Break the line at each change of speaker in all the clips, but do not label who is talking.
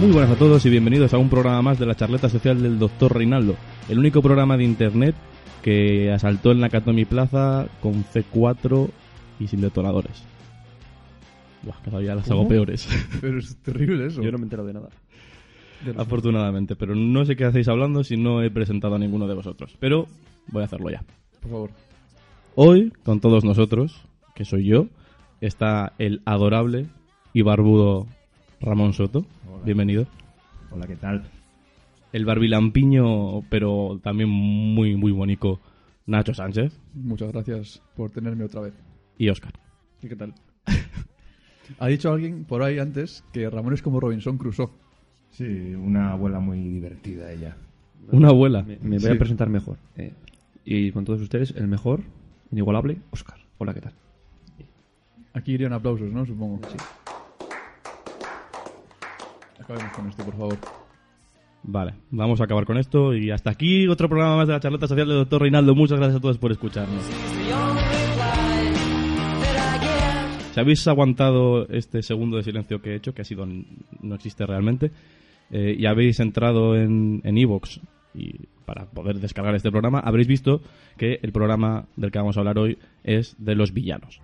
Muy buenas a todos y bienvenidos a un programa más de la charleta social del doctor Reinaldo, el único programa de internet que asaltó en la Catomi Plaza con C4 y sin detonadores. Buah, cada día las hago
¿Cómo?
peores,
Pero es terrible eso.
Yo no me entero de nada.
Ah,
De los-
afortunadamente, pero no sé qué hacéis hablando si no he presentado a ninguno de vosotros, pero voy a hacerlo ya.
Por favor.
Hoy, con todos nosotros, que soy yo, está el adorable y barbudo Ramón Soto.
Hola.
Bienvenido.
Hola, ¿qué tal?
El barbilampiño, pero también muy, muy bonito, Nacho Sánchez
Muchas gracias por tenerme otra vez.
y Oscar.
¿Y qué tal? ha dicho alguien por ahí antes que Ramón es como Robinson Crusoe.
Sí, una abuela muy divertida ella.
Una abuela.
Me, me voy
Sí.
a presentar mejor. eh, y con todos ustedes, el mejor, inigualable, Oscar. Hola, ¿qué tal?
Aquí irían aplausos, ¿no? Supongo. Acabemos con esto, por favor.
Vale, vamos a acabar con esto y hasta aquí otro programa más de la charleta social del doctor Reinaldo. Muchas gracias a todos por escucharnos. Si habéis aguantado este segundo de silencio que he hecho, que ha sido n- no existe realmente, eh, y habéis entrado en en Evox y para poder descargar este programa, habréis visto que el programa del que vamos a hablar hoy es de los villanos.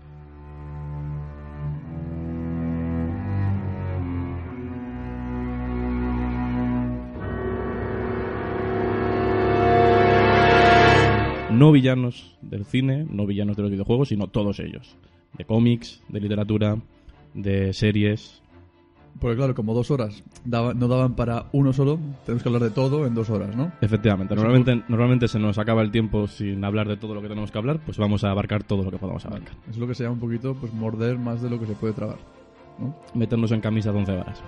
no villanos del cine, no villanos de los videojuegos, sino todos ellos. De cómics, de literatura, de series.
Porque claro, como dos horas daba- no daban para uno solo, tenemos que hablar de todo en dos horas, ¿no?
Efectivamente, normalmente, normalmente se nos acaba el tiempo sin hablar de todo lo que tenemos que hablar, pues vamos a abarcar todo lo que podamos abarcar.
Es lo que se llama un poquito, pues, morder más de lo que se puede tragar.
Meternos en camisa de 11 varas.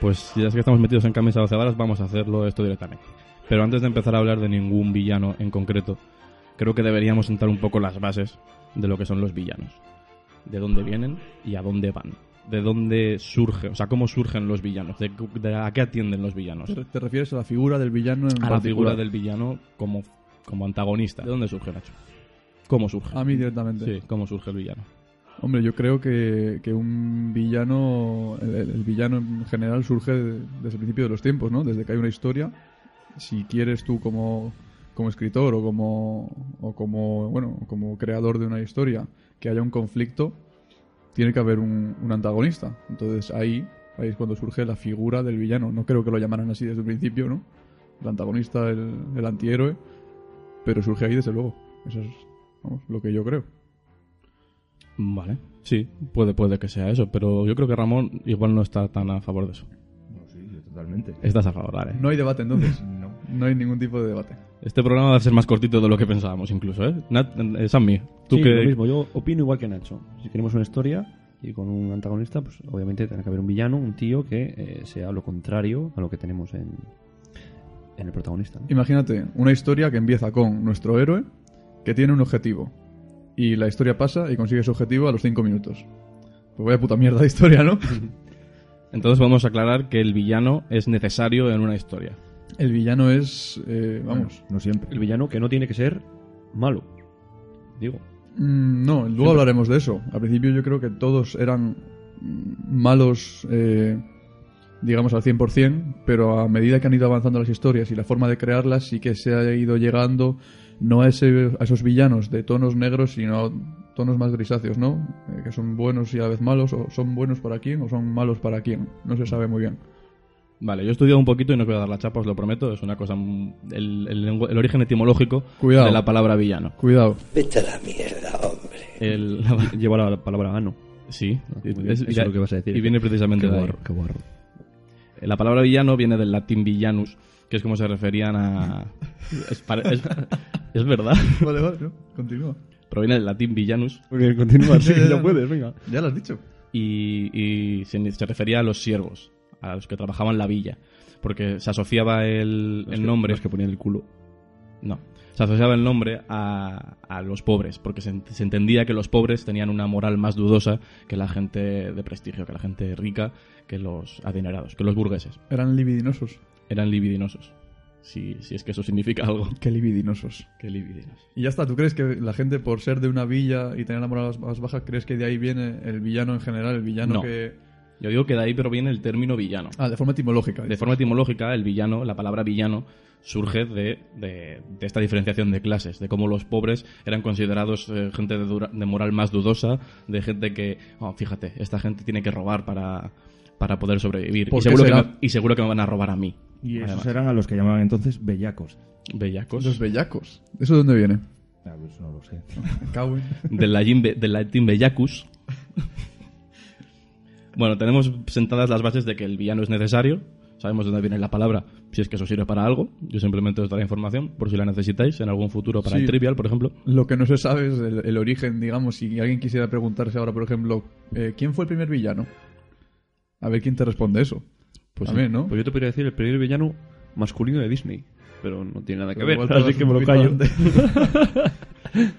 Pues ya es que estamos metidos en camisa de 11 varas, vamos a hacerlo esto directamente. Pero antes de empezar a hablar de ningún villano en concreto, creo que deberíamos sentar un poco las bases de lo que son los villanos. De dónde vienen y a dónde van. De dónde surge, o sea, cómo surgen los villanos. De, cu- de a qué atienden los villanos.
¿Te, re- te refieres a la figura del villano en
A la figura
particular?
del villano como, como antagonista. ¿De dónde surge Nacho? ¿Cómo surge?
A mí directamente.
Sí, cómo surge el villano.
Hombre, yo creo que, que un villano, el, el villano en general surge de- desde el principio de los tiempos, ¿no? Desde que hay una historia, si quieres tú como, como escritor o como, o como, bueno, como creador de una historia, que haya un conflicto, tiene que haber un, un antagonista. Entonces ahí, ahí es cuando surge la figura del villano. No creo que lo llamaran así desde el principio, ¿no? El antagonista, el, el antihéroe, pero surge ahí desde luego. Eso es vamos, lo que yo creo.
Vale. Sí, puede, puede que sea eso, pero yo creo que Ramón igual no está tan a favor de eso.
No, sí, yo totalmente.
Estás a favor, vale.
No hay debate entonces.
No.
No hay ningún tipo de debate.
Este programa va a ser más cortito de lo que pensábamos incluso, ¿eh? Nat, eh, Sammy, tú
Sí,
que...
lo mismo. Yo opino igual que Nacho. Si queremos una historia y con un antagonista, pues obviamente tiene que haber un villano, un tío que eh, sea lo contrario a lo que tenemos en, en el protagonista. ¿no?
Imagínate una historia que empieza con nuestro héroe que tiene un objetivo. Y la historia pasa y consigue su objetivo a los 5 minutos. Pues vaya puta mierda de historia, ¿no?
Entonces podemos aclarar que el villano es necesario en una historia.
El villano es. eh, vamos.
Bueno, no siempre.
El villano que no tiene que ser malo. Digo.
Mm, no, luego hablaremos de eso. Al principio yo creo que todos eran mm, malos, eh, digamos al 100%, pero a medida que han ido avanzando las historias y la forma de crearlas, sí que se ha ido llegando no a, ese- a esos villanos de tonos negros, sino a tonos más grisáceos, ¿no? Eh, que son buenos y a la vez malos, o son buenos para quién o son malos para quién. No se sabe muy bien.
Vale, yo he estudiado un poquito y no os voy a dar la chapa, os lo prometo. Es una cosa... mm, El, el lengua- el origen etimológico
Cuidado.
de la palabra villano.
Cuidado.
Vete a la mierda, hombre.
El- la-
Lleva la, la palabra gano.
sí.
Ah, muy bien. Eso es lo que vas a decir.
Y viene precisamente
Qué
de ahí.
guarro, qué guarro.
La palabra villano viene del latín villanus, que es como se referían a... es, pare- es- es verdad.
Vale, vale, ¿no? continúa.
Proviene del latín villanus
Muy bien, continúa,
sí, ya
puedes, venga.
Ya lo has dicho.
y, y se, se refería a los siervos, a los que trabajaban la villa, porque se asociaba el, el nombre...
que ponían el culo.
No, se asociaba el nombre a, a los pobres, porque se, ent- se entendía que los pobres tenían una moral más dudosa que la gente de prestigio, que la gente rica, que los adinerados, que los burgueses.
Eran libidinosos.
Eran libidinosos, si, si es que eso significa algo.
Qué libidinosos.
Que libidinos.
Y ya está, ¿tú crees que la gente por ser de una villa y tener la moral más- más baja, crees que de ahí viene el villano en general, el villano
No.
que...
Yo digo que de ahí proviene el término villano.
Ah, de forma etimológica.
De forma etimológica, el villano, la palabra villano, surge de, de- de esta diferenciación de clases, de cómo los pobres eran considerados eh, gente de, dura- de moral más dudosa, de gente que, "Oh, fíjate, esta gente tiene que robar para, para poder sobrevivir.
¿Por
Y
qué
seguro, que
será?
me, y seguro que me van a robar a mí.
Y esos
Además.
eran a los que llamaban entonces bellacos.
Bellacos.
Los bellacos. ¿Eso de dónde viene?
Ah, pues no lo sé.
Cauen.
del latín, be- del latín bellacus. Bueno, tenemos sentadas las bases de que el villano es necesario. Sabemos de dónde viene la palabra, si es que eso sirve para algo. Yo simplemente os daré información por si la necesitáis en algún futuro para
Sí.
el trivial, por ejemplo.
Lo que no se sabe es el, el origen, digamos, si alguien quisiera preguntarse ahora, por ejemplo, eh, ¿quién fue el primer villano? A ver quién te responde eso.
Pues
a
sí.
ver, ¿no?
Pues yo te podría decir el primer villano masculino de Disney, pero no tiene nada que
Pero
ver,
igual te
así
vas
que
un
me lo
poquito
callo.
adelante.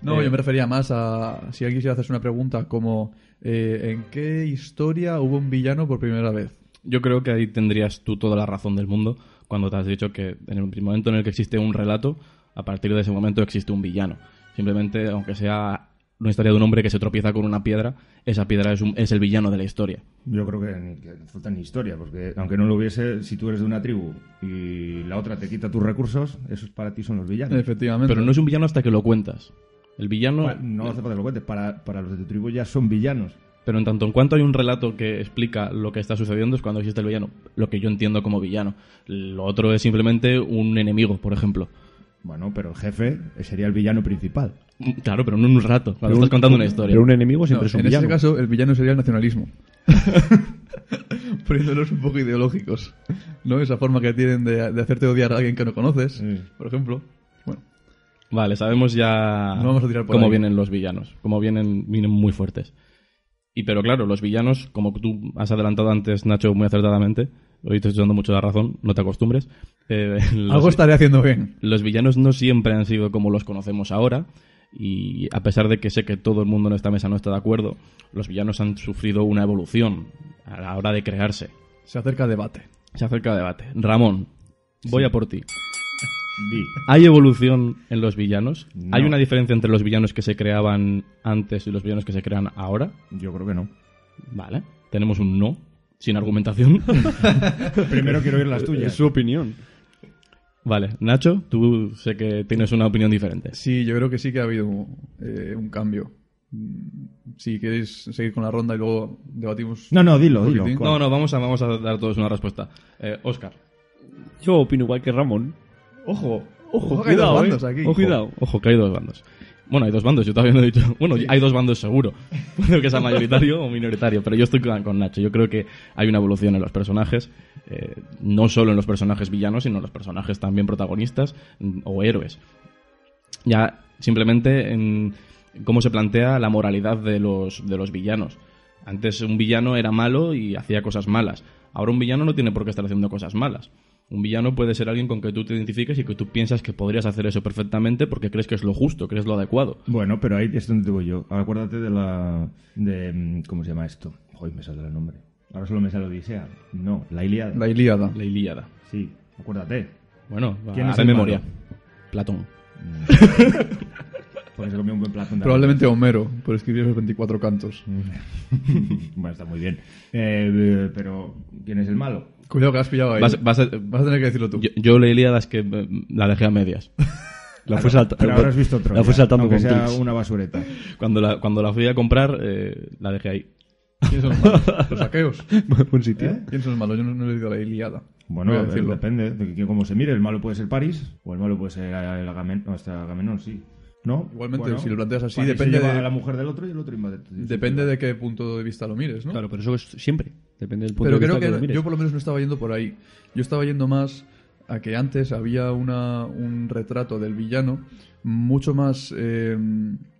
No,
Eh,
yo me refería más a si alguien quisiera hacerse una pregunta como eh, ¿en qué historia hubo un villano por primera vez?
Yo creo que ahí tendrías tú toda la razón del mundo cuando te has dicho que en el momento en el que existe un relato, a partir de ese momento existe un villano. Simplemente, aunque sea una historia de un hombre que se tropieza con una piedra, esa piedra es, un- es el villano de la historia.
Yo creo que, ni, que no falta ni historia, porque aunque no lo hubiese, si tú eres de una tribu y la otra te quita tus recursos, esos para ti son los villanos.
Efectivamente.
Pero no es un villano hasta que lo cuentas. El villano...
Pa- No hace falta que lo cuentes, para, para los de tu tribu ya son villanos.
Pero en tanto en cuanto hay un relato que explica lo que está sucediendo es cuando existe el villano, lo que yo entiendo como villano. Lo otro es simplemente un enemigo, por ejemplo.
Bueno, pero el jefe sería el villano principal.
Mm, Claro, pero no en un rato, cuando
Pero
estás
un-
contando una historia.
Pero un enemigo
No,
siempre es un
en
villano.
ese caso, el villano sería el nacionalismo. Poniéndolos un poco ideológicos. ¿No? Esa forma que tienen de, de hacerte odiar a alguien que no conoces,
Mm.
Sí.
por ejemplo. Bueno,
Vale, sabemos ya
No vamos a tirar por
cómo
ahí.
vienen los villanos, cómo vienen, vienen muy fuertes. Y pero claro, los villanos, como tú has adelantado antes, Nacho, muy acertadamente, hoy te estoy dando mucho la razón, no te acostumbres. eh, los-
algo estaré haciendo bien.
los villanos no siempre han sido como los conocemos ahora. Y a pesar de que sé que todo el mundo en esta mesa no está de acuerdo, los villanos han sufrido una evolución a la hora de crearse.
Se acerca debate.
Se acerca el debate. Ramón, voy a por ti.
Di.
¿Hay evolución en los villanos?
No.
¿Hay una diferencia entre los villanos que se creaban antes y los villanos que se crean ahora?
Yo creo que no.
Vale, tenemos un no, sin argumentación.
Primero quiero oír las
Es
tuyas.
su opinión.
vale, Nacho, tú sé que tienes una opinión diferente.
Sí, yo creo que sí que ha habido eh, un cambio. Mm, Si queréis seguir con la ronda y luego debatimos.
No, no, dilo, dilo.
Poquitín.
No, no, vamos a, vamos a dar todos una respuesta. Eh, Oscar.
Yo opino igual que Ramón.
¡Ojo!
Ojo,
que hay dos
cuidado,
bandos
eh.
aquí.
Ojo, cuidado.
Oh, Ojo, que hay dos bandos. Bueno, hay dos bandos, yo todavía no he dicho. Bueno, hay dos bandos seguro. Puede que sea mayoritario o minoritario, pero yo estoy con, con Nacho. Yo creo que hay una evolución en los personajes, eh, no solo en los personajes villanos, sino en los personajes también protagonistas mm, o héroes. Ya simplemente en cómo se plantea la moralidad de los, de los villanos. Antes un villano era malo y hacía cosas malas. Ahora un villano no tiene por qué estar haciendo cosas malas. Un villano puede ser alguien con que tú te identifiques y que tú piensas que podrías hacer eso perfectamente porque crees que es lo justo, crees lo adecuado.
Bueno, pero ahí es donde te voy yo. Acuérdate de la. de mm, ¿Cómo se llama esto? Joder, me sale el nombre. Ahora solo me sale Odisea. No, la Ilíada.
La Ilíada.
La Ilíada.
Sí, acuérdate.
Bueno,
¿Quién
a
es
de
el
memoria.
malo?
Platón.
Porque se comió un buen plato. de
Probablemente Homero, por escribir esos 24 cantos.
Bueno, está muy bien. Eh, eh, pero, ¿quién es el malo?
Cuidado que has pillado ahí.
Vas- vas a-
Vas a tener que decirlo tú.
yo, yo la Ilíada es que mm, la dejé a medias.
La fue, salta-
Pero ahora has visto otro.
la fue saltando
aunque
con
sea
tics.
una basureta.
Cuando la, cuando la fui a comprar, eh, la dejé ahí.
¿Quiénes son los malos? ¿Los aqueos?
Buen sitio.
¿Eh?
¿Quiénes son los malos? Yo no, no he leído la Ilíada.
Bueno,
Voy a
a ver,
decirlo.
depende de que- cómo se mire. El malo puede ser París o el malo puede ser el Agamenón. No, este Agamenón, sí. ¿No?
Igualmente,
Bueno,
si lo planteas así,
París se
depende
lleva
de-
a la mujer del otro y el otro invade.
Depende de qué punto de vista lo mires, ¿no?
Claro, pero eso es siempre. Depende del punto
Pero
de vista
creo
lo
que,
mires.
yo por lo menos no estaba yendo por ahí. Yo estaba yendo más a que antes había una, un retrato del villano mucho más, eh,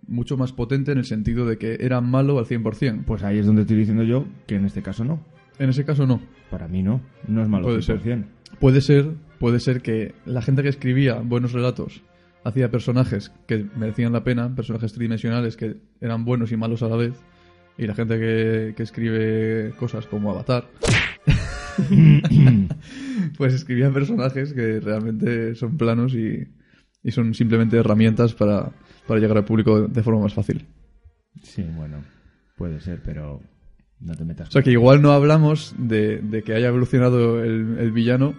mucho más potente en el sentido de que era malo al 100%.
Pues ahí es donde estoy diciendo yo que en este caso no.
En ese caso no.
Para mí no. No es malo
Puede
100%.
Puede ser, puede ser que la gente que escribía buenos relatos hacía personajes que merecían la pena, personajes tridimensionales que eran buenos y malos a la vez, y la gente que, que escribe cosas como Avatar, pues escribía personajes que realmente son planos y, y son simplemente herramientas para, para llegar al público de forma más fácil.
Sí, bueno. Puede ser, pero No te metas.
O sea, que igual no hablamos de, de que haya evolucionado el, el villano,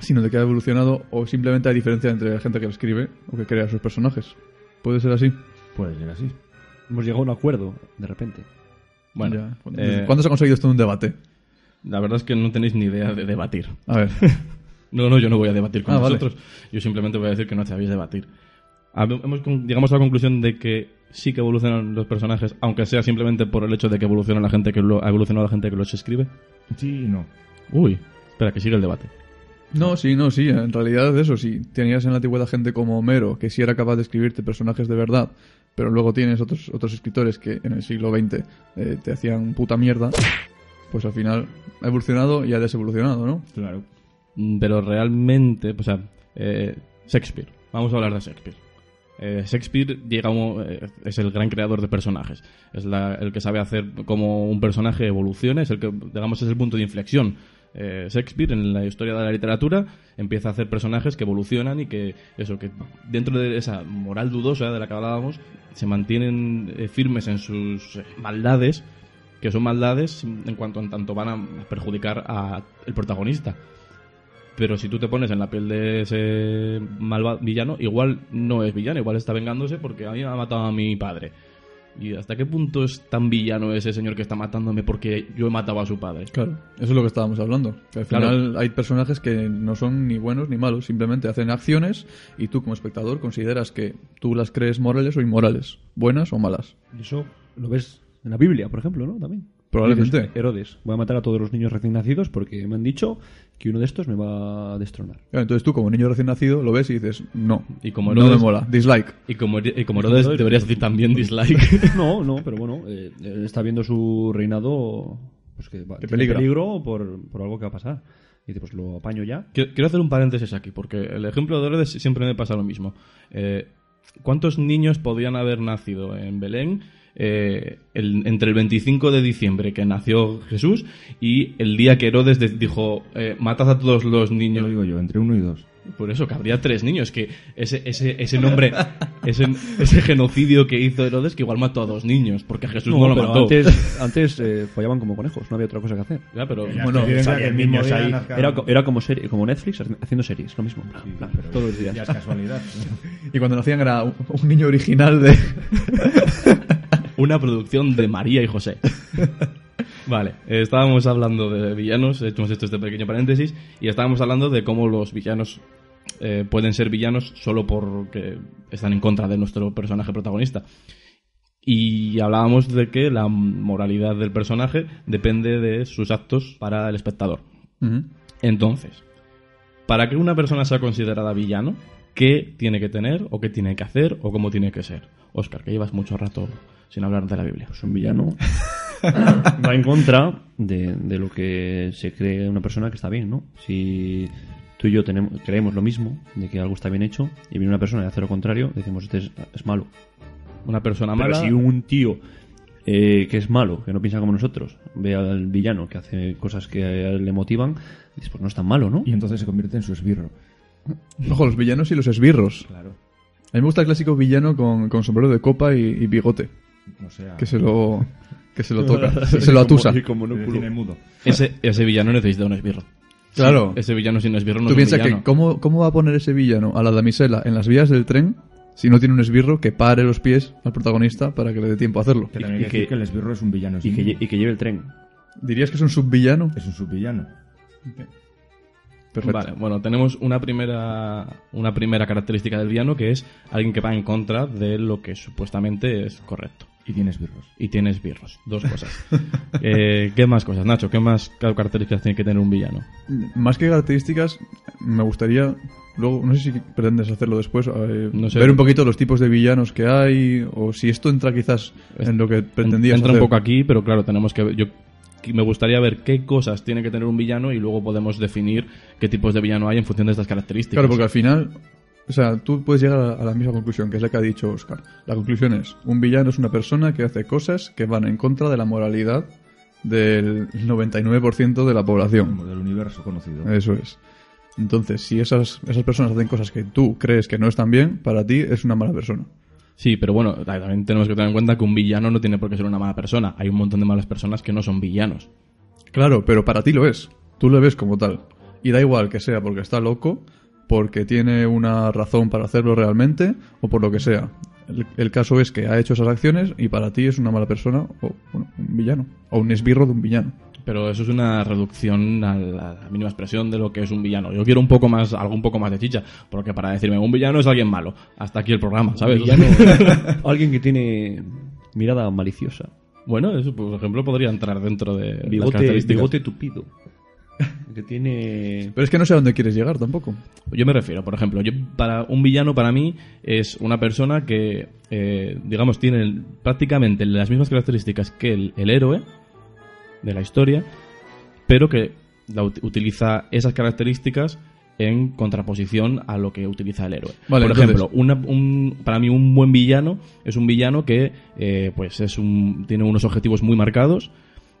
sino de que ha evolucionado o simplemente hay diferencia entre la gente que lo escribe o que crea sus personajes. Puede ser así.
Puede ser así.
Hemos llegado a un acuerdo, de repente.
Bueno,
Ya. pues, ¿Cuándo,
eh,
cuándo se ha conseguido esto en un debate?
la verdad es que no tenéis ni idea de debatir.
A ver.
No, no, yo no voy a debatir con
Ah, vale.
vosotros. Yo simplemente voy a decir que no sabéis debatir. Hab- hemos con- llegamos a la conclusión de que sí que evolucionan los personajes, aunque sea simplemente por el hecho de que evoluciona la gente que lo, ha evolucionado la gente que los escribe.
Sí y no.
Uy, espera, que sigue el debate.
No, sí, no, sí. En realidad eso, si tenías en la antigüedad gente como Homero, que sí era capaz de escribirte personajes de verdad, pero luego tienes otros, otros escritores que en el siglo XX eh, te hacían puta mierda, pues al final ha evolucionado y ha desevolucionado, ¿no?
Claro.
Mm, Pero realmente, o sea, eh, Shakespeare. Vamos a hablar de Shakespeare. Eh, Shakespeare llega a un- eh, es el gran creador de personajes. Es la- el que sabe hacer cómo un personaje evolucione. Es el que, digamos, es el punto de inflexión. Eh, Shakespeare, en la historia de la literatura, empieza a hacer personajes que evolucionan y que, eso, que dentro de esa moral dudosa de la que hablábamos, se mantienen eh, firmes en sus eh, maldades, que son maldades en cuanto en tanto van a perjudicar al protagonista. Pero si tú te pones en la piel de ese malvado villano, igual no es villano, igual está vengándose porque a mí me ha matado a mi padre. ¿Y hasta qué punto es tan villano ese señor que está matándome porque yo he matado a su padre?
Claro. Eso es lo que estábamos hablando. Que al
Claro.
final hay personajes que no son ni buenos ni malos, simplemente hacen acciones y tú como espectador consideras que tú las crees morales o inmorales, buenas o malas.
Y eso lo ves en la Biblia, por ejemplo, ¿no? También.
Probablemente.
Dices, Herodes, voy a matar a todos los niños recién nacidos porque me han dicho que uno de estos me va a destronar.
Claro, entonces tú como niño recién nacido lo ves y dices, no,
Y como
no me
Herodes-
mola, dislike.
Y como, y como Herodes deberías decir también dislike.
No, no, pero bueno, eh, él está viendo su reinado pues que va,
Que
tiene
peligra.
peligro por, por algo que va a pasar. Y dice, pues lo apaño ya.
Quiero quiero hacer un paréntesis aquí, porque el ejemplo de Herodes siempre me pasa lo mismo. Eh, ¿Cuántos niños podían haber nacido en Belén eh, el- entre el 25 de diciembre que nació Jesús y el día que Herodes de- dijo, eh, matad a todos los
Yo lo
niños?
digo yo, entre uno y dos.
Por eso, que habría tres niños, que ese, ese, ese nombre, ese, ese genocidio que hizo Herodes, que igual mató a dos niños, porque Jesús no, lo
pero
mató.
antes, antes eh, follaban como conejos, no había otra cosa que hacer.
Ya, pero,
Bueno,
Evidencia
O sea,
que
el
el
mismo
mismo
día
día
nazca- era, co- era como, serie, como Netflix haciendo series, lo mismo. plan, plan, todos los días.
Ya es casualidad.
Y cuando nacían era un, un niño original de...
Una producción de María y José. Vale, eh, estábamos hablando de villanos, hemos hecho este pequeño paréntesis, y estábamos hablando de cómo los villanos eh, pueden ser villanos solo porque están en contra de nuestro personaje protagonista. Y hablábamos de que la moralidad del personaje depende de sus actos para el espectador.
Ujú.
Entonces, para que una persona sea considerada villano, ¿qué tiene que tener o qué tiene que hacer o cómo tiene que ser? Oscar, que llevas mucho rato sin hablar de la Biblia.
es un villano. va en contra de, de lo que se cree una persona que está bien, ¿no? Si tú y yo tenemos, creemos lo mismo, de que algo está bien hecho, y viene una persona y hace lo contrario, decimos, este es, es malo.
Una persona
Pero
mala.
si un tío eh, que es malo, que no piensa como nosotros, ve al villano que hace cosas que a él le motivan, dices, pues no es tan malo, ¿no?
Y entonces se convierte en su esbirro.
Ojo, los villanos y los esbirros.
Claro.
A mí me gusta el clásico villano con, con sombrero de copa y, y bigote,
O sea,
que se lo, que se lo toca, se, se lo atusa.
el cine mudo.
Ese, ese villano necesita un esbirro.
Claro.
Ese villano sin esbirro no
Tú
es un
piensas
villano.
que ¿cómo, cómo va a poner ese villano a la damisela en las vías del tren si no tiene un esbirro que pare los pies al protagonista para que le dé tiempo a hacerlo?
Que también
y
hay que decir
que-
que el esbirro es un villano. en sí
Y que, lle-
mismo.
y que lleve el tren.
¿Dirías que es un subvillano?
Es un subvillano.
Perfecto.
Vale, bueno, tenemos una primera, una primera característica del villano que es alguien que va en contra de lo que supuestamente es correcto.
Y tiene esbirros.
Y tiene esbirros. Dos cosas. Eh, ¿Qué más cosas, Nacho? ¿Qué más características tiene que tener un villano?
Más que características, me gustaría, luego, no sé si pretendes hacerlo después, eh,
No sé.
ver un poquito los tipos de villanos que hay, o si esto entra quizás en lo que pretendías
Entra
hacer.
un poco aquí, pero claro, tenemos que ver- yo que me gustaría ver qué cosas tiene que tener un villano y luego podemos definir qué tipos de villano hay en función de estas características.
Claro, porque al final, o sea, tú puedes llegar a, a la misma conclusión, que es la que ha dicho Oscar. La conclusión es, un villano es una persona que hace cosas que van en contra de la moralidad del 99% de la población.
Como del universo conocido.
Eso es. Entonces, si esas, esas personas hacen cosas que tú crees que no están bien, para ti es una mala persona.
Sí, pero bueno, también tenemos que tener en cuenta que un villano no tiene por qué ser una mala persona. Hay un montón de malas personas que no son villanos.
Claro, pero para ti lo es. Tú lo ves como tal. Y da igual que sea porque está loco, porque tiene una razón para hacerlo realmente o por lo que sea. El, el caso es que ha hecho esas acciones y para ti es una mala persona o bueno, un villano. O un esbirro de un villano.
Pero eso es una reducción a la, a la mínima expresión de lo que es un villano. Yo quiero un poco más, algo un poco más de chicha, porque para decirme un villano es alguien malo. Hasta aquí el programa, ¿sabes?
Villano, alguien que tiene mirada maliciosa.
Bueno, eso por ejemplo podría entrar dentro de las
Bigote,
características.
bigote tupido. Que tiene.
Pero es que no sé a dónde quieres llegar tampoco.
Yo me refiero, por ejemplo, yo para un villano para mí es una persona que, eh, digamos, tiene el- prácticamente las mismas características que el, el héroe de la historia, pero que la ut- utiliza esas características en contraposición a lo que utiliza el héroe.
Vale,
por
entonces-
ejemplo, una- un- para mí un buen villano es un villano que eh, pues es un, tiene unos objetivos muy marcados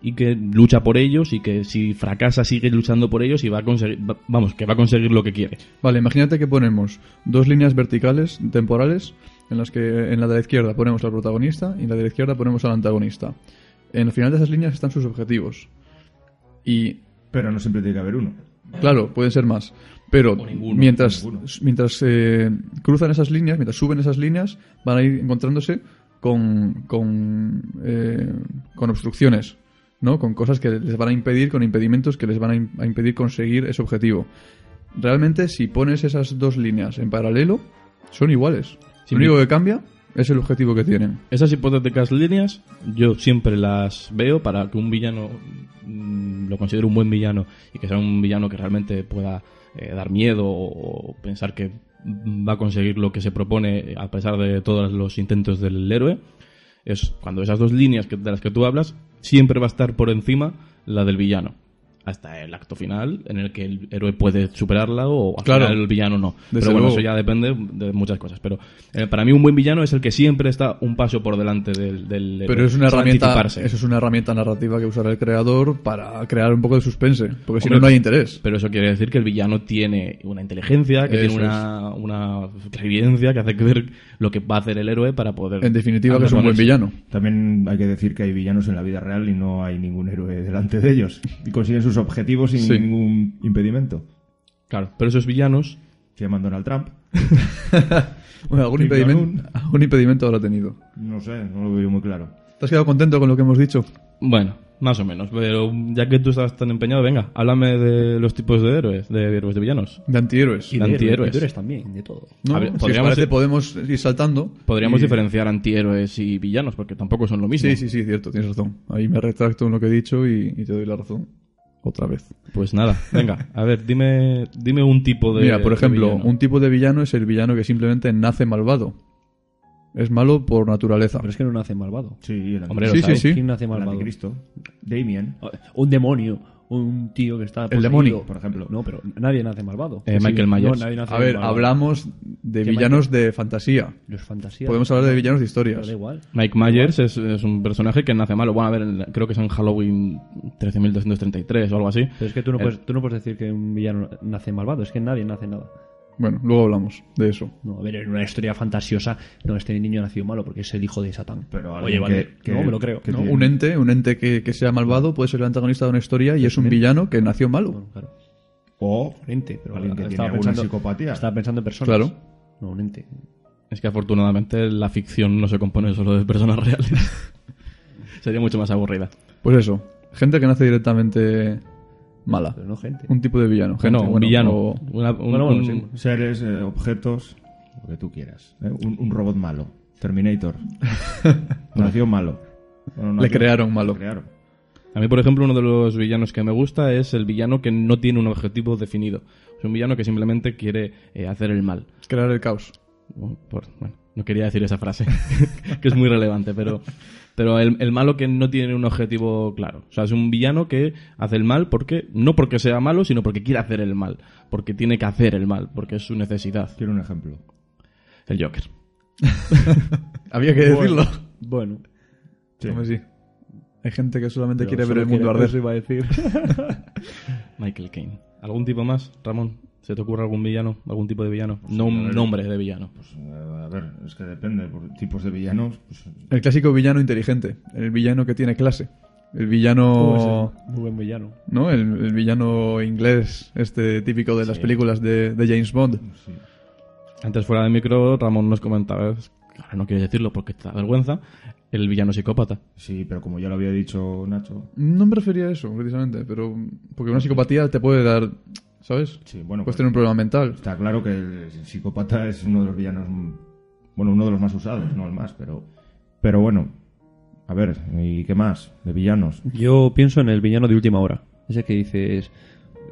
y que lucha por ellos y que si fracasa sigue luchando por ellos y va a conseguir, va- vamos, que va a conseguir lo que quiere.
Vale, imagínate que ponemos dos líneas verticales temporales en las que en la de la izquierda ponemos al protagonista y en la de la izquierda ponemos al antagonista. En el final de esas líneas están sus objetivos. Y
Pero no siempre tiene que haber uno.
claro, pueden ser más, pero
ninguno,
mientras
o ninguno.
mientras eh, cruzan esas líneas, mientras suben esas líneas, van a ir encontrándose con con, eh, con obstrucciones, ¿no? Con cosas que les van a impedir, con impedimentos que les van a im- a impedir conseguir ese objetivo realmente si pones esas dos líneas en paralelo, son iguales.
Sí,
Lo único que cambia es el objetivo que tienen.
Esas hipotéticas líneas yo siempre las veo para que un villano mm, lo considere un buen villano y que sea un villano que realmente pueda eh, dar miedo o pensar que mm, va a conseguir lo que se propone a pesar de todos los intentos del héroe. Es cuando esas dos líneas que- de las que tú hablas siempre va a estar por encima la del villano hasta el acto final en el que el héroe puede superarla o al
Claro.
final el villano no.
Desde
pero bueno,
luego.
eso ya depende de muchas cosas. Pero eh, para mí un buen villano es el que siempre está un paso por delante del... del
Pero es una
sabe
herramienta,
anticiparse.
eso es una herramienta narrativa que usará el creador para crear un poco de suspense, porque si
Hombre,
no no hay interés.
Pero eso quiere decir que el villano tiene una inteligencia, que
Eso
tiene una, una clarividencia que hace ver lo que va a hacer el héroe para poder...
En definitiva que es un buen
anteponerse.
villano.
También hay que decir que hay villanos en la vida real y no hay ningún héroe delante de ellos. Y consiguen sus objetivos sin
Sí.
ningún impedimento.
Claro, pero esos villanos...
Se llaman Donald Trump.
Bueno, algún,
Kim
impedimen-
Jong-un.
algún impedimento habrá tenido.
No sé, no lo veo muy claro.
¿Te has quedado contento con lo que hemos dicho?
Bueno, más o menos. Pero ya que tú estás tan empeñado, venga, háblame de los tipos de héroes, de héroes de villanos.
De antihéroes.
de antihéroes.
héroes también, de todo.
¿No?
A ver,
Si os
podríamos-
parece, podemos ir saltando.
Podríamos
y-
diferenciar antihéroes y villanos, porque tampoco son lo mismo.
Sí, sí, sí, cierto, tienes razón. Ahí me retracto en lo que he dicho y- y te doy la razón. Otra vez.
Pues nada, venga, a ver, dime, dime un tipo de.
Mira, por
de
ejemplo,
villano.
un tipo de villano es el villano que simplemente nace malvado. Es malo por naturaleza.
Pero es que no nace malvado.
Sí, el
Hombre,
anticristo.
lo
Sí, sí,
sabes.
sí.
¿Quién nace
El
malvado?
anticristo. Damien.
Un demonio. Un tío que está. poseído.
demonio,
por ejemplo.
No, pero nadie nace malvado.
Eh, Michael Myers.
No, nadie nace
A ver,
malvado.
hablamos de
¿Qué
villanos de fantasía.
Los fantasías.
Podemos hablar de villanos de historias.
Pero da igual.
Mike Myers es, es un personaje que nace malo. Bueno, a ver, en- creo que es en Halloween 13.233 o algo así.
Pero es que tú no,
Eh,
puedes, tú no puedes decir que un villano nace malvado. Es que nadie nace nada.
Bueno, luego hablamos de eso.
No, a ver, en una historia fantasiosa, no, este niño nació malo porque es el hijo de Satán.
Pero
Oye,
alguien
vale.
que- que-
no, me lo creo.
que
¿no?
tiene-
Un ente, un ente que, que sea malvado puede ser el antagonista de una historia y es un villano que nació malo.
Bueno, claro.
O
Un ente, pero
alguien que tiene
estaba
alguna
pensando,
psicopatía.
Estaba pensando en personas.
Claro.
No, un ente.
Es que afortunadamente la ficción no se compone solo de personas reales. Sería mucho más aburrida.
Pues eso, gente que nace directamente mala.
Pero no gente.
Un tipo de villano. Gente,
no, un
bueno,
villano.
o-
Una- un-
Bueno, bueno,
un-
sí.
seres, eh, objetos, lo que tú quieras. ¿eh? Un, un robot malo. Terminator. nació malo. Bueno,
Le crearon malo.
Le crearon.
A mí, por ejemplo, uno de los villanos que me gusta es el villano que no tiene un objetivo definido. Es un villano que simplemente quiere eh, hacer el mal.
crear el caos.
Bueno, por- bueno, no quería decir esa frase, que es muy relevante, pero, pero el, el malo que no tiene un objetivo claro. O sea, es un villano que hace el mal porque, no porque sea malo, sino porque quiere hacer el mal, porque tiene que hacer el mal, porque es su necesidad.
Quiero un ejemplo.
El Joker.
Había que decirlo.
Bueno.
Hombre, sí. Hay gente que solamente
Pero
quiere ver
solo
el mundo
quiere-
arder.
eso iba a decir.
Michael Caine. ¿Algún tipo más, Ramón? ¿Se te ocurre algún villano? ¿Algún tipo de villano? no
sí,
un
claro.
nombre de villano.
Pues, eh, a ver, es que depende. Por tipos de villanos, pues,
El clásico villano inteligente, el villano que tiene clase, el villano...
Pues, eh, Muy buen villano.
¿No? El, el villano inglés, este típico de las películas de, de James Bond.
pues sí.
Antes fuera de micro, Ramón nos comentaba, es- ahora no quiero decirlo porque te da vergüenza, el villano psicópata.
Sí, pero como ya lo había dicho Nacho.
No me refería a eso, precisamente, pero... Porque una psicopatía te puede dar, ¿sabes?
Sí,
Puedes
bueno, pues,
tener un problema mental.
está claro que el psicópata es uno de los villanos. m- Bueno, uno de los más usados, no el más, pero. Pero bueno. A ver, ¿y qué más? De villanos.
Yo pienso en el villano de última hora. Ese que dices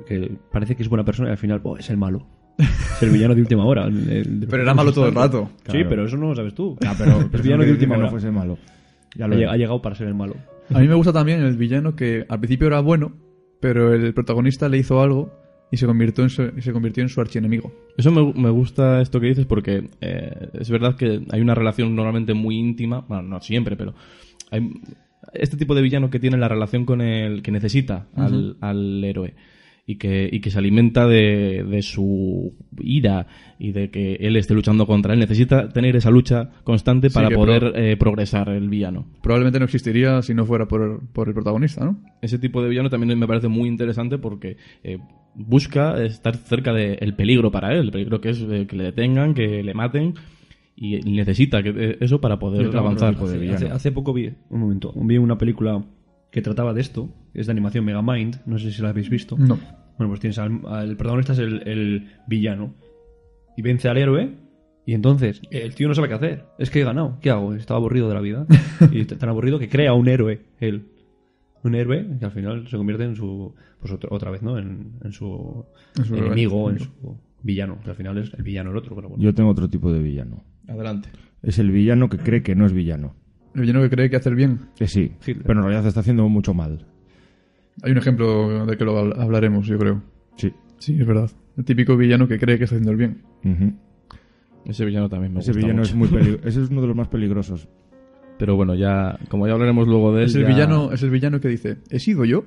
que parece que es buena persona y al final "Oh, es el malo. Es el villano de última hora. el- el- de-
Pero era malo todo el rato.
Sí,
Claro.
pero eso no lo sabes tú.
Ah, pero.
el
pero
villano
no
de
quiere decir
última
que
hora.
no fuese malo. eh. Ya
Ha
lo
lleg- ha
es.
llegado para ser el malo.
A mí me gusta también el villano que al principio era bueno, pero el protagonista le hizo algo y se convirtió en su, y se convirtió en su archienemigo.
Eso me, me gusta esto que dices porque eh, es verdad que hay una relación normalmente muy íntima, bueno, no siempre, pero hay este tipo de villano que tiene la relación con el que necesita al, al héroe y que, y que se alimenta de, de su ira y de que él esté luchando contra él. Necesita tener esa lucha constante
Sí,
para
que
poder eh, progresar el villano.
Probablemente no existiría si no fuera por el, por el protagonista, ¿no?
ese tipo de villano también me parece muy interesante porque eh, busca estar cerca del peligro para él, el peligro que es eh, que le detengan, que le maten y necesita que, eh, eso para poder avanzar.
tipo de
Sí,
villano.
hace, hace poco vi, un momento, vi una película que trataba de esto, es de animación Megamind, no sé si la habéis visto.
No.
Bueno, pues tienes al, al protagonista es el, el villano y vence al héroe y entonces el tío no sabe qué hacer. Es que he ganado, ¿qué hago? Estaba aburrido de la vida y t- tan aburrido que crea un héroe él. Un héroe que al final se convierte en su. Pues otro- otra vez, ¿no? En, en su
En su
enemigo, en su villano. Que al final es el villano el otro, pero bueno.
Yo tengo otro tipo de villano.
Adelante.
Es el villano que cree que no es villano.
El villano que cree que hace el bien.
Que sí,
Hitler.
pero en realidad está haciendo mucho mal.
Hay un ejemplo de que lo habl- hablaremos, yo creo.
Sí.
Sí, es verdad. El típico villano que cree que está haciendo el bien.
Ese villano también me
Ese
gusta
villano
mucho.
es muy peligroso. Ese es uno de los más peligrosos.
Pero bueno, ya como ya hablaremos luego de él.
Es el,
ya-
villano, es el villano que dice, ¿he sido yo?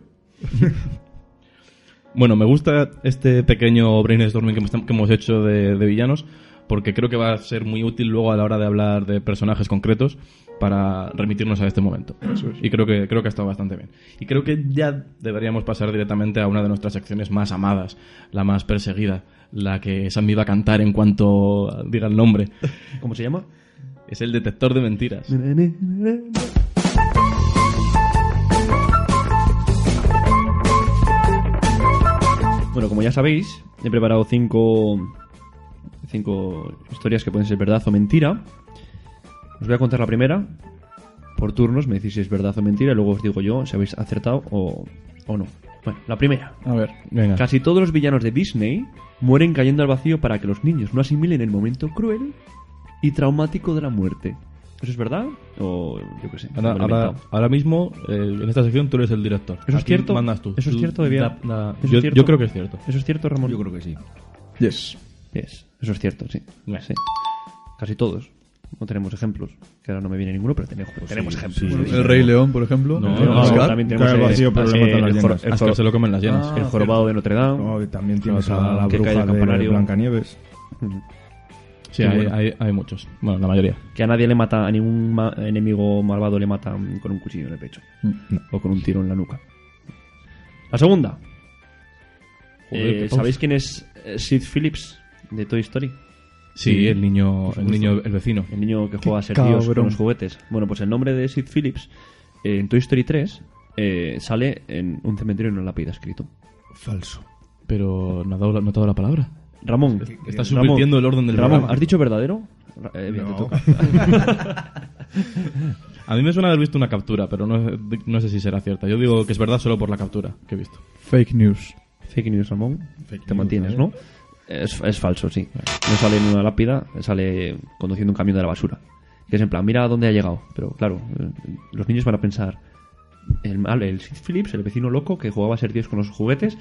Bueno, me gusta este pequeño brainstorming que hemos- que hemos hecho de, de villanos, porque creo que va a ser muy útil luego a la hora de hablar de personajes concretos para remitirnos a este momento. Y creo que, creo que ha estado bastante bien. Y creo que ya deberíamos pasar directamente a una de nuestras secciones más amadas, la más perseguida, la que Sammy va a cantar en cuanto diga el nombre.
¿Cómo se llama?
Es el detector de mentiras.
Bueno, como ya sabéis, he preparado cinco, cinco historias que pueden ser verdad o mentira. Os voy a contar la primera. Por turnos me decís si es verdad o mentira y luego os digo yo si habéis acertado o, o no. Bueno, la primera.
A ver,
Venga.
Casi todos los villanos de Disney mueren cayendo al vacío para que los niños no asimilen el momento cruel y traumático de la muerte. ¿Eso es verdad? O yo qué sé.
Ahora,
me lo he
ahora-
inventado.
ahora mismo, eh, en esta sección, tú eres el director.
¿Eso es
Aquí
cierto?
Mandas tú.
¿Eso es
Tú
cierto, Debian?
da- da-
¿Eso es
yo,
cierto?
yo creo que es cierto.
¿Eso es cierto, Ramón?
Yo creo que sí.
yes.
Yes, Eso es cierto, sí.
Bueno.
Sí. Casi todos. No tenemos ejemplos. Que ahora no me viene ninguno, pero tenemos, tenemos ejemplos.
Pues sí,
El Rey León, por ejemplo.
No,
El
no,
Asgard.
también tenemos
Claro,
eh,
vacío, pero le
eh,
matan las
el, jor-
llenas.
el
Es
jor-
que se lo comen las llenas.
Ah,
el jorobado de Notre Dame.
No, y también tienes
Otra,
a la
que caiga
bruja
el
de
campanario.
Blancanieves.
Sí,
Sí,
hay,
bueno.
hay- hay muchos. Bueno, la mayoría.
Que a nadie le mata, a ningún ma- enemigo malvado le mata mm, con un cuchillo en el pecho.
Mm,
O con un tiro en la nuca. La segunda.
Joder,
Eh,
qué pausa.
¿Sabéis quién es eh, Sid Phillips de Toy Story?
Sí, el niño, el niño, el vecino.
El niño que juega a ser
cabrón.
Dios con los juguetes. Bueno, pues el nombre de Sid Phillips eh, en Toy Story 3 eh, sale en un cementerio en una lápida escrito.
Falso.
Pero no ha dado la, no ha dado la palabra.
Ramón.
Está subvirtiendo el orden del
Ramón,
programa.
¿has dicho verdadero? Ra- eh, bien, te
No.
toca.
A mí me suena haber visto una captura, pero no, no sé si será cierta. Yo digo que es verdad solo por la captura que he visto.
Fake news.
Fake news, Ramón.
Fake
te
news,
mantienes,
¿eh?
¿no? Es, es falso, sí. No sale en una lápida, sale conduciendo un camión de la basura. Que es en plan, mira a dónde ha llegado. Pero claro, eh, los niños van a pensar. El, mal- el Sid Phillips, el vecino loco que jugaba a ser Dios con los juguetes,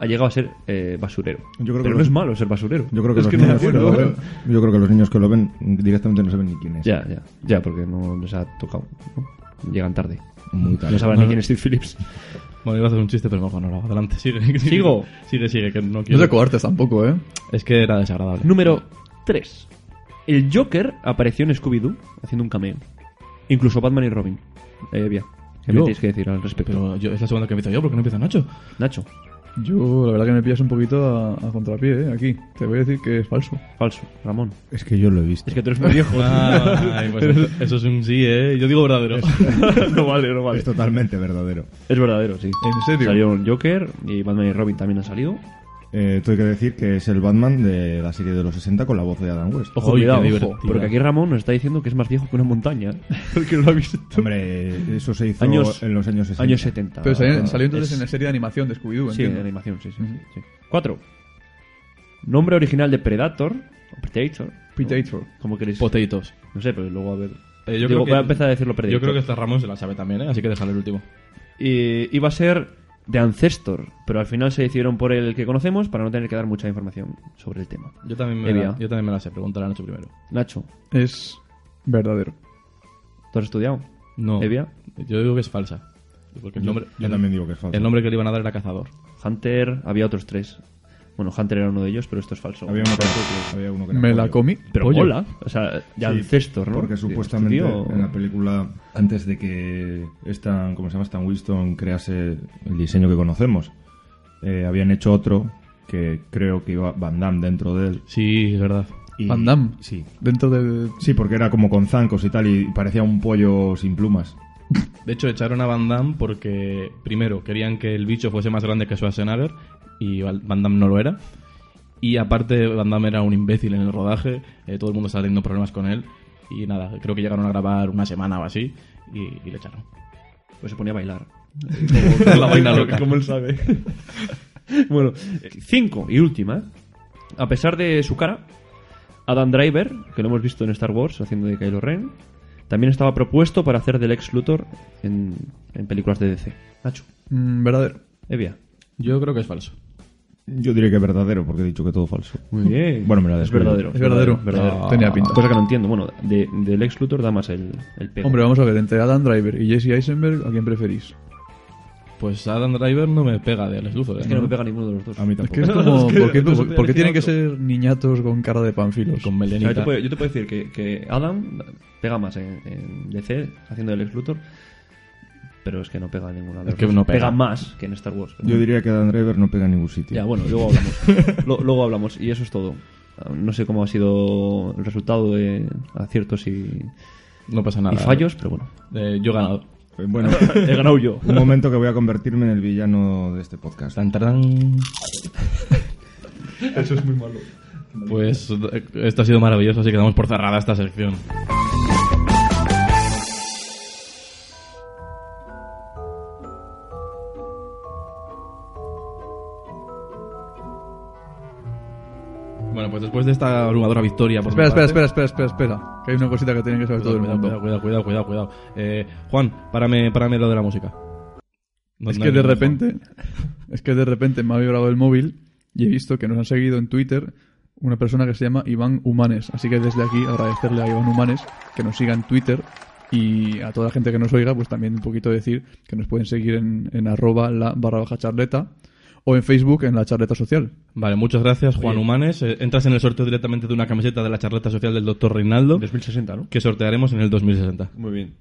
ha llegado a ser eh, basurero.
Yo creo que
Pero
los-
no es malo ser basurero.
Yo creo que,
es
los
no
niños
es
que
bueno.
lo ven- yo creo que los niños que lo ven directamente no saben ni quién es.
Ya, ya, ya, porque no les ha tocado. ¿no? llegan tarde.
Muy tarde.
No sabrán ni quién es Sid Phillips.
Bueno, iba a hacer un chiste, pero mejor no lo hago. Adelante, sigue.
¿Sigo?
Sigue, sigue, que no
No
quiero.
te coartes tampoco, ¿eh?
es que era desagradable.
Número 3. El Joker apareció en Scooby-Doo haciendo un cameo. Incluso Batman y Robin. Eh, bien. ¿Qué me
Yo-
tienes que decir al respecto?
Pero yo, es la segunda que empiezo yo, porque no empieza Nacho.
Nacho,
Yo, la verdad que me pillas un poquito a, a contrapié, ¿eh? Aquí. Te voy a decir que es falso.
falso. Ramón.
Es que yo lo he visto.
Es que tú eres muy viejo.
Ay, pues eso, eso es un sí, ¿eh? Yo digo verdadero.
no vale, no vale.
Es totalmente verdadero.
Es verdadero, sí.
¿En serio?
Salió el Joker y Batman y Robin también han salido.
Eh, tengo que decir que es el Batman de la serie de los 60 con la voz de Adam West.
Ojo,
Oye,
cuidado,
qué
ojo,
divertido.
Porque aquí Ramón nos está diciendo que es más viejo que una montaña. ¿eh? Porque no lo ha visto.
Hombre, eso se hizo
Años-
en los años 60.
Años 70.
Pero salió, salió entonces
Ah, Es-
en la serie de animación de Scooby-Doo,
Sí, de
entiendo.
animación, sí, sí, sí, sí. Cuatro. Nombre original de Predator. o Predator.
Predator.
Como queréis.
Potatoes.
No sé, pero luego a ver.
Eh, yo
Digo,
creo que-
voy a empezar a decirlo
Yo
Predator.
creo que esta Ramón se la sabe también, ¿eh? Así que déjale el último.
Eh, iba a ser de Ancestor, pero al final se decidieron por el que conocemos para no tener que dar mucha información sobre el tema.
Yo también me,
Evia.
la, yo también me la sé. Preguntar a Nacho primero.
Nacho,
Es verdadero.
¿tú has estudiado?
No.
Evia.
Yo digo que es falsa. Porque el
Yo,
nombre,
yo también digo que es falso.
el nombre que le iban a dar era Cazador.
Hunter, había otros tres. Bueno, Hunter era uno de ellos, pero esto es falso.
Había uno que era, había uno que era
Me la
pollo.
comí.
Pero
pollo.
mola. O sea, de
Sí,
Ancestor, ¿no?
Porque
Sí,
supuestamente
este tío-
en la película, antes de que Stan, ¿cómo se llama? Stan Winston crease el diseño que conocemos, eh, habían hecho otro que creo que iba Van Damme dentro de él.
Sí, es verdad.
Y-
Van Damme.
Sí.
Dentro del...
Sí, porque era como con zancos y tal y parecía un pollo sin plumas.
De hecho, echaron a Van Damme porque, primero, querían que el bicho fuese más grande que Schwarzenegger y Val- Van Damme no lo era. Y aparte, Van Damme era un imbécil en el rodaje, eh, todo el mundo estaba teniendo problemas con él. Y nada, creo que llegaron a grabar una semana o así y, y le echaron.
Pues se ponía a bailar.
la vaina loca.
Como él sabe. bueno, eh, cinco y última. ¿eh? A pesar de su cara, Adam Driver, que lo hemos visto en Star Wars haciendo de Kylo Ren, también estaba propuesto para hacer del ex Luthor en, en películas de DC. Nacho,
Mm, verdadero.
Evia.
Yo creo que es falso.
Yo diría que es verdadero porque he dicho que todo falso.
Muy bien.
Bueno, me la
Es
descuido.
verdadero.
Es verdadero. Ah.
verdadero. Pues,
Tenía pinta.
Cosa que no entiendo. Bueno, de- del ex Luthor da más el, el pego.
Hombre, vamos a ver. Entre Adam Driver y Jesse Eisenberg, ¿a quién preferís?
Pues Adam Driver no me pega de Les Luthor. ¿eh?
es que no me pega ninguno de los dos.
A mí
Es
tampoco.
que es como...
Es que
¿Por qué,
no se puede
por qué tienen que
elegir
ser niñatos con cara de panfilos?
Con
O sea, yo,
melenita.
te puedo, yo te puedo decir que, que Adam pega más en, en DC haciendo el ex Luthor, pero es que no pega en ninguna de
Es
las
que
dos.
no pega.
más que en Star Wars.
Yo diría que Dan Driver no pega en ningún sitio.
Ya, bueno, luego hablamos. Lo- luego hablamos, y eso es todo. Ah, No sé cómo ha sido el resultado de aciertos y,
No pasa
y
nada.
fallos, pero bueno.
Eh, yo he ganado.
Bueno,
He ganado yo.
un momento que voy a convertirme en el villano de este podcast.
Tan, tarán. Pues eh, esto ha sido maravilloso, así que damos por cerrada esta sección. Bueno, pues después de esta abrumadora victoria... Por mi
Espera, espera,
parte-
espera, espera, espera, espera. Que hay una cosita que tienen que saber todo el
Cuidado,
mundo.
cuidado, cuidado, cuidado, cuidado, cuidado. Eh, Juan, párame, párame lo de la música. No-
Es
no
que
hay
de
ningún-
repente, es que de repente me ha vibrado el móvil y he visto que nos han seguido en Twitter una persona que se llama Iván Humanes. Así que desde aquí agradecerle a Iván Humanes que nos siga en Twitter y a toda la gente que nos oiga, pues también un poquito decir que nos pueden seguir en, en arroba la barra baja charleta o en Facebook en la charleta social.
Vale, muchas gracias, Juan Humanes. Eh, entras en el sorteo directamente de una camiseta de la charleta social del doctor Reinaldo,
2060, ¿no?
que sortearemos en el 2060.
Muy bien.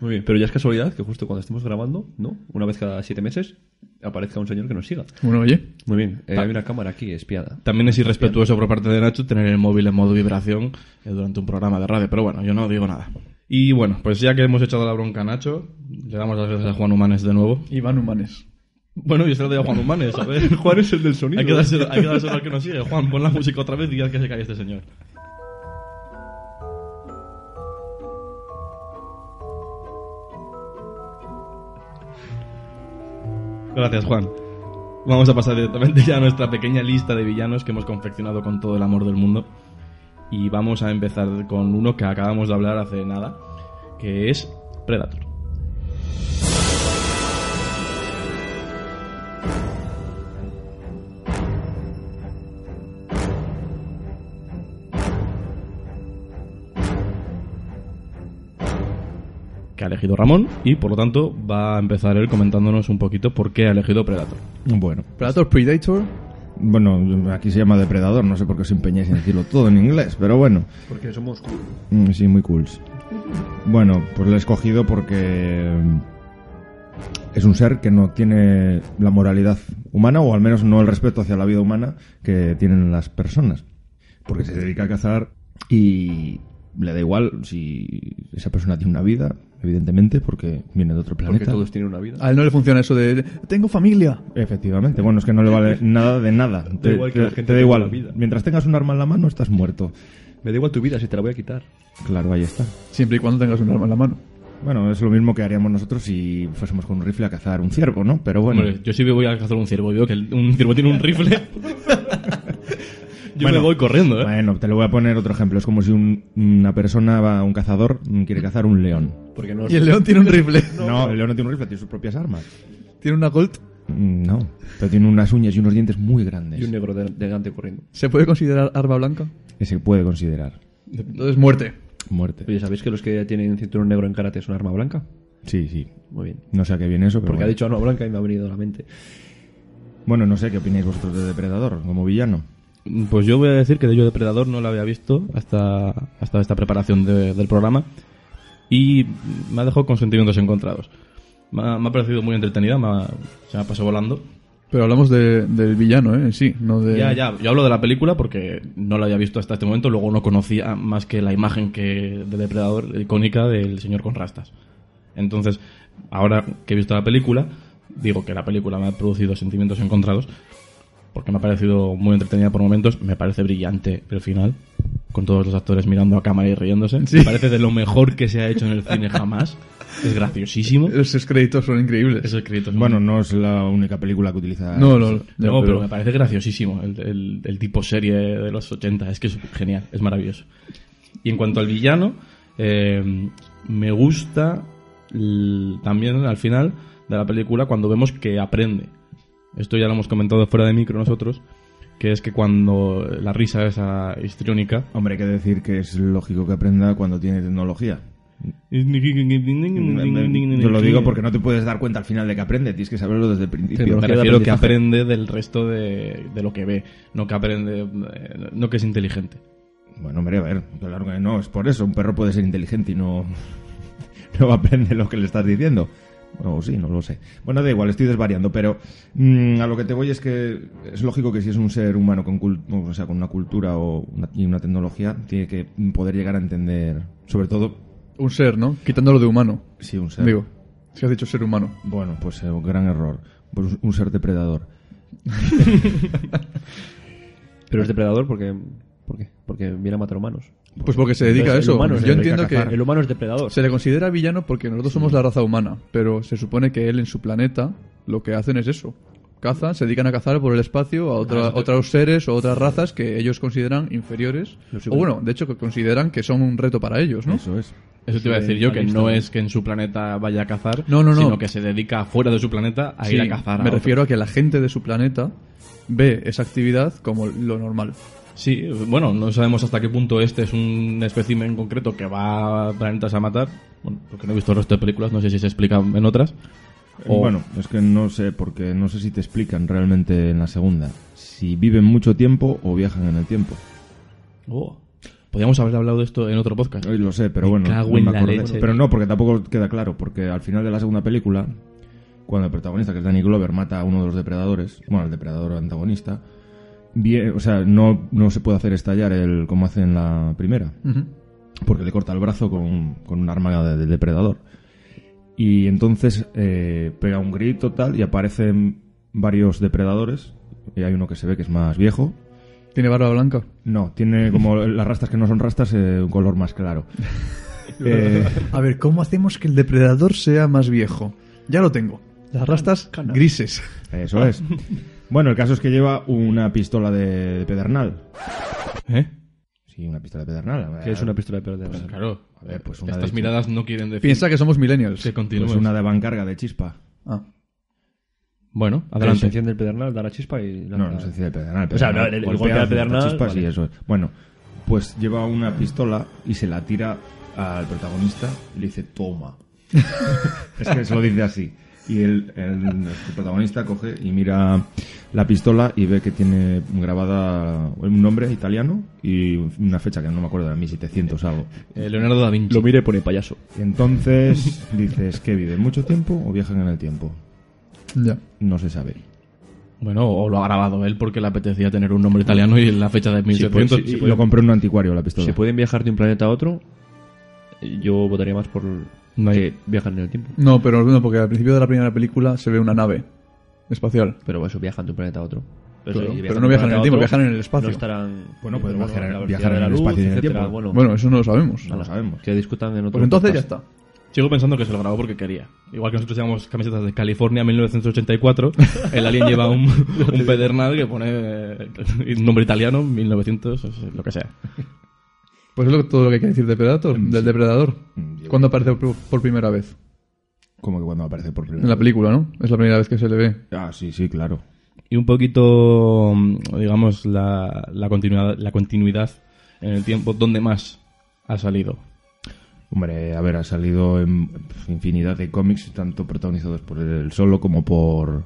Muy bien. Pero ya es casualidad que justo cuando estemos grabando, ¿no? Una vez cada siete meses, aparezca un señor que nos siga.
Bueno, oye,
Muy bien. Eh, hay una cámara aquí espiada.
También es irrespetuoso por parte de Nacho tener el móvil en modo vibración eh, durante un programa de radio, pero bueno, yo no digo nada. Y bueno, pues ya que hemos echado la bronca a Nacho, le damos las gracias a Juan Humanes de nuevo.
Iván Humanes.
Bueno, yo se lo doy a Juan Humanes, a ver.
Juan es el del sonido.
Hay que dárselo, hay que dárselo al que nos sigue. Juan, pon la música otra vez y haz que se calle este señor. Gracias, Juan. Vamos a pasar directamente ya a nuestra pequeña lista de villanos que hemos confeccionado con todo el amor del mundo. Y vamos a empezar con uno que acabamos de hablar hace nada, que es Predator. que ha elegido Ramón y por lo tanto va a empezar él comentándonos un poquito por qué ha elegido Predator.
Bueno,
Predator Predator.
bueno, aquí se llama depredador, no sé por qué os empeñáis en decirlo todo en inglés, pero bueno.
Porque somos cool.
Mm, Sí, muy cool. Bueno, pues lo he escogido porque mm, es un ser que no tiene la moralidad humana, o al menos no el respeto hacia la vida humana que tienen las personas. Porque se dedica a cazar y le da igual si esa persona tiene una vida, evidentemente, porque viene de otro planeta.
Porque todos tienen una vida.
A él no le funciona eso de tengo familia.
Efectivamente, bueno, es que no le vale nada de nada. Te,
igual que la
te-
gente
te da
tenga
igual.
una vida.
Mientras tengas un arma en la mano, estás muerto.
Me da igual tu vida si te la voy a quitar.
Claro, ahí está.
Siempre y cuando tengas un arma en la mano.
Bueno, es lo mismo que haríamos nosotros si fuésemos con un rifle a cazar un ciervo, ¿no? Pero bueno,
Hombre, yo sí me voy a cazar un ciervo y veo que el- un ciervo tiene un rifle. yo
Bueno.
me voy corriendo, ¿eh?
bueno, te lo voy a poner otro ejemplo. Es como si un- una persona va a un cazador mm, quiere cazar un león.
Porque no
Y el león tiene un rifle.
No, el león no tiene un rifle, tiene sus propias armas.
Tiene una Colt.
Mm, No, pero tiene unas uñas y unos dientes muy grandes.
Y un negro de- delante corriendo.
¿Se puede considerar arma blanca?
Que se puede considerar
Entonces muerte.
muerte.
Oye, ¿sabéis que los que tienen cinturón negro en karate son arma blanca?
Sí, sí.
Muy bien.
No sé a qué viene eso, pero
Porque ha
bueno.
dicho arma blanca y me ha venido a la mente.
Bueno, no sé qué opináis vosotros de Depredador como villano.
Pues yo voy a decir que yo Depredador no la había visto hasta, hasta esta preparación de- del programa y me ha dejado con sentimientos encontrados. Me ha, me ha parecido muy entretenida, me ha- se me ha pasado volando.
Pero hablamos de- del villano, ¿eh? En sí, no de...
Ya, ya, yo hablo de la película porque no la había visto hasta este momento, luego no conocía más que la imagen que de Depredador eh, icónica del señor con rastas. Entonces, ahora que he visto la película, digo que la película me ha producido sentimientos encontrados porque me ha parecido muy entretenida por momentos, me parece brillante el final, con todos los actores mirando a cámara y riéndose. Me parece de lo mejor que se ha hecho en el cine jamás. Es graciosísimo.
Los créditos son increíbles.
Esos créditos.
Bueno, no es la única película que utiliza.
No, no, no.
No, pero me parece graciosísimo el, el- el tipo serie de los 80. Es que es genial, es maravilloso. Y en cuanto al villano, eh, me gusta l- también al final de la película cuando vemos que aprende. Esto ya lo hemos comentado fuera de micro nosotros, que es que cuando la risa esa histriónica...
Hombre, hay que decir que es lógico que aprenda cuando tiene tecnología. Yo lo digo porque no te puedes dar cuenta al final de que aprende, tienes que saberlo desde el principio.
Me
Me
refiero que
aprendizaje.
aprende del resto de, de lo que ve, no que aprende, eh, no que es inteligente.
Bueno, hombre, a ver, claro que no, es por eso. Un perro puede ser inteligente y no, no aprende lo que le estás diciendo. O sí, no lo sé. Bueno, da igual, estoy desvariando, pero mm, a lo que te voy es que es lógico que si es un ser humano con, cul- o sea, con una cultura o una- y una tecnología, tiene que poder llegar a entender, sobre todo,
Un ser, ¿no? Quitándolo de humano.
si un ser...
Digo, si has dicho ser humano.
Bueno, pues eh, un gran error. Pues un ser depredador.
Pero es depredador porque... ¿Por qué? Porque viene a matar humanos.
Pues porque se dedica a
Entonces,
eso.
el humano se
Yo
dedica a
entiendo
cazar.
que
El humano es depredador.
se le considera villano porque nosotros somos la raza humana, pero se supone que él en su planeta lo que hacen es eso. Cazan, se dedican a cazar por el espacio a otra- otros seres o otras razas que ellos consideran inferiores.
Los
O bueno, de hecho que consideran que son un reto para ellos, ¿no?
Eso es.
Eso te iba a decir yo, que
Alien
no
Stone.
es que en su planeta vaya a cazar,
No, no, no.
sino que se dedica fuera de su planeta a ir
Sí,
a cazar. a
me
otro.
refiero a que la gente de su planeta ve esa actividad como lo normal.
Sí, bueno, no sabemos hasta qué punto este es un espécimen concreto que va a planetas a matar. Bueno, porque no he visto el resto de películas, no sé si se explica en otras. O-
Bueno, es que no sé, porque no sé si te explican realmente en la segunda. Si viven mucho tiempo o viajan en el tiempo.
Oh, podríamos haber hablado de esto en otro podcast.
Hoy lo sé, pero bueno.
cago
no
en
me
la
acordé.
leche.
Pero no, porque tampoco queda claro, porque al final de la segunda película, cuando el protagonista, que es Danny Glover, mata a uno de los depredadores, bueno, el depredador antagonista, vie- o sea, no, no se puede hacer estallar el como hace en la primera. porque le corta el brazo con, con un arma de- del depredador. Y entonces eh, pega un grito tal y aparecen varios depredadores. Y hay uno que se ve que es más viejo.
Tiene barba blanca.
No, tiene como las rastas que no son rastas, eh, un color más claro. Eh,
A ver, ¿cómo hacemos que el depredador sea más viejo? Ya lo tengo. Las rastas grises.
eso es. Bueno, el caso es que lleva una pistola de, de pedernal.
¿Eh?
Sí, una pistola de pedernal. Pues
Que es una pistola de depredador.
Claro.
A ver, pues una
Estas
de-
miradas no quieren decir
Piensa que somos millennials.
que continúes.
pues una de bancarga de chispa.
Ah.
Bueno,
Adelante. Se
adelante.
enciende el pedernal, da la chispa y... la-
No, no se dice de pedernal.
O sea,
pedernal,
el- el
golpea,
golpe de pedernal,
chispas
vale.
y eso es. Bueno, pues lleva una pistola y se la tira al protagonista y le dice, toma. Es que se lo dice así. Y el, el- nuestro protagonista coge y mira la pistola y ve que tiene grabada un nombre italiano y una fecha que no me acuerdo, era 1700 algo.
Eh, Leonardo da Vinci.
Lo mire y pone payaso.
Y entonces dices, ¿qué viven mucho tiempo o viajan en el tiempo?
Ya.
No se sabe.
Bueno, o lo ha grabado él porque le apetecía tener un nombre italiano y la fecha de
Sí, pues,
1700.
sí, y lo compró en un anticuario la pistola.
Si pueden viajar de un planeta a otro, yo votaría más por
No hay-
que viajan en el tiempo.
No, pero no, porque al principio de la primera película se ve una nave espacial.
Pero eso, viajan de un planeta a otro.
Claro,
si
pero
de
no viajan
un
en el
planeta a
tiempo,
otro,
viajan en el espacio.
No estarán...
Bueno, pueden
la
viajar-
velocidad
viajar
de
en
la
el
luz,
espacio y en el
etcétera.
tiempo.
Bueno,
Bueno, eso no lo sabemos.
no lo sabemos.
que discutan en otro
Pues entonces ya
podcast.
está.
Sigo pensando que se lo grabó porque quería. Igual que nosotros llevamos camisetas de California 1984, el alien lleva un, un pedernal que pone eh, el nombre italiano 1900, o sea, lo que sea.
Pues es lo, todo lo que hay que decir de Predator, del depredador.
Mm,
¿Cuándo aparece por, por primera vez?
Como que cuando aparece por primera
En la película, ¿no? Es la primera vez que se le ve.
Ah, sí, sí, claro.
Y un poquito, mm, digamos, la, la continuidad, la continuidad en el tiempo, ¿dónde más ha salido?
Hombre, a ver, ha salido en infinidad de cómics, tanto protagonizados por el solo como por.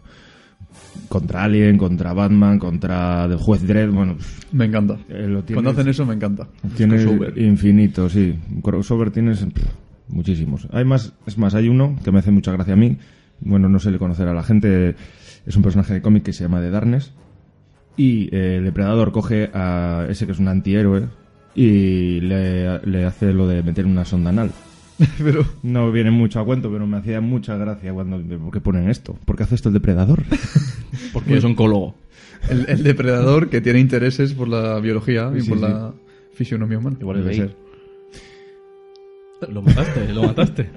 contra Alien, contra Batman, contra el juez Dredd. Bueno, pff,
Me encanta.
eh, lo tienes.
Cuando hacen eso me encanta.
tienes
Crossover.
infinito, sí. Crossover tienes pff, muchísimos. Hay más, es más, hay uno que me hace mucha gracia a mí. Bueno, no se le conocerá a la gente. Es un personaje de cómic que se llama The Darkness. Y eh, el depredador coge a ese que es un antihéroe y le, le hace lo de meter una sonda anal.
Pero
No viene mucho a cuento, pero me hacía mucha gracia cuando porque ponen esto. ¿Por qué hace esto el depredador?
Porque es oncólogo.
el, el depredador que tiene intereses por la biología y
Sí,
por
sí.
la fisionomía humana.
Igual es
Debe
de ahí.
ser.
Lo mataste, lo mataste.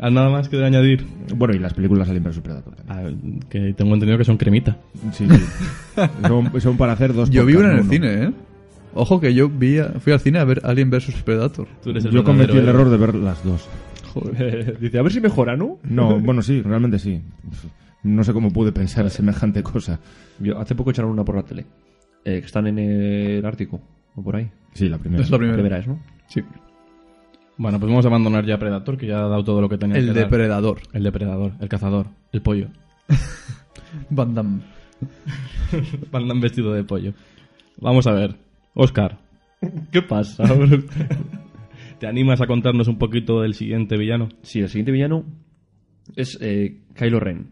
Ah, Nada más que añadir
Bueno, y las películas salen versus Predator también.
Ah, que tengo entendido que son cremita.
Sí, sí. son, son para hacer dos
Yo vi una
podcasts,
en el
no uno.
cine, ¿eh? Ojo que yo vi a- fui al cine a ver Alien vs Predator.
Tú eres el
Yo cometí el
verdadero, ¿eh?
error de ver las dos.
Dice, a ver si mejora, ¿no?
No, bueno, sí, realmente sí. No sé cómo pude pensar semejante cosa.
Yo- hace poco echaron una por la tele. eh, que están en el Ártico, o por ahí.
Sí, la primera.
Es la primera.
La primera es, ¿no?
Sí.
Bueno, pues vamos a abandonar ya Predator, que ya ha dado todo lo que tenía
El
que dar.
depredador.
El depredador, el cazador, el pollo.
Van Damme.
Pandan vestido de pollo. Vamos a ver. Oscar,
¿Qué pasa?
¿te animas a contarnos un poquito del siguiente villano?
sí, el siguiente villano es eh, Kylo Ren.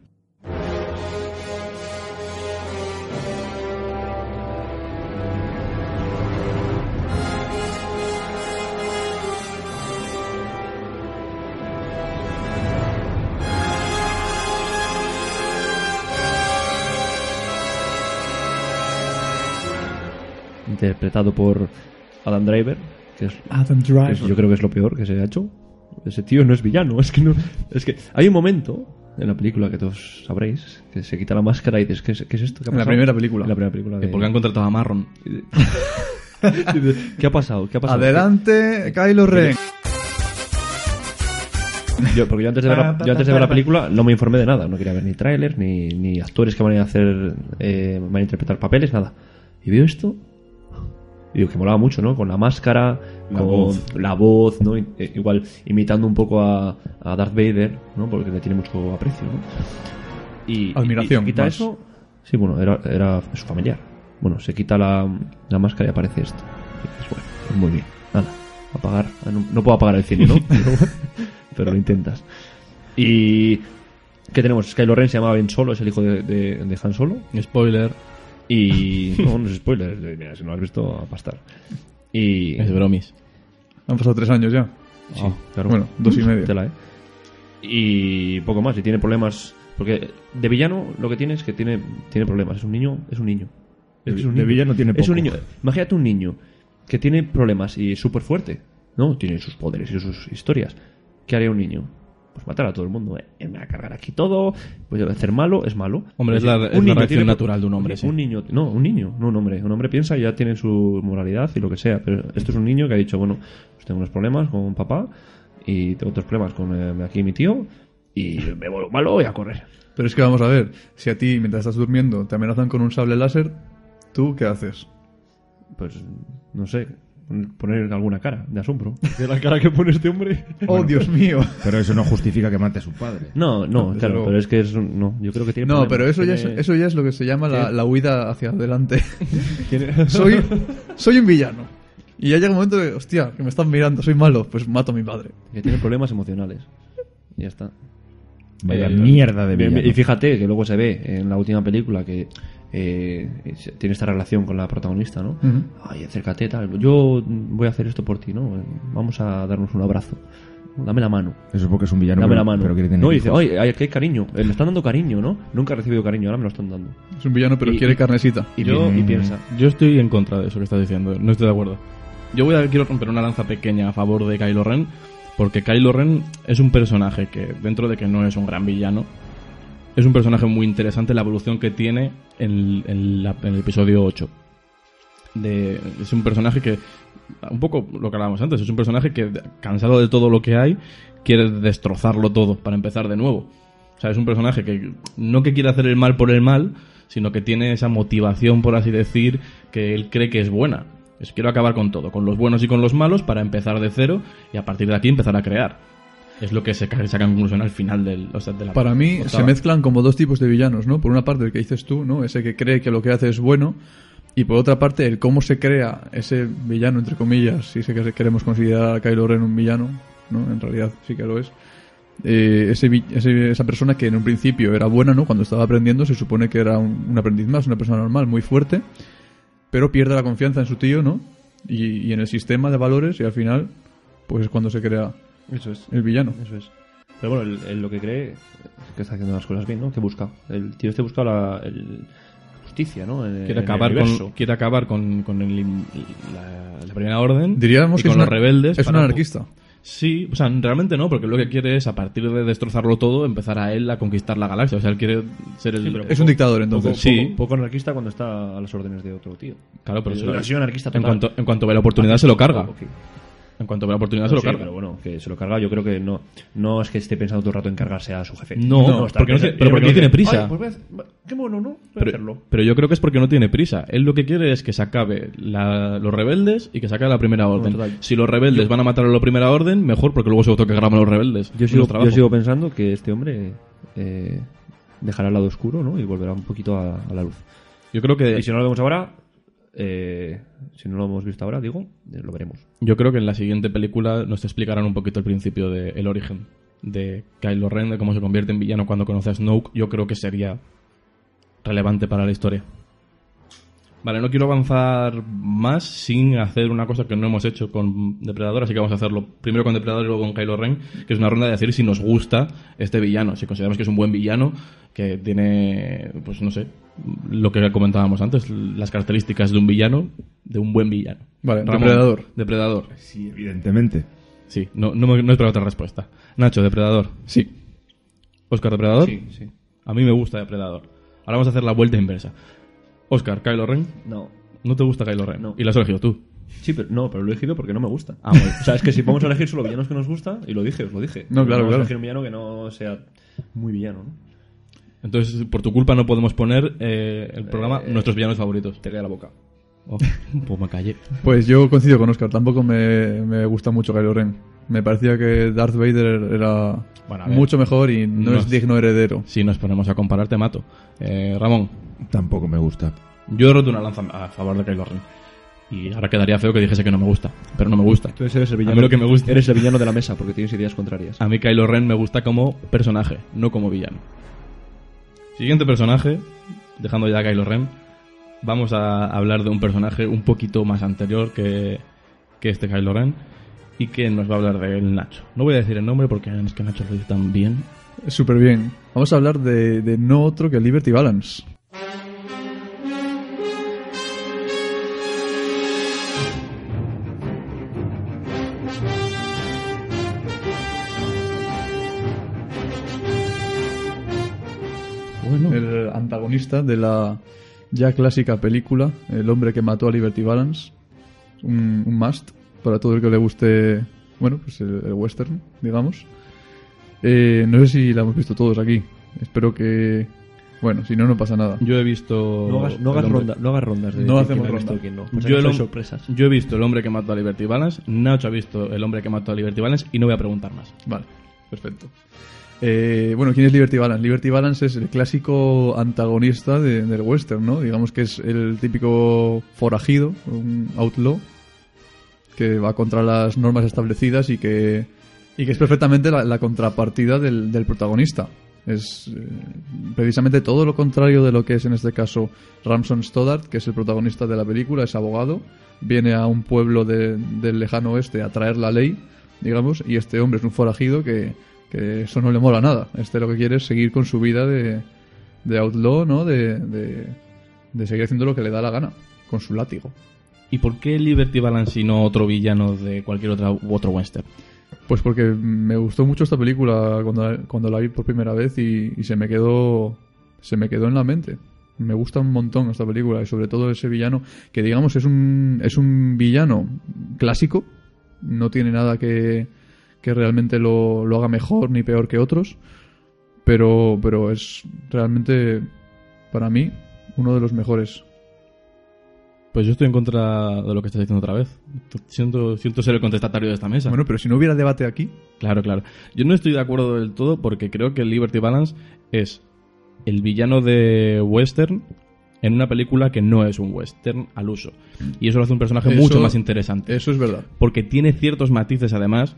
Interpretado por Adam Driver, que es
Adam
Ah,
que es- Pues yo creo que es lo peor que se ha hecho. Ese tío no es villano, es que no. Es que hay un momento en la película que todos sabréis que se quita la máscara y dices, ¿qué es, qué es esto? ¿Qué ha
En la
pasado?".
primera película.
En la primera
Eh,
película. de-
Porque han contratado a Marron.
¿Qué ha pasado? ¿Qué ha pasado?
Adelante, Kylo Ren.
Yo, porque yo antes, de ver
Ah,
la, yo antes de ver la película no me informé de nada. No quería ver ni trailers, ni, ni actores que van a ir a hacer, eh, van a interpretar papeles, nada. Y veo esto. Y digo que molaba mucho, ¿no? Con la máscara,
La
con
voz.
la voz, ¿no? I- eh, Igual imitando un poco a, a Darth Vader, ¿no? Porque le tiene mucho aprecio, ¿no? Y,
Admiración,
y quita
más.
eso. Sí, bueno, era, era su familiar. Bueno, se quita la, la máscara y aparece esto. Y dices, bueno, pues muy bien. Nada, apagar. Ah, No, no puedo apagar el cine, ¿no? Pero- Pero lo intentas. Y. ¿Qué tenemos? Kylo Ren se llamaba Ben Solo, es el hijo de, de- de Han Solo.
Spoiler,
Y. No, no es spoiler, eh, mira, si no lo has visto, a pastar. Y.
es bromis.
Han pasado tres años ya.
Sí, claro.
Bueno, dos y medio.
Tela, ¿eh? Y poco más, y tiene problemas. Porque de villano lo que tiene es que tiene, tiene problemas. Es un niño, es un niño. Es que es un
De
niño.
villano tiene poco.
Es un niño. Imagínate un niño que tiene problemas y es súper fuerte. ¿No? Tiene sus poderes y sus historias. ¿Qué haría un niño? pues matar a todo el mundo. eh, Me voy a cargar aquí todo. Pues ser malo es malo.
Hombre, es
Oye,
la- es la
niño
reacción
tiene-
natural de un hombre,
Un,
sí.
niño, no, un niño, no un hombre. Un hombre piensa y ya tiene su moralidad y lo que sea. Pero esto es un niño que ha dicho, bueno, pues tengo unos problemas con papá y tengo otros problemas con eh, aquí mi tío y me vuelvo malo y a correr.
Pero es que vamos a ver, si a ti mientras estás durmiendo te amenazan con un sable láser, ¿tú qué haces?
Pues no sé, poner alguna cara de asombro. De la cara que pone este hombre.
¡Oh, Dios mío!
Pero eso no justifica que mate a su padre.
No, no,
desde
claro,
luego.
pero es que es un- no, yo creo que tiene
No,
problemas.
pero eso ya, es,
Tiene-
eso ya es lo que se llama la, la huida hacia adelante.
tiene-
soy, soy un villano. Y ya llega un momento de, hostia, que me están mirando, soy malo, pues mato a mi padre.
que tiene problemas emocionales. Y ya está.
Vaya
Eh,
mierda de
Bien,
villano.
Y fíjate que luego se ve en la última película que eh, es- tiene esta relación con la protagonista, ¿no?
Ujú.
Ay, acércate, tal. Yo voy a hacer esto por ti, ¿no? Vamos a darnos un abrazo. Dame la mano.
Eso es porque es un villano.
Dame
pero-
la mano.
Pero quiere tener
no, y
hijos.
dice, ay, ay, que hay cariño. Eh, Me están dando cariño, ¿no? Nunca he recibido cariño, ahora me lo están dando.
Es un villano, pero
Y-
quiere carnesita.
Y,
Yo-
pi- y piensa.
Yo estoy en contra de eso que estás diciendo, no estoy de acuerdo. Yo voy a, quiero romper una lanza pequeña a favor de Kylo Ren, porque Kylo Ren es un personaje que, dentro de que no es un gran villano, es un personaje muy interesante la evolución que tiene en, en la- en el episodio 8. De, es un personaje que, un poco lo que hablábamos antes, es un personaje que, cansado de todo lo que hay, quiere destrozarlo todo para empezar de nuevo. O sea, es un personaje que no que quiere hacer el mal por el mal, sino que tiene esa motivación, por así decir, que él cree que es buena. Es quiero acabar con todo, con los buenos y con los malos, para empezar de cero y a partir de aquí empezar a crear. Es lo que se ca- saca en conclusión al final del, o sea, de la
Para mí se
octava.
mezclan como dos tipos de villanos, ¿no? Por una parte el que dices tú, ¿no? Ese que cree que lo que hace es bueno. Y por otra parte el cómo se crea ese villano, entre comillas, si es que queremos considerar a Kylo Ren un villano, ¿no? En realidad sí que lo es. Eh, ese, vi- ese- esa persona que en un principio era buena, ¿no? Cuando estaba aprendiendo se supone que era un, un aprendiz más, una persona normal, muy fuerte. Pero pierde la confianza en su tío, ¿no? Y, y en el sistema de valores y al final, pues es cuando se crea
Eso es.
el villano.
Eso es. Pero bueno, él, él lo que cree es que está haciendo las cosas bien, ¿no? Que busca. El tío este busca la el- justicia, ¿no? En- en
Quiere
el
acabar,
universo.
con, quiere acabar con, con el- la, la primera orden.
Diríamos
y
que
con
es
los
una-
rebeldes.
Es un
para-
anarquista.
Sí, o sea, realmente no, porque lo que quiere es, a partir de destrozarlo todo, empezar a él a conquistar la galaxia. O sea, él quiere ser el.
pero-
Es un dictador
Poco-
entonces.
poco,
sí.
poco anarquista cuando está a las órdenes de otro tío.
claro, pero
Eh,
eso-
ha sido anarquista
en
total.
cuanto, en cuanto ve la oportunidad, se lo carga.
Ok.
En cuanto ve la oportunidad, se
No
lo
sé,
carga.
Pero bueno, que se lo carga, yo creo que no, no es que esté pensando todo el rato en cargarse a su jefe.
No,
está
porque no
pensando-
tiene- pero porque no tiene prisa.
Ay, pues voy a hacer- qué mono, ¿no? Voy a
Pero,
hacerlo.
pero yo creo que es porque no tiene prisa. Él lo que quiere es que se acabe la- los rebeldes y que se acabe la primera orden.
total.
Si los rebeldes van a matar a la primera orden, mejor porque luego se autocargamos a los rebeldes.
Yo
Menos
sigo,
trabajo.
yo sigo pensando que este hombre eh, dejará el lado oscuro ¿no? y volverá un poquito a, a la luz.
Yo creo que
Y si no lo vemos ahora, eh, si no lo hemos visto ahora, digo, eh, lo veremos.
Yo creo que en la siguiente película nos explicarán un poquito el principio del origen de Kylo Ren, de cómo se convierte en villano cuando conoce a Snoke. Yo creo que sería relevante para la historia. Vale, no quiero avanzar más sin hacer una cosa que no hemos hecho con Depredador, así que vamos a hacerlo primero con Depredador y luego con Kylo Ren, que es una ronda de decir si nos gusta este villano, si consideramos que es un buen villano, que tiene, pues no sé, lo que comentábamos antes, las características de un villano, de un buen villano.
Vale, Depredador.
Depredador.
Sí, evidentemente.
Sí, no, no, me- no espero otra respuesta. Nacho, Depredador.
Sí.
Oscar, Depredador.
sí.
A mí me gusta Depredador. Ahora vamos a hacer la vuelta inversa. Oscar, Kylo Ren.
No.
No te gusta Kylo Ren.
No.
Y lo has elegido tú.
Sí, pero no, pero lo he elegido porque no me gusta.
Ah, bueno.
o sea, es que si vamos a elegir solo villanos que nos gusta, y lo dije, os lo dije.
No, claro, claro.
vamos a elegir un villano que no sea muy villano, ¿no?
Entonces, por tu culpa no podemos poner eh, el programa Nuestros villanos favoritos.
Te cae la boca.
Oh, pues me callé.
Pues yo coincido con Oscar, tampoco me, me gusta mucho Kylo Ren. Me parecía que Darth Vader era
Bueno, a ver.
mucho mejor y no,
No
es
es-
digno heredero.
Si nos ponemos a comparar, te mato. Eh, Ramón,
Tampoco me gusta.
yo he roto una lanza a favor de Kylo Ren. Y ahora quedaría feo que dijese que no me gusta. Pero no me gusta.
Entonces eres el
villano- lo que me gusta.
Eres el villano de la mesa porque tienes ideas contrarias.
A mí Kylo Ren me gusta como personaje, no como villano. Siguiente personaje, dejando ya a Kylo Ren, vamos a hablar de un personaje un poquito más anterior que, que este Kylo Ren y que nos va a hablar de él Nacho. No voy a decir el nombre porque es que Nacho lo dice tan bien.
Súper bien. Vamos a hablar de, de no otro que Liberty Balance.
Bueno.
el antagonista de la ya clásica película El hombre que mató a Liberty Balance. Un, un must para todo el que le guste, bueno, pues el, el western, digamos. Eh, no sé si la hemos visto todos aquí. Espero que... Bueno, si no, no pasa nada.
Yo he visto.
No hagas, no
el
hagas
hombre-
ronda- no hagas rondas. De
No
quién
hacemos
ha visto
ronda.
quién no. Pues
Yo
aquí
el
no hay
hom-
sorpresas.
Yo he visto El hombre que mató a Liberty Balance. Nacho ha visto El hombre que mató a Liberty Balance y no voy a preguntar más.
Vale, perfecto. Eh, bueno, ¿quién es Liberty Balance? Liberty Balance es el clásico antagonista de- del western, ¿no? Digamos que es el típico forajido, un outlaw, que va contra las normas establecidas y que, y que es perfectamente la, la contrapartida del, del protagonista. Es eh, precisamente todo lo contrario de lo que es en este caso Ramson Stoddard, que es el protagonista de la película, es abogado, viene a un pueblo de- del lejano oeste a traer la ley, digamos, y este hombre es un forajido que, que eso no le mola nada. Este lo que quiere es seguir con su vida de, de outlaw, ¿no? De- de- de seguir haciendo lo que le da la gana, con su látigo.
¿Y por qué Liberty Balance y no otro villano de cualquier otra, u otro western?
Pues porque me gustó mucho esta película cuando, la- cuando la vi por primera vez y, y se me quedó se me quedó en la mente. Me gusta un montón esta película y sobre todo ese villano que digamos es un es un villano clásico, no tiene nada que, que realmente lo, lo haga mejor ni peor que otros, pero pero es realmente para mí uno de los mejores.
Pues yo estoy en contra de lo que estás diciendo otra vez. Siento, siento ser el contestatario de esta mesa.
Bueno, pero si no hubiera debate aquí,
Claro, claro. Yo no estoy de acuerdo del todo porque creo que Liberty Balance es el villano de western en una película que no es un western al uso. Y eso lo hace un personaje
Eso-
mucho más interesante.
eso es verdad.
porque tiene ciertos matices además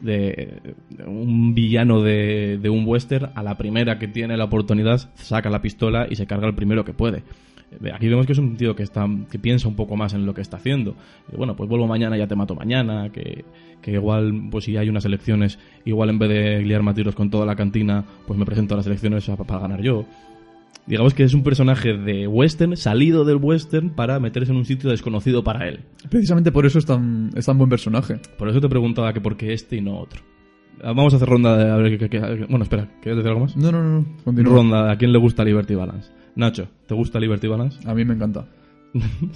de, de un villano de, de un western a la primera que tiene la oportunidad saca la pistola y se carga el primero que puede Eh, aquí vemos que es un tío que está que piensa un poco más en lo que está haciendo Eh, bueno pues vuelvo mañana ya te mato mañana que, que igual pues si hay unas elecciones igual en vez de liarme a tiros con toda la cantina pues me presento a las elecciones a- para ganar yo digamos que es un personaje de western salido del western para meterse en un sitio desconocido para él
Precisamente por eso es tan, es tan buen personaje.
por eso te preguntaba que por qué este y no otro. Ah, Vamos a hacer ronda de... A ver, que- que- que- bueno, espera, ¿quieres decir algo más?
No, no, no, no. continúa.
Ronda de a quién le gusta Liberty Balance. Nacho, ¿te gusta Liberty Balance?
A mí me encanta.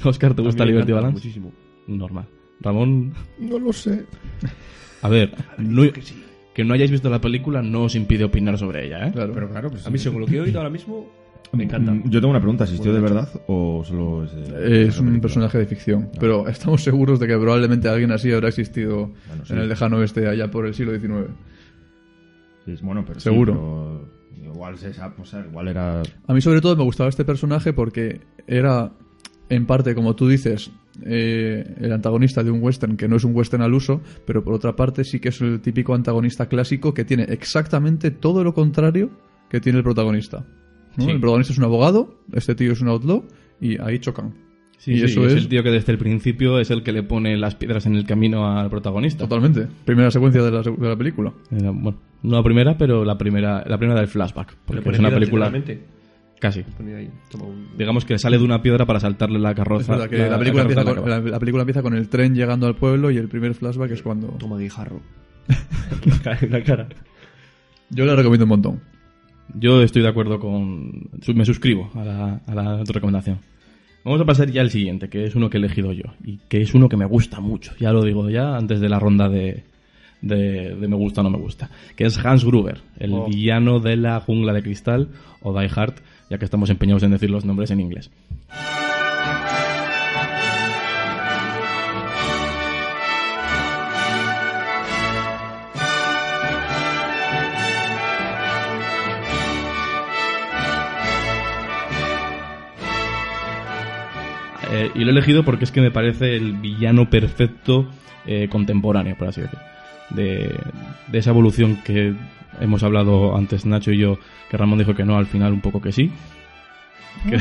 Oscar, ¿te
A mí
gusta
me
Liberty
encanta
Balance?
Muchísimo.
Normal. Ramón,
No lo sé.
a ver,
Ah,
no- que no hayáis visto la película no os impide opinar sobre ella, ¿eh?
Claro.
Pero claro, pues
A mí, según lo que he oído ahora mismo, me encanta.
Mm, Yo tengo una pregunta, ¿existió de verdad o solo es, de-
es
de la
un
película?
personaje de ficción, pero estamos seguros de que probablemente alguien así habrá existido
Bueno, sí.
en el lejano oeste allá por el siglo XIX.
Sí, es- bueno, pero sí,
Seguro.
pero igual se sabe, o sea, igual era
A mí sobre todo me gustaba este personaje porque era, en parte, como tú dices, eh, el antagonista de un western que no es un western al uso, pero por otra parte sí que es el típico antagonista clásico que tiene exactamente todo lo contrario que tiene el protagonista. ¿no?
Sí.
El protagonista es un abogado, este tío es un outlaw y ahí chocan.
Sí,
y
sí,
eso
es,
es-
el tío que desde el principio es el que le pone las piedras en el camino al protagonista.
Totalmente. Primera secuencia de la, de la película.
Eh, bueno, no la primera, pero la primera, la primera del flashback. Porque es una película... Casi. Digamos que sale de una piedra para saltarle la
Es
carroza.
verdad que la, película
carroza
empieza
de la
con,
cabra.
la- la película empieza con el tren llegando al pueblo y el primer flashback es cuando...
Toma guijarro. la cara. La cara.
Yo la recomiendo un montón.
Yo estoy de acuerdo con. su- Me suscribo a la, a la a tu recomendación. Vamos a pasar ya al siguiente, que es uno que he elegido yo. Y que es uno que me gusta mucho. Ya lo digo ya antes de la ronda de. De, de me gusta o no me gusta. Que es Hans Gruber, el villano de la jungla de cristal o Die Hard, ya que estamos empeñados en decir los nombres en inglés. Eh, y lo he elegido porque es que me parece el villano perfecto eh, contemporáneo, por así decirlo. De, de esa evolución que hemos hablado antes Nacho y yo, que Ramón dijo que no, al final un poco que sí. Que-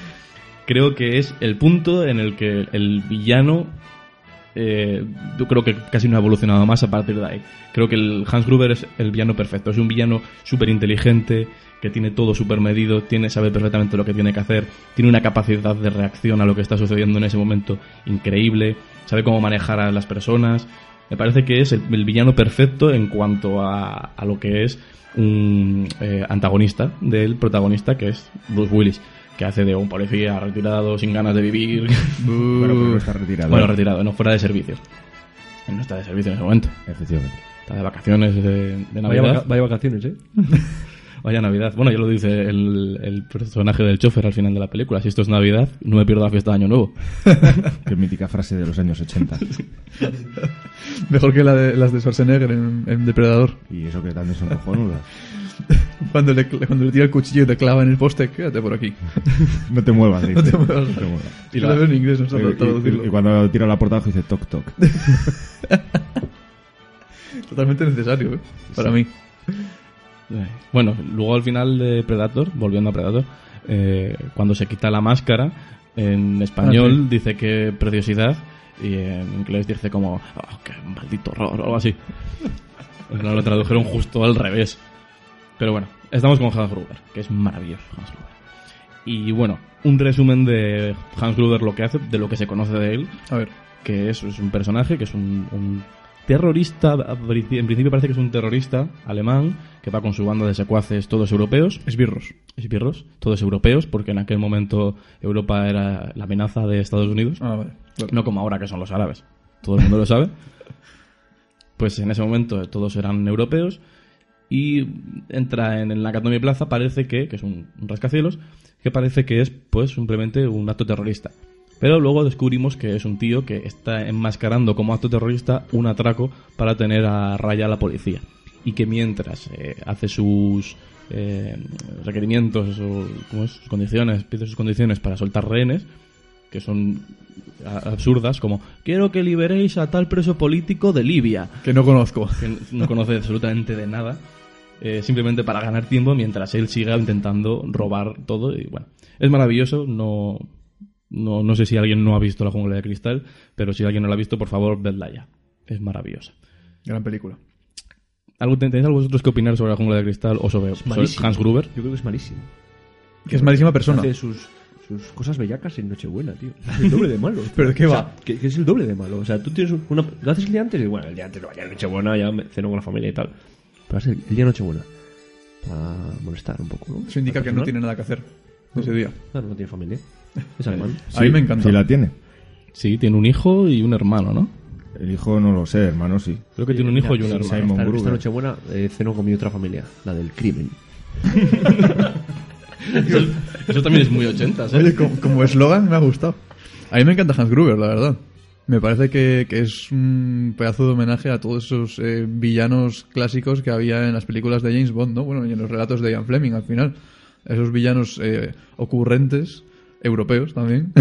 creo que es el punto en el que el villano, eh, yo creo que casi no ha evolucionado más a partir de ahí. Creo que el Hans Gruber es el villano perfecto, es un villano súper inteligente, que tiene todo súper medido, tiene, sabe perfectamente lo que tiene que hacer, tiene una capacidad de reacción a lo que está sucediendo en ese momento increíble, sabe cómo manejar a las personas, Me parece que es el, el villano perfecto en cuanto a, a lo que es un eh, antagonista del protagonista, que es Bruce Willis, que hace de un policía retirado, sin ganas de vivir.
Bueno,
Uh.
pero no está retirado.
bueno, retirado, no fuera de servicio. Él no está de servicio en ese momento.
Efectivamente.
Está de vacaciones eh, de, de
Vaya,
Navidad.
vaca- vaya vacaciones, ¿eh?
Vaya Navidad. Bueno, ya lo dice el, el personaje del chofer al final de la película. Si esto es Navidad, no me pierdo la fiesta de Año Nuevo.
Qué mítica frase de los años 80.
Mejor que la de, las de Schwarzenegger en, en Depredador.
Y eso que también son cojonudas.
Cuando le, cl- cuando le tira el cuchillo y te clava en el poste, quédate por aquí.
No te muevas, dice.
te muevas.
No te muevas. Eh,
Y lo veo en inglés, no sé traducirlo.
Y, y- y cuando tira la portada dice toc toc.
Totalmente necesario, ¿eh? Para mí.
Eh, Bueno, luego al final de Predator, volviendo a Predator, eh, cuando se quita la máscara, en español dice que preciosidad y en inglés dice como, "Oh, qué maldito horror o algo así. Pues No lo tradujeron justo al revés. Pero bueno, estamos con Hans Gruber, que es maravilloso Hans Gruber. Y bueno, un resumen de Hans Gruber, lo que hace, de lo que se conoce de él,
A ver.
que es, es un personaje que es un, un terrorista, a princi- en principio parece que es un terrorista alemán que va con su banda de secuaces todos europeos,
Esbirros.
esbirros, todos europeos, porque en aquel momento Europa era la amenaza de Estados Unidos,
Ah, vale. claro.
no como ahora que son los árabes, todo el mundo lo sabe. Pues en ese momento todos eran europeos y entra en, en la Academia Plaza, parece que, que es un, un rascacielos, que parece que es pues simplemente un acto terrorista. Pero luego descubrimos que es un tío que está enmascarando como acto terrorista un atraco para tener a raya a la policía. Y que mientras eh, hace sus eh, requerimientos, o, ¿cómo es? sus condiciones, pide sus condiciones para soltar rehenes, que son a- absurdas, como quiero que liberéis a tal preso político de Libia
Que no conozco.
que no conoce absolutamente de nada, eh, simplemente para ganar tiempo mientras él siga intentando robar todo. Y bueno, es maravilloso, no, no, no sé si alguien no ha visto La Jungla de Cristal, pero si alguien no la ha visto, por favor, vedla ya. Es maravillosa.
Gran película.
¿Algo, ten- ¿Tenéis algo vosotros que opinar sobre La Jungla de Cristal o sobre, sobre
malísimo.
Hans Gruber?
Yo creo que es malísimo.
Que es malísima persona.
Hace sus, sus cosas bellacas en Nochebuena, tío. Es el doble de malo.
¿Pero de qué
O sea,
va?
que, que es el doble de malo. O sea, tú tienes una... Lo haces el día antes y bueno, el día antes no, ya en Nochebuena, ya me ceno con la familia y tal. Pero haces el, el día de Nochebuena. Para molestar un poco, ¿no?
Eso indica
Al
que no
personal.
tiene nada que hacer ese día.
Claro, no tiene familia. Es alemán.
A mí me encanta.
Sí la tiene.
Sí, tiene un hijo y un hermano, ¿no?
El hijo no lo sé, hermano, sí.
Creo que tiene un hijo y un
sí,
hermano.
sí. Simon
Esta,
Gruber.
esta Nochebuena eh, ceno con mi otra familia, la del crimen.
Eso, eso también es muy ochentas, ¿eh?
Oye, como, como eslogan me ha gustado. A mí me encanta Hans Gruber, la verdad. Me parece que, que es un pedazo de homenaje a todos esos eh, villanos clásicos que había en las películas de James Bond, ¿no? Bueno, y en los relatos de Ian Fleming al final. Esos villanos eh, ocurrentes, europeos también,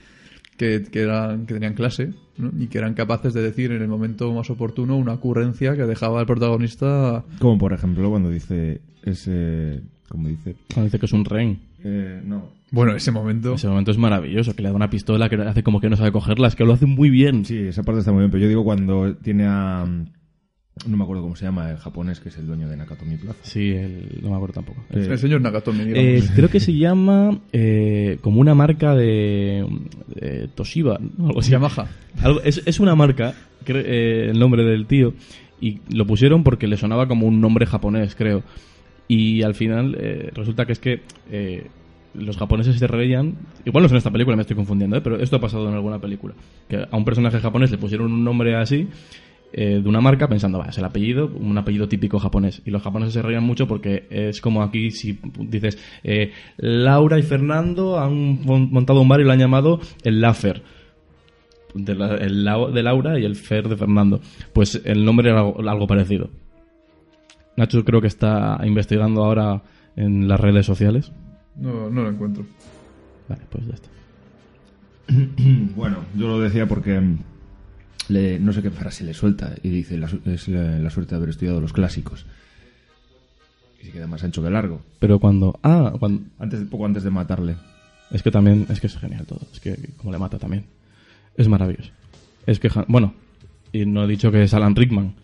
que, que eran, que tenían clase ¿no? y que eran capaces de decir en el momento más oportuno una ocurrencia que dejaba al protagonista...
Como por ejemplo cuando dice ese. Como dice.
Cuando dice que es un rehén.
Eh, no.
Bueno, ese momento...
Ese momento es maravilloso, que le da una pistola, que hace como que no sabe cogerla, es que lo hace muy bien.
Sí, esa parte está muy bien, pero yo digo cuando tiene a. No me acuerdo cómo se llama el japonés, que es el dueño de Nakatomi Plaza.
Sí, el- no me acuerdo tampoco.
Eh,
El señor Nakatomi, digamos.
Eh, creo que se llama eh, como una marca de eh, Toshiba, ¿no? algo así.
Yamaha.
Algo- es, es una marca, cre- eh, el nombre del tío, y lo pusieron porque le sonaba como un nombre japonés, creo. Y al final eh, resulta que es que eh, los japoneses se reían, igual no es en esta película, me estoy confundiendo, ¿eh? pero esto ha pasado en alguna película, que a un personaje japonés le pusieron un nombre así. eh, de una marca pensando, va, es el apellido, un apellido típico japonés. Y los japoneses se reían mucho porque es como aquí si dices, eh, Laura y Fernando han mon- montado un bar y lo han llamado el Lafer de la- el Lao de Laura y el Fer de Fernando. Pues el nombre era algo, algo parecido. Nacho creo que está investigando ahora en las redes sociales.
No, no lo encuentro.
Vale, pues ya está.
Bueno, yo lo decía porque mm, le- no sé qué frase le suelta y dice la, su- es la, la suerte de haber estudiado los clásicos. Y se queda más ancho que largo.
Pero cuando... Ah, cuando...
Antes, poco antes de matarle.
Es que también... Es que es genial todo. Es que como le mata también. Es maravilloso. Es que... Han- Bueno, y no he dicho que es Alan Rickman.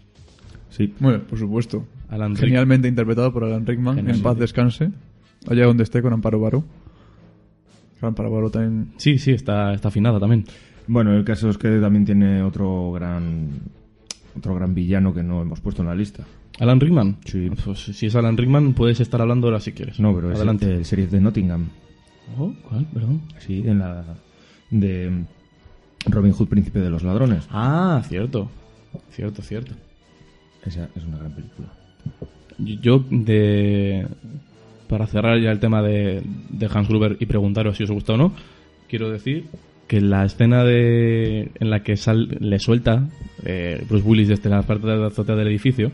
Sí.
Bueno, por supuesto.
Alan Rick-
Genialmente interpretado por Alan Rickman.
Genial,
en paz
sí.
descanse. Allá donde esté con Amparo Baró. Amparo Baró también.
Sí, sí, está, está afinada también.
Bueno, el caso es que también tiene otro gran otro gran villano que no hemos puesto en la lista.
¿Alan Rickman?
Sí.
Pues si es Alan Rickman, puedes estar hablando ahora si quieres.
No, pero es
Adelante.
el, el series de Nottingham.
Oh, ¿cuál? Perdón.
Sí, en la de mm, Robin Hood, príncipe de los ladrones.
Ah, cierto. Cierto, cierto.
Esa es una gran película.
Yo, de. Para cerrar ya el tema de, de Hans Gruber y preguntaros si os gusta o no, quiero decir que la escena de en la que sal- le suelta eh, Bruce Willis desde la parte de la azotea del edificio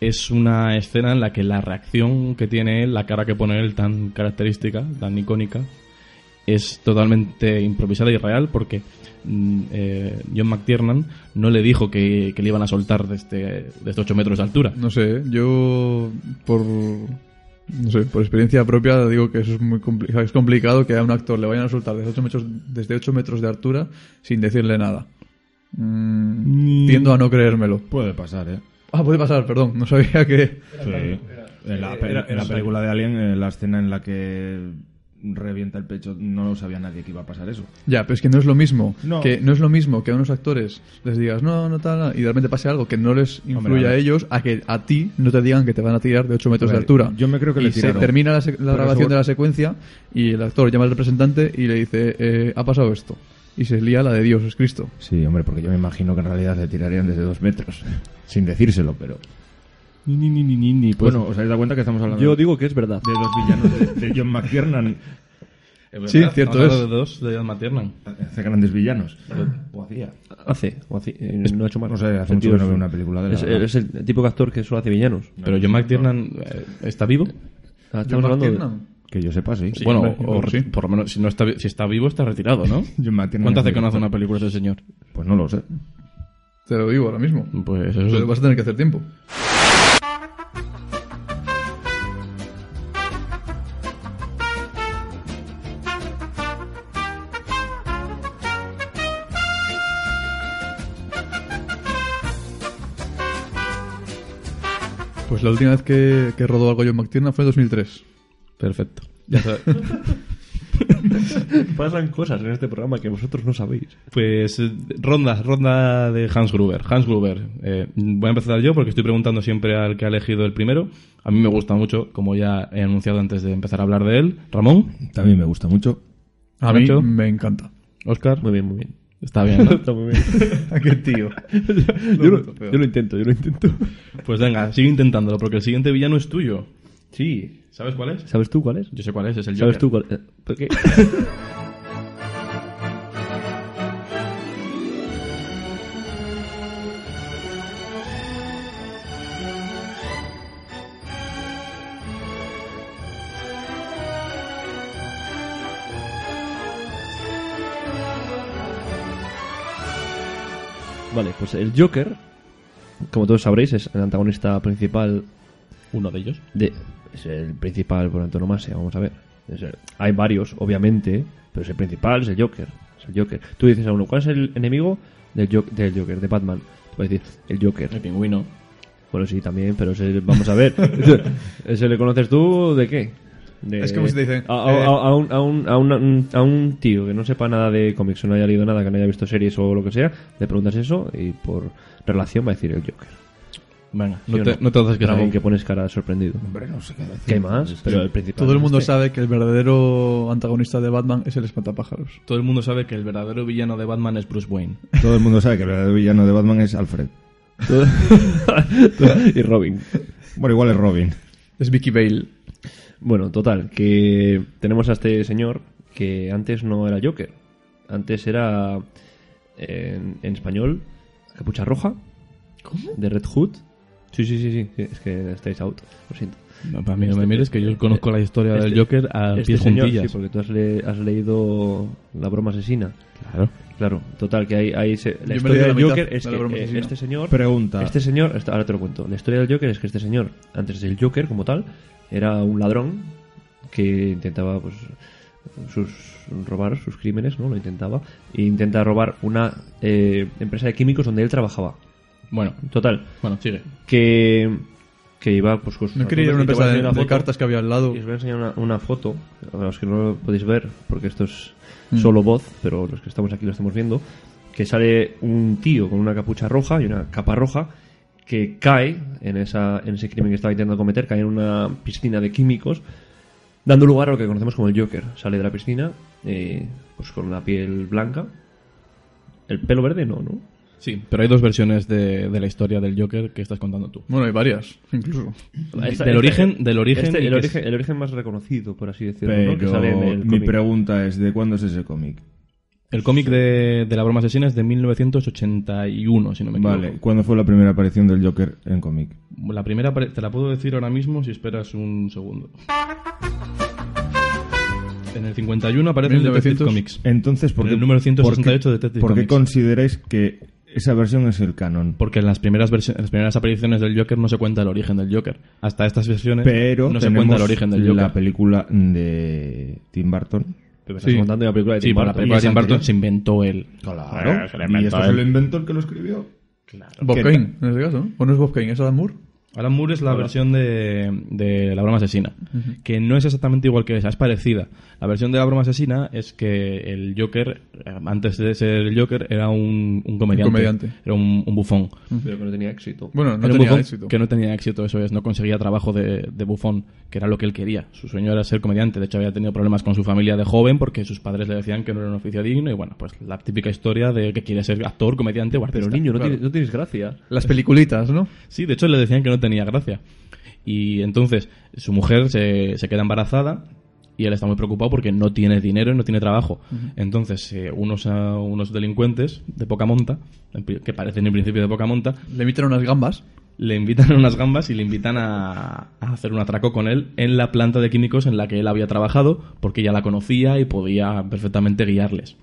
es una escena en la que la reacción que tiene él, la cara que pone él tan característica, tan icónica, es totalmente improvisada y real porque mm, eh, John McTiernan no le dijo que, que le iban a soltar desde, desde 8 metros de altura.
No sé, ¿eh? yo por no sé, por experiencia propia digo que eso es muy complicado, es complicado que a un actor le vayan a soltar desde 8 metros, desde 8 metros de altura sin decirle nada. Mm, Tiendo a no creérmelo.
Puede pasar, ¿eh?
Ah, puede pasar, perdón, no sabía que
Sí. En la, pe- en la película de Alien, eh, la escena en la que revienta el pecho, no sabía nadie que iba a pasar eso.
Ya, pero es que no es lo mismo.
No.
Que no es lo mismo que a unos actores les digas no, no tal, y de repente pase algo que no les influye
a
a
ver.
ellos, a que a ti no te digan que te van a tirar de 8 metros
A ver,
de altura.
yo me creo que
Y
le
se
tiraron.
termina la, sec- la
Pero
grabación
seguro-
de la secuencia y el actor llama al representante y le dice, eh, ha pasado esto. Y se lía la de Dios es Cristo.
Sí, hombre, porque yo me imagino que en realidad le tirarían desde dos metros, sin decírselo, pero...
Ni, ni, ni, ni, ni, ni, pues,
bueno, ¿os habéis dado cuenta que estamos hablando
Yo
de
digo que es verdad.
dos villanos de, de John McTiernan?
Sí, cierto
eh, Hablando
es.
de dos de John McTiernan.
Hace grandes villanos. O hacía.
Hace, o hace- eh, no ha hecho más.
No sé, hace
El
mucho
tío
que no
es-
veo una película de él,
Es,
la verdad.
es el tipo de actor que solo hace villanos.
Pero John McTiernan eh, está vivo.
Ah,
John
Estamos hablando de-
McTiernan.
Que yo sepa, sí.
bueno,
hombre,
o- o
sí.
por lo menos si no está vi- si está vivo está retirado, ¿no?
John McTiernan
¿Cuánto hace
es
que no hace
un-
una película ese señor?
Pues no lo sé.
Te lo digo ahora mismo.
Pues eso
Pero vas a tener que hacer tiempo. Pues la última vez que, que rodó algo John McTiernan fue en 2003.
perfecto.
Pasan cosas en este programa que vosotros no sabéis.
Pues eh, ronda, ronda de Hans Gruber. Hans Gruber, eh, voy a empezar yo porque estoy preguntando siempre al que ha elegido el primero. A mí me gusta mucho, como ya he anunciado antes de empezar a hablar de él. Ramón,
También me gusta mucho.
Ah,
A mí
Nacho.
me encanta.
Oscar,
Muy bien, muy bien.
está bien. ¿no?
Está muy bien.
Qué tío.
yo, lo, yo lo intento, yo lo intento.
Pues venga, sigue intentándolo porque el siguiente villano es tuyo.
Sí.
¿Sabes cuál es?
¿Sabes tú cuál es?
Yo sé cuál es, es el Joker.
¿Sabes tú cuál Eh, es? ¿Por qué? Vale, pues el Joker, como todos sabréis, es el antagonista principal
Uno de ellos.
de- es el principal por antonomasia, vamos a ver. Es el- hay varios, obviamente, pero es el principal, es el Joker. Es el Joker. Tú dices a uno, ¿cuál es el enemigo del, Jo- del Joker, de Batman? Te va a decir, el Joker.
El pingüino.
Bueno, sí, también, pero ese- vamos a ver. ¿Ese le conoces tú de qué? De-
Es como si te dicen,
A, a-
eh,
a- a un, a un- a un- a un tío que no sepa nada de cómics, o no haya leído nada, que no haya visto series o lo que sea, le preguntas eso y por relación va a decir el Joker.
Venga,
¿Sí
no
o
te,
no?
no te haces que
Ramón,
sea-
que pones cara de sorprendido.
Hombre, no sé qué decir.
¿Qué hay más? Pero el principal.
Todo el
es
mundo
este.
sabe que el verdadero antagonista de Batman es el espantapájaros.
Todo el mundo sabe que el verdadero villano de Batman es Bruce Wayne.
Todo el mundo sabe que el verdadero villano de Batman es Alfred.
y Robin.
Bueno, igual es Robin.
Es Vicky Bale.
Bueno, total, que tenemos a este señor que antes no era Joker. Antes era, en, en español, Capucha Roja. ¿Cómo? De Red Hood. Sí, sí, sí, sí, sí, es que estáis out, lo siento.
No, para mí no me mires, que yo conozco la historia
este-
del Joker a
Este
pies
señor,
juntillas.
sí, porque tú has, le- has leído La broma asesina.
Claro.
Claro, total, que ahí, ahí se,
me
la historia
leí la
del
mitad
Joker
de
es
La
que
broma
eh,
asesina.
este señor...
Pregunta.
Este señor, esto- ahora te lo cuento. La historia del Joker es que este señor, antes del Joker como tal, era un ladrón que intentaba pues sus robar sus crímenes, ¿no? Lo intentaba. E intenta robar una eh, empresa de químicos donde él trabajaba.
Bueno,
Total,
bueno, sigue.
que, que iba pues con sus
No quería ir a una
amigos y te
empresa
voy
de,
enseñar
de
una foto.
cartas que había al lado.
Y os voy a enseñar una, una foto,
Mm.
a los que no lo podéis ver, porque esto es solo voz, pero los que estamos aquí lo estamos viendo, que sale un tío con una capucha roja y una capa roja que cae en, esa, en ese crimen que estaba intentando cometer, cae en una piscina de químicos, dando lugar a lo que conocemos como el Joker. Sale de la piscina eh, pues con una piel blanca. El pelo verde no, ¿no?
Sí, pero hay dos versiones de, de la historia del Joker que estás contando tú.
Bueno, hay varias, incluso.
Esta-
del
esta-
origen, del origen,
este-
y
el,
que
origen el origen más reconocido, por así decirlo, ¿no? que
Pero
sale en el
mi
cómic.
pregunta es, ¿de cuándo es ese cómic?
es- el cómic de, de la broma asesina es de 1981, si no me equivoco.
Vale, ¿cuándo fue la primera aparición del Joker en cómic?
La primera pare- te la puedo decir ahora mismo si esperas un segundo. En el 51 aparece en Detective
1900.
Comics.
Entonces, ¿por
En
qué,
el número 168
por qué-
de Detective
¿por qué
Comics.
consideráis que esa versión es el canon?
Porque en las primeras versi- en las primeras apariciones del Joker no se cuenta el origen del Joker. Hasta estas versiones
Pero
no se
tenemos
cuenta el origen del Joker.
la película de Tim Burton.
Pero me estás contando de la película de
Sí,
Tim
para la
Burton.
película de Tim Burton
anterior.
se inventó él.
Claro. ¿Y esto es el inventor que lo escribió?
Bob
Que-
Kane, en este caso, ¿no? ¿O no es Bob Kane? ¿Es Adam Moore?
Alan Moore es la versión de, de La Broma Asesina, que no es exactamente igual que esa, es parecida. La versión de La Broma Asesina es que el Joker, eh, antes de ser el Joker, era un, un comediante,
comediante.
Era un, un bufón.
Pero que no tenía éxito.
Bueno,
Era
no
un
tenía
bufón
éxito.
Que no tenía éxito, eso es, no conseguía trabajo de, de bufón, que era lo que él quería. Su sueño era ser comediante, de hecho había tenido problemas con su familia de joven porque sus padres le decían que no era un oficio digno y bueno, pues la típica historia de que quiere ser actor, comediante o artista.
Pero niño, no, tienes, no tienes gracia.
Las peliculitas, ¿no?
Sí, de hecho le decían que no tenía gracia. Y entonces su mujer se, se queda embarazada y él está muy preocupado porque no tiene dinero y no tiene trabajo. Entonces eh, unos, ah, unos delincuentes de poca monta, en pri- que parecen en principio de poca monta,
Le invitan unas gambas.
le invitan a unas gambas y le invitan a, a hacer un atraco con él en la planta de químicos en la que él había trabajado, porque ya la conocía y podía perfectamente guiarles.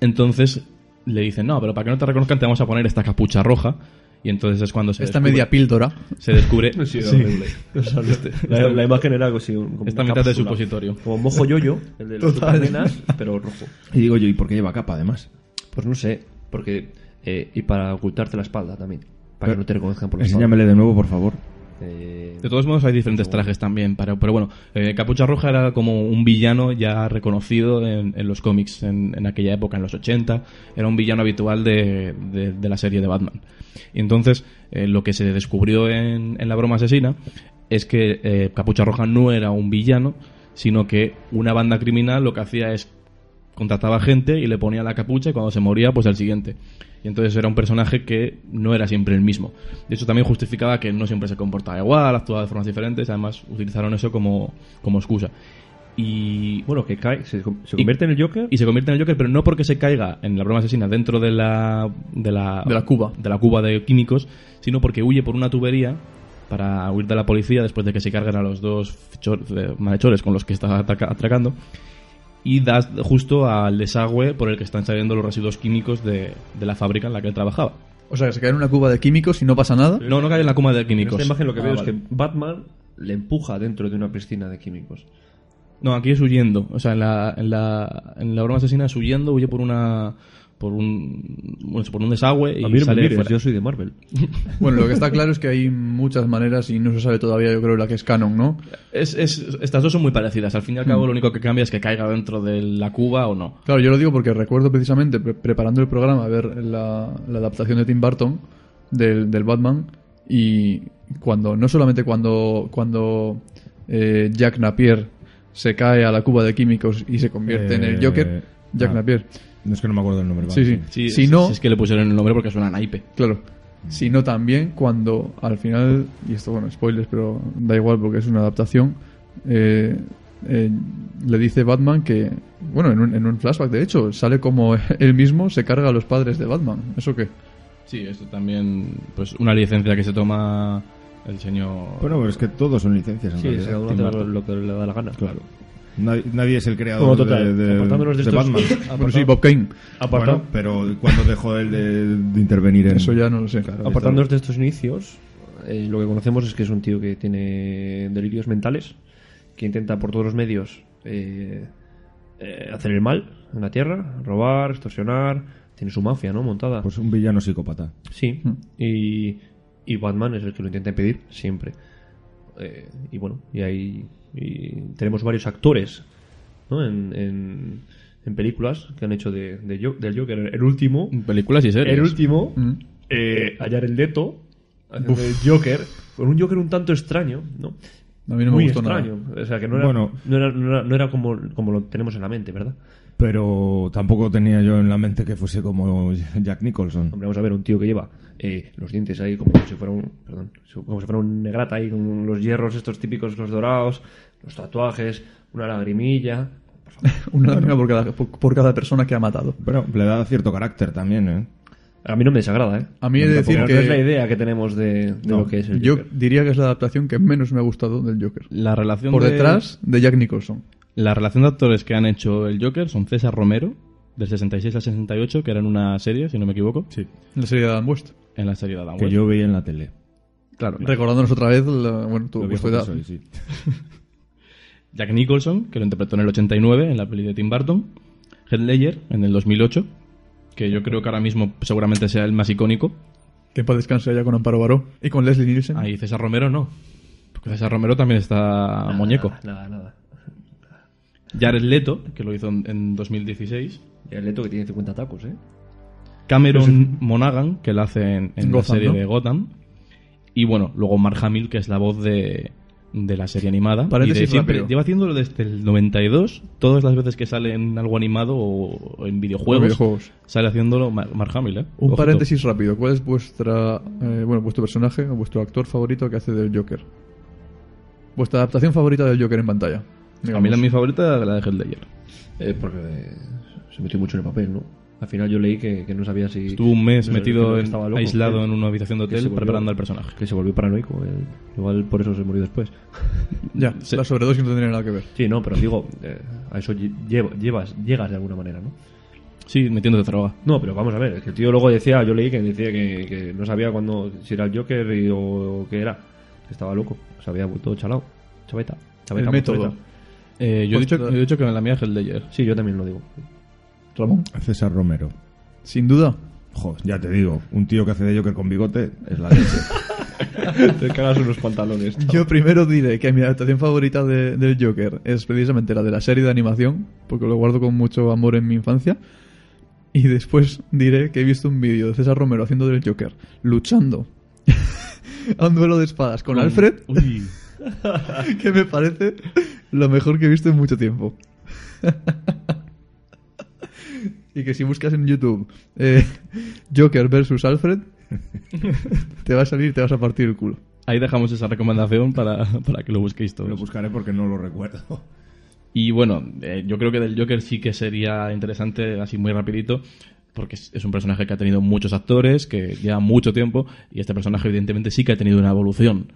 Entonces le dicen, no, pero para que no te reconozcan te vamos a poner esta capucha roja. Y entonces es cuando se
Esta
descubre-
media píldora.
se descubre
Sí,
Sí.
horrible. la, la imagen era algo así. Como
esta
una
mitad de
cápsula.
supositorio.
Como mojo yoyo, el de las supernenas, pero rojo.
Y digo yo, ¿y por qué lleva capa además?
Pues no sé, porque. eh, y para ocultarte la espalda también. Para que no te reconozcan por la espalda.
Enséñamele de nuevo, por favor.
Eh,
De todos modos hay diferentes trajes también, pero, pero bueno, eh, Capucha Roja era como un villano ya reconocido en, en los cómics en, en aquella época, en los 80, era un villano habitual de, de- de la serie de Batman. Y entonces eh, lo que se descubrió en, en la broma asesina es que eh, Capucha Roja no era un villano, sino que una banda criminal lo que hacía es contrataba gente y le ponía la capucha y cuando se moría, pues al siguiente. Y entonces era un personaje que no era siempre el mismo. De hecho, también justificaba que no siempre se comportaba igual, actuaba de formas diferentes, además utilizaron eso como, como excusa. Y
bueno, que cae, se, se convierte en el Joker.
y se convierte en el Joker, pero no porque se caiga en la broma asesina dentro de la, de la,
De la cuba.
de la cuba de químicos, sino porque huye por una tubería para huir de la policía después de que se carguen a los dos fichor- eh, malhechores con los que está ataca- atracando y das justo al desagüe por el que están saliendo los residuos químicos de, de la fábrica en la que él trabajaba.
O sea, que se cae en una cuba de químicos y no pasa nada.
No, no cae en la cuba de
en
químicos.
esta imagen lo que
Ah,
veo
vale.
es que Batman le empuja dentro de una piscina de químicos.
No, aquí es huyendo. O sea, en la, en la, en la broma asesina es huyendo, huye por una... Por un, bueno, por un desagüe y
A mí no me
sale
mires,
fuera.
yo soy de Marvel.
Bueno, lo que está claro es que hay muchas maneras y no se sabe todavía, yo creo, la que es canon, ¿no?
Es- es- estas dos son muy parecidas. Al fin y al cabo, lo único que cambia es que caiga dentro de la cuba o no.
Claro, yo lo digo porque recuerdo precisamente, pre- preparando el programa, ver la, la adaptación de Tim Burton del, del Batman y cuando, no solamente cuando, cuando eh, Jack Napier se cae a la cuba de químicos y se convierte en el
Eh,
Joker, Jack
ah,
Napier.
No es que no me acuerdo el nombre.
Sí,
vale,
Sí,
sí. si
es,
no,
es que le pusieron el nombre porque suena a naipe.
Claro. Sino también cuando al final, y esto bueno, spoilers, pero da igual porque es una adaptación, eh, eh, le dice Batman que, bueno, en un, en un flashback de hecho, sale como él mismo se carga a los padres de Batman. ¿Eso qué?
Sí, esto también, pues una licencia que se toma el señor.
Bueno, pero es que todos son licencias en
Ah, Sí,
realidad.
cada uno
Tim
hace lo,
Burton.
lo que le da la gana. Claro.
Nadie, nadie es el creador
Bueno, total,
de, de-
apartándonos de
de
estos-
Batman.
Bueno, sí, Bob Kane.
Aparta-
Bueno, pero cuando dejó él de, de intervenir en
Eso ya no lo sé.
Apartándonos de estos inicios, eh, lo que conocemos es que es un tío que tiene delirios mentales, que intenta por todos los medios eh, eh, hacer el mal en la tierra, robar, extorsionar, tiene su mafia, ¿no? Montada.
Pues un villano psicópata.
sí. Y, y Batman es el que lo intenta impedir siempre. Eh, y bueno, y ahí y tenemos varios actores ¿no? en, en- en películas que han hecho de, de Jo- del Joker. El último,
Películas y series.
el último,
Mm.
eh, hallar el Leto, haciendo el Joker, con un Joker un tanto extraño, ¿no?
A mí no me
Muy
gustó
extraño.
nada.
O sea, que no era,
Bueno.
no era, no era, no era como, como lo tenemos en la mente, ¿verdad?
Pero tampoco tenía yo en la mente que fuese como Jack Nicholson.
Hombre, vamos a ver, un tío que lleva eh, los dientes ahí como si fuera un. Perdón, su- como si fuera un negrata ahí con los hierros estos típicos, los dorados, los tatuajes, una lagrimilla.
Una lágrima por cada, por- por cada persona que ha matado.
Pero le da cierto carácter también, ¿eh?
A mí no me desagrada, ¿eh?
A mí he de decir
Pero
que
no es la idea que tenemos de, de lo que es el
yo
Joker.
diría que es la adaptación que menos me ha gustado del Joker.
La relación
Por
de-
detrás de Jack Nicholson.
La relación de actores que han hecho el Joker son César Romero, del 66 al 68, que era en una serie, si no me equivoco,
Sí.
En la serie de Adam West.
en la serie de Adam
Que
West.
yo veía en la tele.
Claro.
Recordándonos otra vez la- bueno, tu,
Lo
vuestra
viejo que
edad.
soy, sí.
Jack Nicholson, que lo interpretó en el 89 en la peli de Tim Burton. Heath Ledger, en el 2008, que yo creo que ahora mismo seguramente sea el más icónico.
Que en paz descanse allá con Amparo Baró. Y con Leslie Nielsen.
Ah, y César Romero no. Porque César Romero también
Ah,
está muñeco.
Nada, nada.
Jared Leto, que lo hizo en, en 2016.
Y el Leto que tiene 50 tacos, ¿eh?
Cameron Monaghan, que la hace en, en la
Gotham,
serie
¿no?
de Gotham. Y bueno, luego Mark Hamill, que es la voz de, de la serie animada.
Paréntesis
y de siempre,
rápido.
lleva haciéndolo desde el 92, todas las veces que sale en algo animado o, o en videojuegos,
videojuegos.
sale haciéndolo Mar- Mark Hamill, ¿eh?
Un
Ojito.
paréntesis rápido. ¿Cuál es vuestra, eh, bueno, vuestro personaje o vuestro actor favorito que hace del Joker? Vuestra adaptación favorita del Joker en pantalla.
A mí la
digamos.
mi favorita la de Heath Ledger.
Eh, porque eh, se metió mucho en el papel, ¿no? Al final yo leí que, que no sabía si.
Estuvo un mes
no sabía que
metido,
no, que
en-
estaba loco,
aislado
que-
en una habitación de
que se
hotel
volvió-
preparando al personaje.
Que se volvió paranoico. eh, Igual por eso se murió después.
Ya,
Sí.
la sobredosis no tendría nada que ver.
Sí, no, pero digo, eh, a eso lle- llevo- llevas, llegas de alguna manera, ¿no?
Sí, metiéndote droga.
No, pero vamos a ver, que el tío luego decía, yo leí que decía que, que no sabía cuándo, si era el Joker y- o, o qué era. Que Estaba loco, se había vuelto chalao. Chaveta, chaveta.
El
muy
método.
chaveta.
Eh,
Pues
yo, he dicho,
Ostras.
yo he dicho que la mía es Heath Ledger.
Sí, yo también lo digo.
Ramón.
César Romero.
Sin duda.
Joder, ya te digo, un tío que hace de Joker con bigote es la leche.
Te cagas unos pantalones. chaval.
Yo primero diré que mi adaptación favorita de- del Joker es precisamente la de la serie de animación, porque lo guardo con mucho amor en mi infancia. Y después diré que he visto un vídeo de César Romero haciendo del Joker, luchando a un duelo de espadas con Alfred,
Uy.
que me parece lo mejor que he visto en mucho tiempo. y que si buscas en YouTube eh, Joker versus Alfred, te va a salir, te vas a partir el culo.
Ahí dejamos esa recomendación para, para que lo busquéis todos.
Lo buscaré porque no lo recuerdo.
Y bueno, eh, yo creo que del Joker sí que sería interesante, así muy rapidito, porque es, es un personaje que ha tenido muchos actores, que lleva mucho tiempo, y este personaje evidentemente sí que ha tenido una evolución,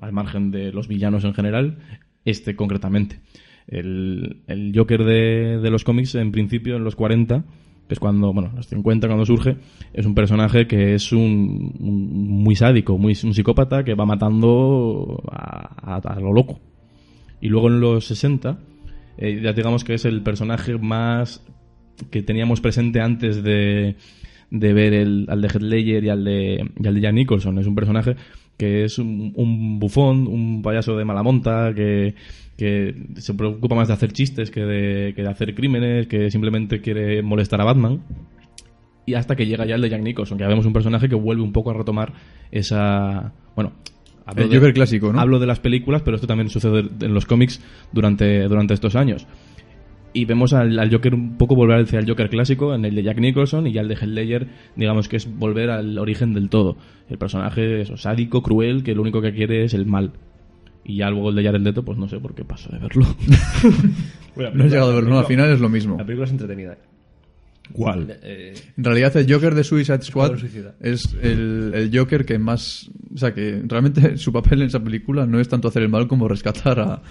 al margen de los villanos en general, este concretamente. El, el Joker de, de los cómics, en principio, en los 40, que es cuando, bueno, los 50 cuando surge, es un personaje que es un, un- muy sádico, muy, un psicópata que va matando a- a- a lo loco. Y luego en los 60, eh, ya digamos que es el personaje más que teníamos presente antes de, de ver el, al de Heath Ledger y al de, y al de Jack Nicholson. Es un personaje que es un, un bufón, un payaso de mala monta, que, que se preocupa más de hacer chistes que de, que de hacer crímenes, que simplemente quiere molestar a Batman. Y hasta que llega ya el de Jack Nicholson, que ya vemos un personaje que vuelve un poco a retomar esa... Bueno, hablo
El
de-
Joker clásico, ¿no?
Hablo de las películas, pero esto también sucede en los cómics durante, durante estos años. Y vemos al, al Joker un poco volver hacia el Joker clásico, en el de Jack Nicholson y ya el de Heath Ledger, digamos que es volver al origen del todo. El personaje es sádico, cruel, que lo único que quiere es el mal. Y ya luego el de Jared Leto, pues no sé por qué paso de verlo.
Bueno, la
No he
película-
llegado a verlo, no,
la
al final es lo mismo.
película- La película es entretenida. ¿eh?
¿Cuál?
Eh,
En realidad el Joker de Suicide Squad
Escuadrón Suicida.
es el, el Joker que más... O sea, que realmente su papel en esa película no es tanto hacer el mal como rescatar a, a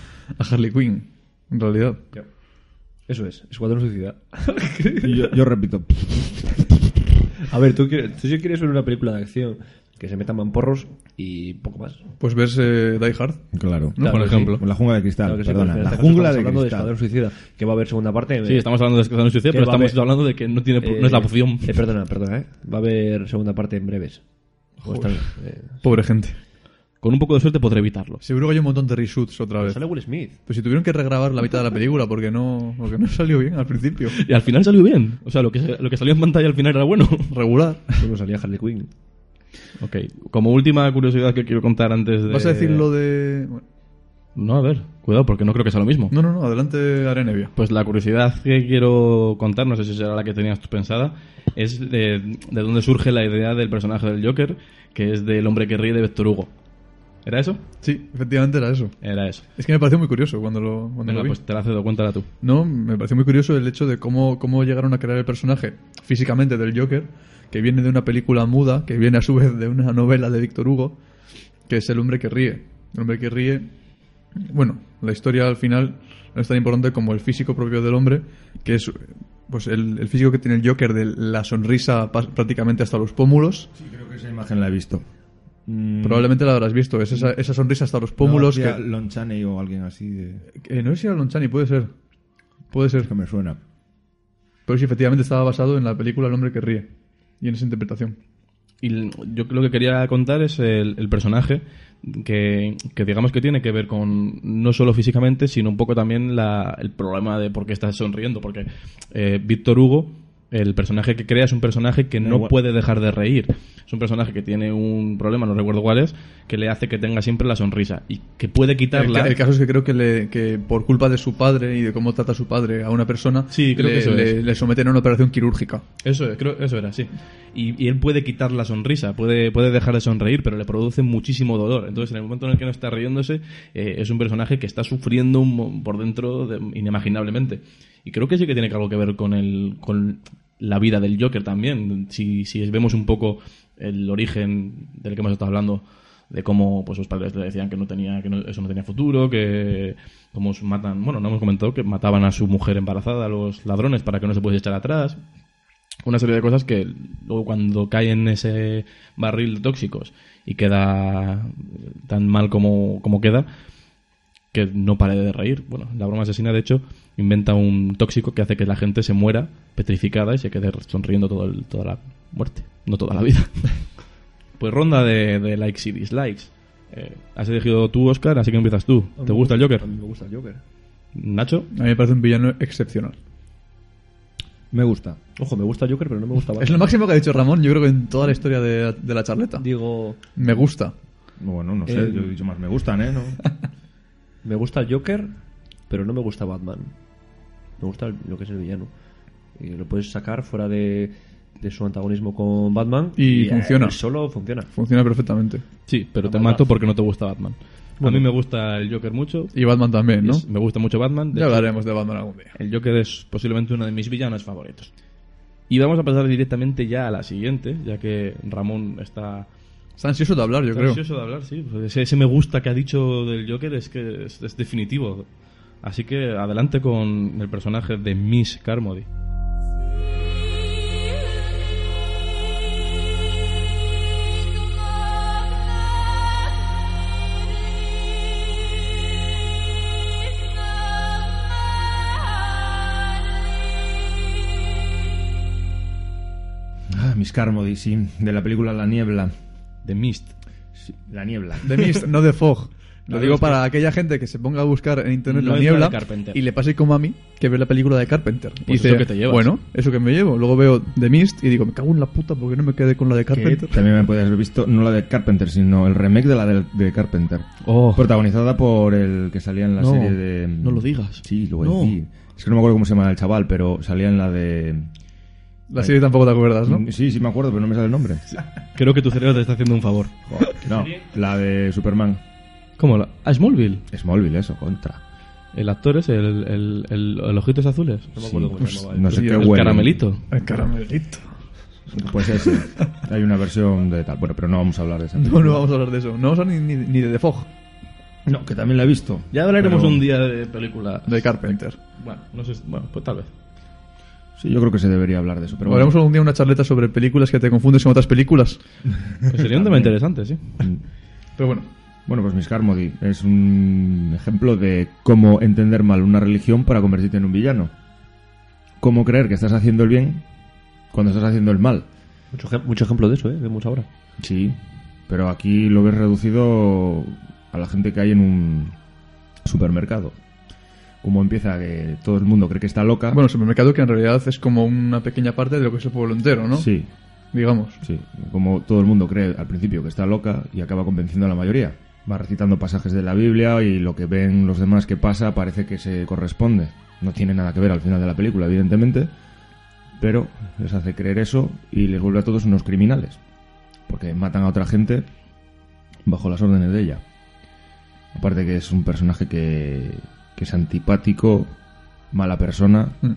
Harley Quinn. En realidad.
ya. Eso es, Escuadrón Suicida.
Yo, yo repito,
a ver, tú, quieres, tú sí quieres ver una película de acción que se metan mamporros y poco más.
Pues ves eh, Die Hard.
claro.
Claro
por
que
ejemplo.
La jungla de cristal,
Claro que sí,
perdona.
pero en
la
este caso
jungla
estamos
de
hablando
cristal.
Escuadrón Suicida, que va a haber segunda parte.
sí,
eh,
estamos hablando de Escuadrón Suicida,
Que
pero
va a
estamos
haber-
hablando de que no, tiene, pro- no es la
Eh,
opción.
eh, perdona, perdona, Pues ¿eh? Va a haber segunda parte en breves. O están- eh,
Pobre gente.
Con un poco de suerte podré evitarlo.
Seguro que hay un montón de reshoots otra vez.
Sale Will Smith.
Pues si tuvieron que regrabar la mitad de la película porque no, porque no salió bien al principio.
Y al final salió bien. O sea, lo que, lo que salió en pantalla al final era bueno.
Regular.
Luego salía Harley Quinn.
Ok. Como última curiosidad que quiero contar antes de...
¿Vas a decir lo de...? bueno,
No, a ver. Cuidado, porque no creo que sea lo mismo.
no, no, no. Adelante, Arenevia.
Pues la curiosidad que quiero contar, no sé si será la que tenías tú pensada, es de, de dónde surge la idea del personaje del Joker, que es del hombre que ríe de Víctor Hugo. ¿Era eso?
Sí, efectivamente era eso.
Era eso.
Es que me pareció muy curioso cuando lo, cuando
Venga,
lo vi.
pues te la cedo, cuéntala tú.
No, me pareció muy curioso el hecho de cómo, cómo llegaron a crear el personaje físicamente del Joker, que viene de una película muda, que viene a su vez de una novela de Víctor Hugo, que es El hombre que ríe. El hombre que ríe, bueno, la historia al final no es tan importante como el físico propio del hombre, que es pues el, el físico que tiene el Joker de la sonrisa pas- prácticamente hasta los pómulos.
Sí, creo que esa imagen la he visto.
Probablemente la habrás visto, es esa, esa sonrisa hasta los pómulos.
No, hacía
que,
Lon Chaney o alguien así de...
que no sé si era Lonchani, puede ser. Puede ser.
Es que me suena.
Pero sí, efectivamente estaba basado en la película El hombre que ríe y en esa interpretación.
Y l- yo lo que quería contar es el, el personaje que, que digamos que tiene que ver con no solo físicamente, sino un poco también la- el problema de por qué estás sonriendo, porque eh, Víctor Hugo, el personaje que crea es un personaje que no
igual.
puede dejar de reír. Es un personaje que tiene un problema, no recuerdo cuál es, que le hace que tenga siempre la sonrisa y que puede
El,
quitarla.
ca- el caso es que creo que, le- que por culpa de su padre y de cómo trata su padre a una persona,
Sí, creo
le,
que eso
le-
es.
le someten a una operación quirúrgica.
Eso es, creo, eso era, sí. Y, y él puede quitar la sonrisa, puede, puede dejar de sonreír, pero le produce muchísimo dolor. Entonces, en el momento en el que no está riéndose, eh, es un personaje que está sufriendo un mo- por dentro de- inimaginablemente. Y creo que sí que tiene algo que ver con, el, con la vida del Joker también. Si, si vemos un poco el origen del que hemos estado hablando, de cómo pues sus padres le decían que no tenía que no- eso no tenía futuro que cómo os matan bueno no hemos comentado que mataban a su mujer embarazada a los ladrones para que no se pudiese echar atrás una serie de cosas que luego cuando cae en ese barril de tóxicos y queda eh, tan mal como, como queda, que no pare de reír. Bueno, la broma asesina, de hecho, inventa un tóxico que hace que la gente se muera petrificada y se quede sonriendo todo el- toda la muerte, no toda la vida. pues ronda de, de likes y dislikes. Eh, has elegido tú, Oscar, así que empiezas tú. ¿Te gusta el Joker?
A mí me gusta el Joker.
¿Nacho?
A mí me parece un villano excepcional.
Me gusta.
Ojo, me gusta el Joker, pero no me gusta Batman.
Es lo máximo que ha dicho Ramón, yo creo que en toda la historia de, de la charleta.
Digo,
Me gusta.
Bueno,
Eh,
no sé,
El-
yo he dicho más me gustan, ¿eh? No.
me gusta el Joker, pero no me gusta Batman. Me gusta el- lo que es el villano. Y lo puedes sacar fuera de, de su antagonismo con Batman.
Y funciona.
eh, solo funciona.
Funciona perfectamente.
Sí, pero te
Batman.
mato porque no te gusta Batman. A mí me gusta el Joker mucho.
Y Batman también, ¿no?
Es- me gusta mucho Batman. de
Ya
hecho,
hablaremos de Batman algún día.
El Joker es posiblemente uno de mis villanos favoritos. Y vamos a pasar directamente ya a la siguiente, ya que Ramón está,
Está ansioso de hablar, yo
está
creo.
ansioso de hablar, sí. Pues ese, ese me gusta que ha dicho del Joker es que es, es definitivo. Así que adelante con el personaje de Miss Carmody.
Ah, Miss Carmody, sí. De la película La Niebla.
De Mist.
Sí, la Niebla.
The Mist, no The Fog. Lo
La
digo
Mist.
para aquella gente que se ponga a buscar en internet
No
la
es la de
niebla
Carpenter.
y le pase como a mí que ve la película de Carpenter. y
Pues eso que te llevas.
Bueno, eso que me llevo. Luego veo The Mist y digo, me cago en la puta porque no me quedé con la de
Que
Carpenter.
también me podías haber visto, no la de Carpenter, sino el remake de la del- de, Carpenter.
Oh,
Protagonizada por el que salía en la
No,
serie de.
no lo digas.
Sí, lo voy a
No.
decir. Es que no me acuerdo cómo se llama el chaval, pero salía en la de.
La serie tampoco te acuerdas, ¿no?
Mm.
Sí, sí me acuerdo, pero no me sale el nombre.
Creo que tu cerebro te está haciendo un favor.
Joder, no, la de Superman.
¿Cómo? La, ah, Smallville.
Smallville, eso, contra.
El actor es el, el, el, el ojitos azules.
No me acuerdo cómo se llamaba.
No sé
Sí, pues
qué
el
El
huele.
caramelito.
El caramelito.
Pues ese. Hay una versión de tal. Bueno, pero no vamos a hablar de esa.
No, no vamos a hablar de eso. No vamos a hablar ni, ni- ni de The Fog,
No, que también la he visto.
Ya hablaremos
Pero-
un día de película.
de Carpenter.
Bueno, no sé. Bueno, pues tal vez.
Sí, yo creo que se debería hablar de eso. Pero
Haremos
bueno,
algún día una charleta sobre películas que te confundes con otras películas.
Pues sería un tema interesante, sí.
Pero bueno,
Bueno, pues Miss Carmody es un ejemplo de cómo entender mal una religión para convertirte en un villano. Cómo creer que estás haciendo el bien cuando estás haciendo el mal.
Mucho, ejem- mucho ejemplo de eso, ¿eh? Vemos ahora.
Sí. Pero aquí lo ves reducido a la gente que hay en un supermercado. Como empieza que todo el mundo cree que está loca.
Bueno, supermercado que en realidad es como una pequeña parte de lo que es el pueblo entero, ¿no?
Sí,
Digamos.
sí. Como todo el mundo cree al principio que está loca y acaba convenciendo a la mayoría. Va recitando pasajes de la Biblia y lo que ven los demás que pasa parece que se corresponde. No tiene nada que ver al final de la película, evidentemente. Pero les hace creer eso y les vuelve a todos unos criminales. Porque matan a otra gente bajo las órdenes de ella. Aparte que es un personaje que, que es antipático, mala persona,
Mm.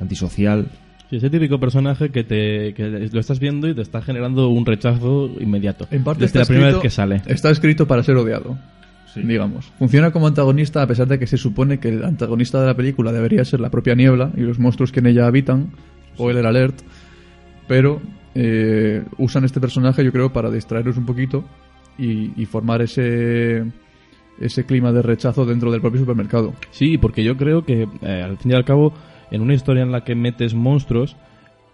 antisocial.
Sí, ese típico personaje que te que lo estás viendo y te está generando un rechazo inmediato.
En parte
Desde
está
la primera vez
escrito-
que sale.
Está escrito para ser odiado. Digamos. Funciona como antagonista a pesar de que se supone que el antagonista de la película debería ser la propia niebla y los monstruos que en ella habitan. Spoiler alert. Pero eh, usan este personaje, yo creo, para distraernos un poquito y, y formar ese ese clima de rechazo dentro del propio supermercado.
Sí, porque yo creo que eh, al fin y al cabo, en una historia en la que metes monstruos,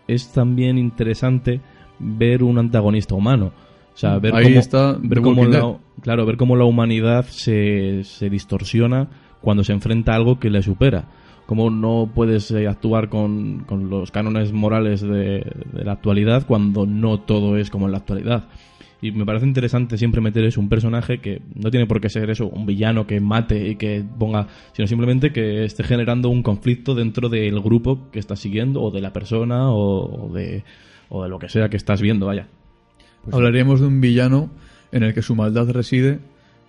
es también interesante ver un antagonista humano. O sea, ver
Ahí
cómo,
está
ver
The
cómo
Walking
la, claro, ver cómo la humanidad se, se distorsiona cuando se enfrenta a algo que le supera. Cómo no puedes eh, actuar con, con los cánones morales de, de la actualidad cuando no todo es como en la actualidad. Y me parece interesante siempre meter eso, un personaje que no tiene por qué ser eso, un villano que mate y que ponga, sino simplemente que esté generando un conflicto dentro del grupo que estás siguiendo, o de la persona, o, o de, o de lo que sea que estás viendo, vaya.
Hablaríamos de un villano en el que su maldad reside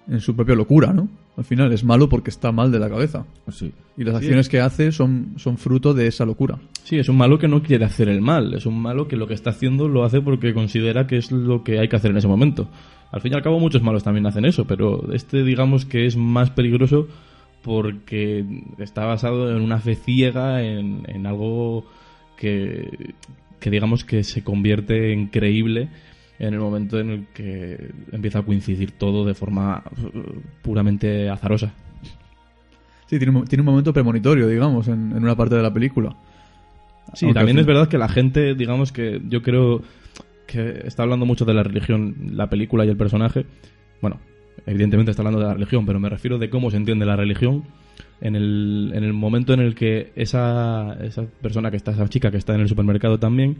en su propia locura, ¿no? Al final es malo porque está mal de la cabeza.
Sí.
Y las acciones que hace son, son fruto de esa locura.
Sí, es un malo que no quiere hacer el mal, es un malo que lo que está haciendo lo hace porque considera que es lo que hay que hacer en ese momento. Al fin y al cabo muchos malos también hacen eso, pero este digamos que es más peligroso porque está basado en una fe ciega, en, en algo que, que digamos que se convierte en creíble en el momento en el que empieza a coincidir todo de forma eh, puramente azarosa.
Sí, tiene un, tiene un momento premonitorio, digamos, en, en una parte de la película.
Sí,
Aunque
también
al
es
fin-
verdad que la gente, digamos que yo creo que está hablando mucho de la religión, la película y el personaje. Bueno, evidentemente está hablando de la religión, pero me refiero de cómo se entiende la religión en el, en el momento en el que esa, esa persona que está, esa chica que está en el supermercado también,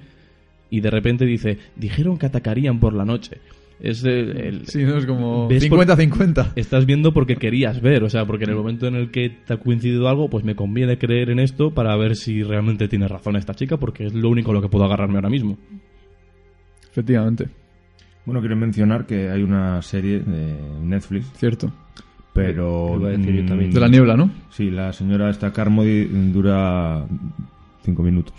y de repente dice, dijeron que atacarían por la noche. Es el- el-
Sí, ¿no? Es como
¿Ves por- Eh.
50-50.
estás viendo porque querías ver, o sea, porque en el momento en el que te ha coincidido algo, pues me conviene creer en esto para ver si realmente tiene razón esta chica, porque es lo único a lo que puedo agarrarme ahora mismo.
Efectivamente,
Bueno, quiero mencionar que hay una serie de Netflix,
cierto.
pero...
Iba a decir yo
mm,
también.
De la niebla, ¿no?
Sí, la señora esta Carmody dura cinco minutos.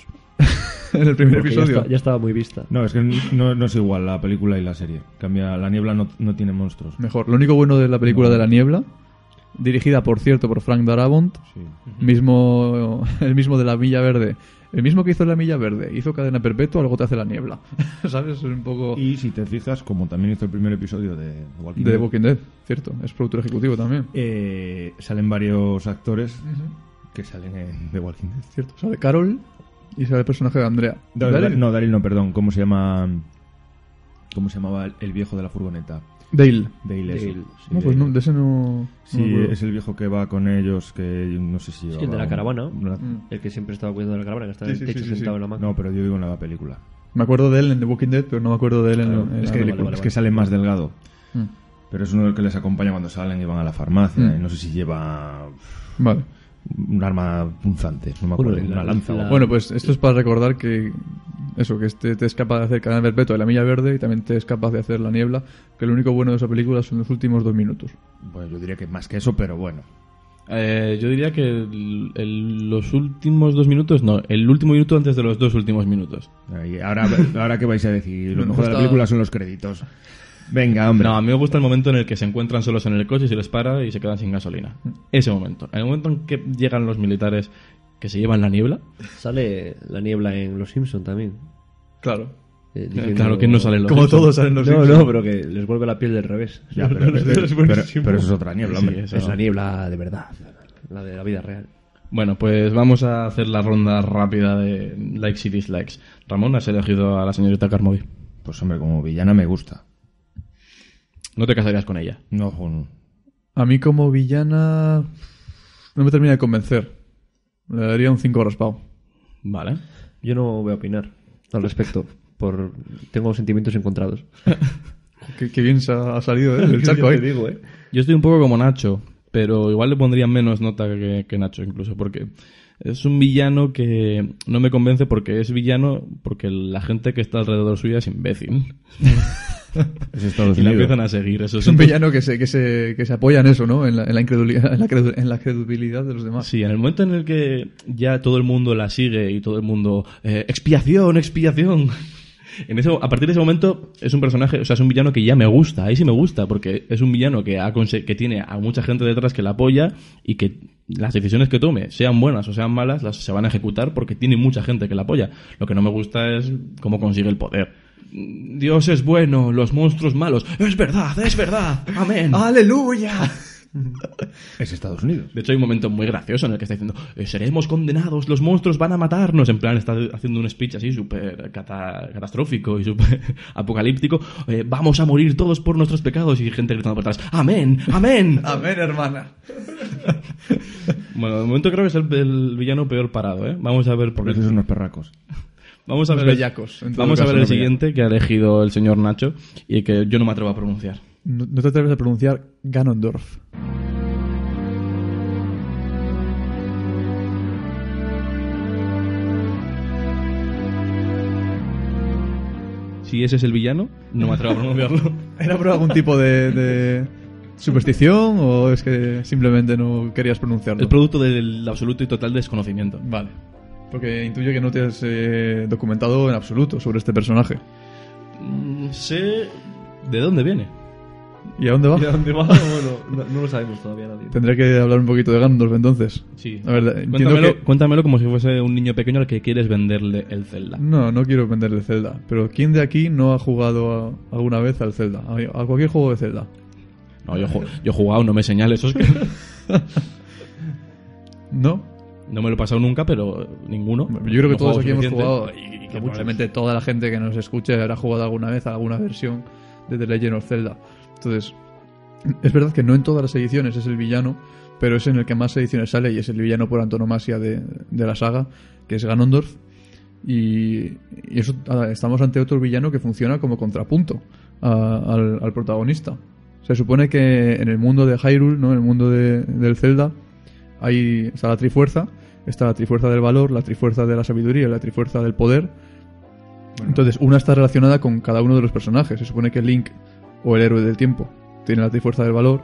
en el primer
Porque ya,
episodio.
está- ya estaba muy vista.
No, es que no, no es igual la película y la serie. Cambia, la niebla no, no tiene monstruos.
Mejor. Lo único bueno de la película de la niebla, dirigida, por cierto, por Frank Darabont,
Sí.
mismo, el mismo de la Milla Verde. El mismo que hizo La Milla Verde, hizo Cadena Perpetua, algo te hace la niebla. ¿Sabes? Es un poco...
Y si te fijas, como también hizo el primer episodio de Walking
De The
Dead,
Walking Dead, cierto. Es productor ejecutivo también.
eh, salen varios actores que salen en The Walking Dead.
Cierto. Sale Carol y sale el personaje de Andrea.
Daryl-
Daryl-
No, Daryl no, perdón. ¿Cómo se llama? ¿Cómo se llamaba el- el viejo de la furgoneta?
Dale.
Dale. ese.
Dale,
Sí,
No, pues
Dale.
no, de ese no... no me
Sí,
acuerdo.
es el viejo que va con ellos, que no sé si...
el de la
llevaba
caravana. Mm.
una-
Mm.
El que siempre estaba cuidando de la caravana, que estaba
Sí,
en
sí,
el techo
sí, sí,
sentado
sí.
en la mano.
No, pero yo digo en la película.
Me acuerdo de él en The Walking Dead, pero no me acuerdo de él en, en
es
la
que,
película.
vale,
es
vale.
que sale más delgado.
Mm.
Pero es uno del que les acompaña cuando salen y van a la farmacia.
Mm.
Y no sé si lleva uf,
Vale.
un arma punzante, no me
Bueno,
acuerdo,
la-
una lanza. o
la-
algo.
Bueno, pues esto es para recordar que... Eso, que este te es capaz de hacer Canal Perpetua y La Milla Verde y también te es capaz de hacer La Niebla, que lo único bueno de esa película son los últimos dos minutos.
Bueno, yo diría que más que eso, pero bueno.
Eh, yo diría que el- el- los últimos dos minutos, no, el último minuto antes de los dos últimos minutos.
Ahí, ahora, ahora que vais a decir, lo
No,
mejor de la
está-
película son los créditos. Venga, hombre.
No, a mí me gusta el momento en el que se encuentran solos en el coche, se les para y se quedan sin gasolina. Ese momento. El momento en que llegan los militares que se llevan la niebla.
Sale la niebla en Los Simpson también.
Claro.
eh,
Eh,
diciendo-
Claro que no salen los
Como
Simpson.
todos salen los
No,
Simpsons.
no, pero que les vuelve la piel del revés.
Ya, pero, pero- pero- pero eso es otra niebla,
Sí,
hombre.
eso.
Es la niebla de verdad. La de la vida real.
Bueno, pues vamos a hacer la ronda rápida de likes y dislikes. Ramón, has elegido a la señorita Carmody.
Pues hombre, como villana me gusta.
No te casarías con ella.
No, ojo, no.
A mí como villana no me termina de convencer. Le daría un 5 raspado.
Vale.
Yo no voy a opinar al respecto. Por... Tengo sentimientos encontrados.
Qué, qué bien se ha ha salido ¿eh? del charco
Yo te
ahí.
digo, ¿eh?
Yo estoy un poco como Nacho, pero igual le pondría menos nota que, que Nacho incluso, porque es un villano que no me convence porque es villano porque la gente que está alrededor suya es imbécil.
Es Estados
Y la
Unidos.
empiezan a seguir. Eso
Es un villano que se, que se, que se apoya en eso, ¿no? En la, en la incredulidad, en la, credu- en la credibilidad de los demás.
Sí, en el momento en el que ya todo el mundo la sigue y todo el mundo... eh, expiación, expiación. En ese, a partir de ese momento es un personaje, o sea, es un villano que ya me gusta, ahí sí me gusta, porque es un villano que, ha conse- que tiene a mucha gente detrás que la apoya y que las decisiones que tome, sean buenas o sean malas, las se van a ejecutar porque tiene mucha gente que la apoya. Lo que no me gusta es cómo consigue el poder. Dios es bueno, los monstruos malos. Es verdad, es verdad. Amén.
¡Aleluya!
Es Estados Unidos.
De hecho, hay un momento muy gracioso en el que está diciendo, "Eh, seremos condenados, los monstruos van a matarnos. En plan, está haciendo un speech así súper cata- catastrófico y súper apocalíptico. Eh, vamos a morir todos por nuestros pecados y gente gritando por atrás, amén, amén.
Amén, hermana.
bueno, de momento creo que es el, el villano peor parado, ¿eh? Vamos a ver por
Porque esos son unos perracos.
Vamos a
Los
ver, el-
bellacos, en todo
vamos a
caso,
ver el
los
siguiente que ha elegido el señor Nacho y que yo no me atrevo a pronunciar.
No, no te atreves a pronunciar Ganondorf.
Si ese es el villano, no me atrevo a pronunciarlo.
¿Era por algún tipo de, de superstición o es que simplemente no querías pronunciarlo?
Es producto del absoluto y total desconocimiento.
Vale. Porque intuyo que no te has eh, documentado en absoluto sobre este personaje.
Mm, Sé de dónde viene.
¿Y a dónde va?
¿Y a dónde va? Bueno, no, no lo sabemos todavía nadie.
Tendré que hablar un poquito de Ganondorf entonces.
Sí.
A ver, entiendo
Cuéntamelo,
que-
cuéntamelo como si fuese un niño pequeño al que quieres venderle el Zelda.
No, no quiero venderle Zelda. Pero ¿quién de aquí no ha jugado a- alguna vez al Zelda? A, a cualquier juego de Zelda.
No, yo, ju- yo he jugado, no me señales. eso es que
¿No?
no me lo he pasado nunca, pero ninguno.
Yo creo que
No
todos
juego
aquí hemos
suficiente.
jugado y que probablemente toda la gente que nos escuche habrá jugado alguna vez a alguna versión de The Legend of Zelda. Entonces, es verdad que no en todas las ediciones es el villano, pero es en el que más ediciones sale y es el villano por antonomasia de, de la saga, que es Ganondorf. Y, y eso ah, estamos ante otro villano que funciona como contrapunto a- al, al protagonista. Se supone que en el mundo de Hyrule, ¿no? en el mundo de- del Zelda, hay, está la trifuerza, está la trifuerza del valor, la trifuerza de la sabiduría, y la trifuerza del poder. Entonces, una está relacionada con cada uno de los personajes. Se supone que Link, o el héroe del tiempo, tiene la trifuerza del valor,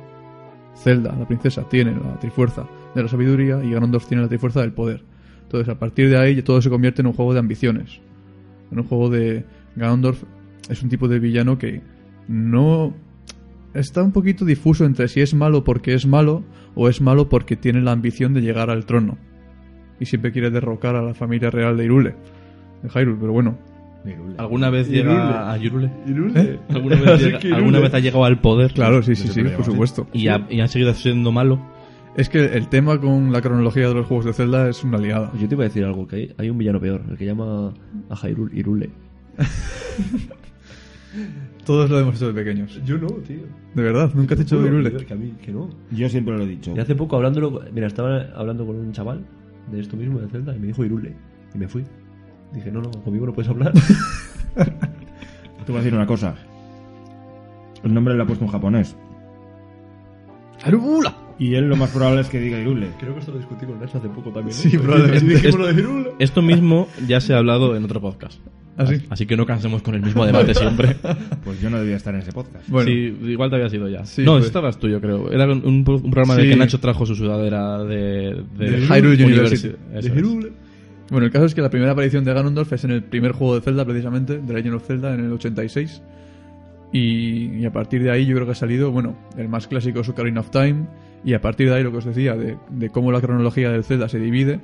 Zelda, la princesa, tiene la trifuerza de la sabiduría y Ganondorf tiene la trifuerza del poder. Entonces, a partir de ahí, todo se convierte en un juego de ambiciones. En un juego de. Ganondorf es un tipo de villano que no. Está un poquito difuso entre si es malo porque es malo o es malo porque tiene la ambición de llegar al trono. Y siempre quiere derrocar a la familia real de Irule. De Hyrule, pero bueno.
¿Alguna vez llega
Irule.
a Yurule?
¿Eh?
¿Alguna vez,
Así
llega-
que Irule.
alguna vez ha llegado al poder?
Claro, sí, sí,
Eso
sí,
te lo
por
llamas, ¿eh?
supuesto.
Y ha, y ha seguido siendo malo.
Es que el tema con la cronología de los juegos de Zelda es una liada.
Yo te iba a decir algo, que hay, hay un villano peor, el que llama a Hyrule Irule.
Todos lo hemos hecho de pequeños.
Yo no, tío.
De verdad, nunca te he hecho de Irule.
Que a mí, que no.
Yo siempre lo he dicho.
Y hace poco hablándolo, mira, estaba hablando con un chaval de esto mismo de Zelda y me dijo Irule. Y me fui. Dije, no, no, conmigo no puedes hablar.
Te voy a decir una cosa. El nombre lo ha puesto un japonés. Y él lo más probable es que diga Irule.
Creo que esto lo discutí con Nacho hace poco también. ¿eh?
Sí, probablemente.
Dijimos lo de Irule.
Esto mismo ya se ha hablado en otro podcast.
Así.
Así que no cansemos con el mismo debate siempre.
Pues yo no debía estar en ese podcast.
Bueno,
Sí, igual te había sido ya.
Sí,
no,
pues.
estabas tú, yo creo. Era un, un programa en
Sí.
el que Nacho trajo su sudadera de...
De Hyrule University.
Eso es.
bueno, el caso es que la primera aparición de Ganondorf es en el primer juego de Zelda, precisamente, de Legend of Zelda, en el 86. Y, y a partir de ahí yo creo que ha salido, bueno, el más clásico es Ocarina of Time. Y a partir de ahí lo que os decía, de, de cómo la cronología del Zelda se divide,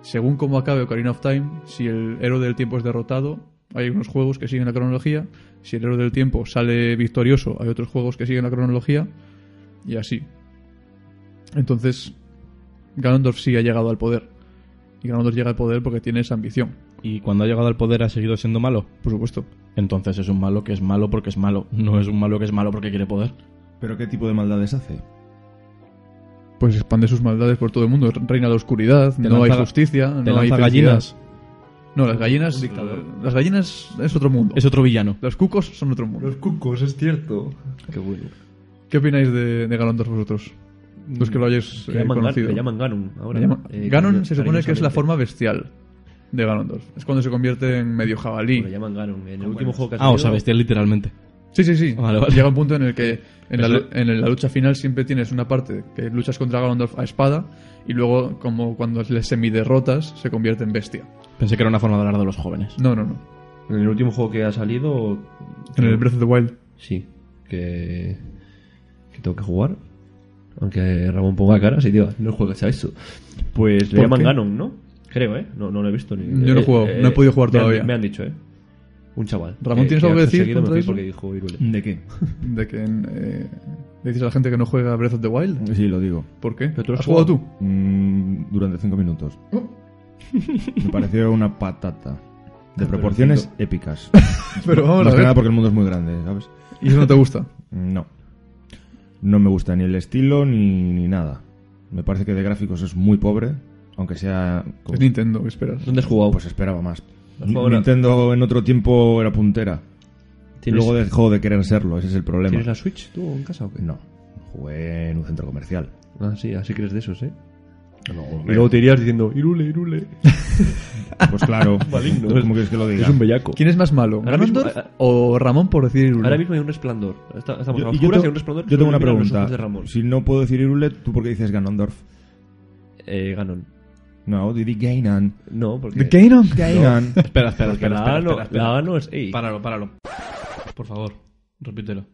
según cómo acabe Ocarina of Time, si el héroe del tiempo es derrotado, hay unos juegos que siguen la cronología. Si el héroe del tiempo sale victorioso, hay otros juegos que siguen la cronología. Y así. Entonces, Ganondorf sí ha llegado al poder. Y Ganondorf llega al poder porque tiene esa ambición.
y cuando ha llegado al poder ha seguido siendo malo.
Por supuesto.
Entonces es un malo que es malo porque es malo, no es un malo que es malo porque quiere poder.
¿Pero qué tipo de maldades hace?
Pues expande sus maldades por todo el mundo. Reina la oscuridad,
Te
no
lanza-
hay justicia,
Te
no hay
lanza
felicidad.
gallinas,
No, las gallinas. Las gallinas es otro mundo.
es otro villano.
Los cucos son otro mundo.
cucos, es cierto.
Qué bueno.
¿Qué opináis de, de Ganondorf vosotros? Los que lo hayáis
Le
eh,
llaman, Gan-
conocido.
le llaman Ganon ahora.
Le llaman-
eh,
Ganon se supone
cariñosamente.
que es la forma bestial de Ganondorf. Es cuando se convierte en medio
Le
jabalí.
llaman Ganon. En el último juego que ha
Ah, o sea,
salido-
bestial literalmente.
Sí, sí, sí.
Vale, vale.
Llega un punto en el que en la,
Eso-
en la lucha final siempre tienes una parte que luchas contra Ganondorf a espada y luego, como cuando le semiderrotas, se convierte en bestia.
Pensé que era una forma de hablar de los jóvenes.
No, no, no.
¿este- En el último juego que ha salido.
En el Breath of the Wild.
Sí. Que. Que tengo que jugar. Aunque Ramón ponga cara, sí, tío, no juegas a eso. Pues le
¿Por
llaman
qué?
Ganon, ¿no? Creo, ¿eh? No, no lo he visto ni.
Yo no he
eh,
jugado, no he podido jugar
me han-
todavía.
me han dicho, ¿eh? Un chaval.
Ramón, ¿tienes algo que
ha
decir
seguido me
contra
fui
eso?
porque dijo Iruela.
¿De qué?
De que eh, le dices a la gente que no juega a Breath of the Wild.
Sí, lo digo.
¿Por qué?
Pero tú has
¿Has jugado tú?
jugado.
Mm, durante cinco minutos. Me pareció una patata. De proporciones épicas.
Pero vamos
Más
a
que nada
ver.
porque el mundo es muy grande, ¿sabes? Mm,
Y eso no te gusta.
No. No me gusta ni el estilo ni, ni nada. Me parece que de gráficos es muy pobre, aunque sea... con-
Es Nintendo, ¿qué esperas?
¿Dónde has jugado?
Pues esperaba más.
Has jugado una-
Nintendo en otro tiempo era puntera.
¿Tienes-
Luego dejó de querer serlo, ese es el problema.
¿Tienes la Switch tú en casa o qué?
No, jugué en un centro comercial.
Ah, sí, así que eres de esos, ¿eh?
Luego,
Y luego te irías diciendo, Irule, Irule.
pues claro,
Maligno.
¿cómo quieres que lo diga?
Es un bellaco.
¿Quién es más malo?
Ahora mismo-
¿Ganondorf o Ramón por decir Irule?
Ahora mismo hay un resplandor. Está- Estamos
Yo-
a
y yo
oscuras
tengo-
y hay un resplandor. que
yo tengo una
ilumina los ojos
pregunta.
de Ramón.
Si no puedo decir Irule, ¿tú por qué dices Ganondorf?
Eh, Ganon.
No, Didi Gainan.
No, porque...
¿De Ganon?
Gainan.
Espera, espera,
Porque
espera,
la
espera,
A no-
espera, espera.
la A no es ey.
Páralo, páralo. Por favor, repítelo.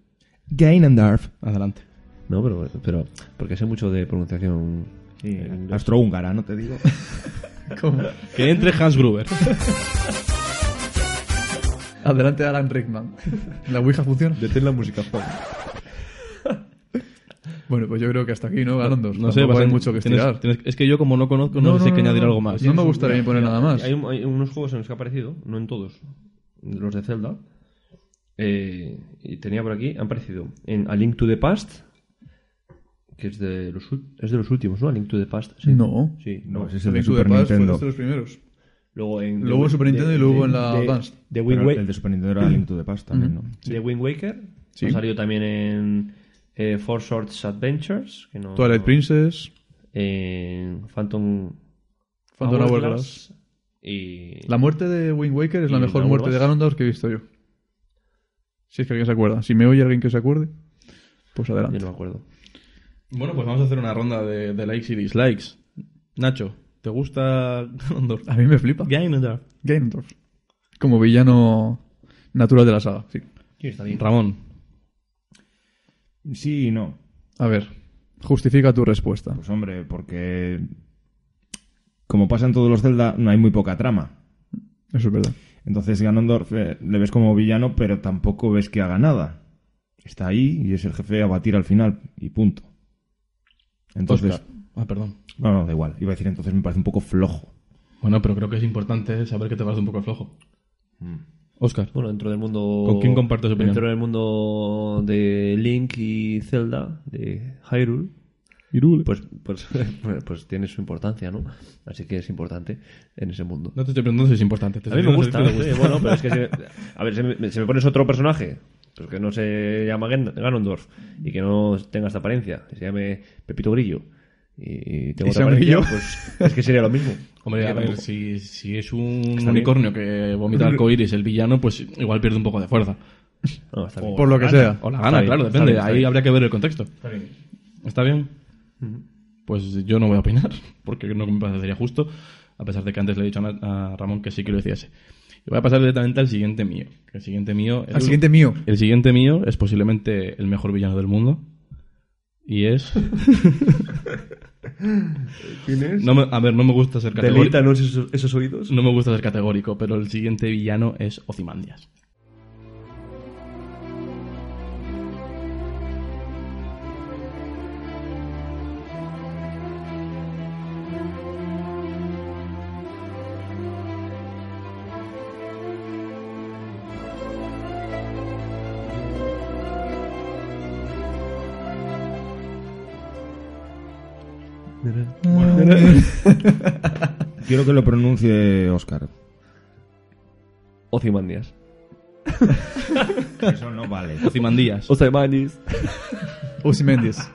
Gainandarf.
Adelante.
No, pero, pero... Porque sé mucho de pronunciación... Eh, ah, en-
Astrohúngara, no te digo.
Que entre Hans Gruber.
Adelante Alan Rickman. ¿La Ouija funciona?
Detén la música. Juan.
Bueno, pues yo creo que hasta aquí, ¿no? Ganondorf.
No sé,
Tampoco
vas
hay
a-
mucho que
tienes-
estirar.
tienes- es que yo como no conozco, no, sé si hay que añadir algo más.
No me gustaría poner nada más.
Hay, un- hay unos juegos en los que ha aparecido, no en todos, los de Zelda. eh, y tenía por aquí, han aparecido en A Link to the Past, que es de los, ul- es de los últimos, ¿no? A Link to the Past. sí.
No.
Sí,
No, ese es
El
el de
Link to the
Super
Past fue
Nintendo.
de los primeros.
Luego en
Luego en Super Nintendo y luego en la
de-
Advance.
De Wind,
Pero
Wa-
el de Super Nintendo era Link to the Past también, ¿no?
de Wind Waker.
Sí.
Ha salido también en eh, Four Swords Adventures. Que no,
Twilight Princess,
En Phantom,
Phantom Hourglass.
Y
La muerte de Wind Waker es la
Y
mejor
la
muerte
Hourglass.
de Ganondorf que he visto yo. Si es que alguien se acuerda. Si me oye alguien que se acuerde, pues
yo
adelante.
no me acuerdo.
Bueno, pues vamos a hacer una ronda de, de likes y dislikes. Nacho, ¿te gusta Ganondorf?
A mí me flipa.
Ganondorf.
Ganondorf. Como villano natural de la saga, sí.
Sí, está bien.
Ramón,
Mm.
Sí y no.
A ver, justifica tu respuesta.
Pues hombre, porque... Como pasa en todos los Zelda, no hay muy poca trama.
Eso es verdad.
Entonces Ganondorf eh, le ves como villano, pero tampoco ves que haga nada. Está ahí y es el jefe a batir al final y punto. Entonces,
Oscar. Ah, perdón.
no, no, da igual. Iba a decir entonces me parece un poco flojo.
Bueno, pero creo que es importante saber que te vas de un poco flojo. Oscar.
Bueno, dentro del mundo.
¿Con quién compartes opinión?
Dentro del mundo de Link y Zelda, de Hyrule. Pues, pues, pues, pues tiene su importancia, ¿no? Así que es importante en ese mundo.
No te estoy preguntando si es importante. te
A mí
estoy
me
diciendo
gusta,
si te
sí, bueno, pero es que se- a ver, si me, si me pones otro personaje pues que no se llama Gan- Ganondorf y que no tenga esta apariencia, que se llame Pepito Grillo y, y tengo
¿Y se llama
otra apariencia,
Grillo?
pues es que sería lo mismo.
Hombre, a
Que
ver,
tampoco-
si, si es un
Está bien.
unicornio que vomita arcoiris el villano, pues igual pierde un poco de fuerza.
No, está bien.
Por lo que sea.
O la
Está
gana,
bien,
claro,
está
depende.
bien, está
Ahí
bien.
habría que ver el contexto. Está bien. ¿Está bien? Pues yo no voy a opinar, porque no me parecería justo, a pesar de que antes le he dicho a Na- a, Ramón que sí que lo hiciese. Y voy a pasar directamente al siguiente mío. que El siguiente mío es
Al siguiente mío.
El siguiente mío es posiblemente el mejor villano del mundo. Y es. No me- a ver, no me gusta ser categórico.
Delítanos esos, esos oídos.
No me gusta ser categórico, pero el siguiente villano es Ozymandias.
Quiero que lo pronuncie Oscar.
Ozymandias.
Eso no vale.
Ozymandias.
Ozymandias.
Osimendias.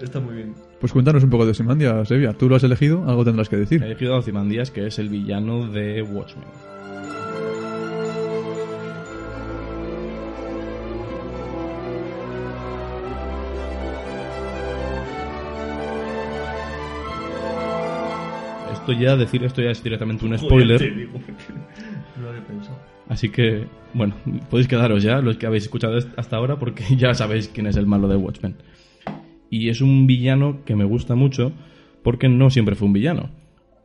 Está muy bien.
Pues cuéntanos un poco de Osimandia, Sevilla. Tú lo has elegido, algo tendrás que
He
decir.
elegido a Ozymandias, que es el villano de Watchmen. Esto ya, decir esto ya es directamente un spoiler. Así que, bueno, podéis quedaros ya, los que habéis escuchado est- hasta ahora, porque ya sabéis quién es el malo de Watchmen. Y es un villano que me gusta mucho, porque no siempre fue un villano.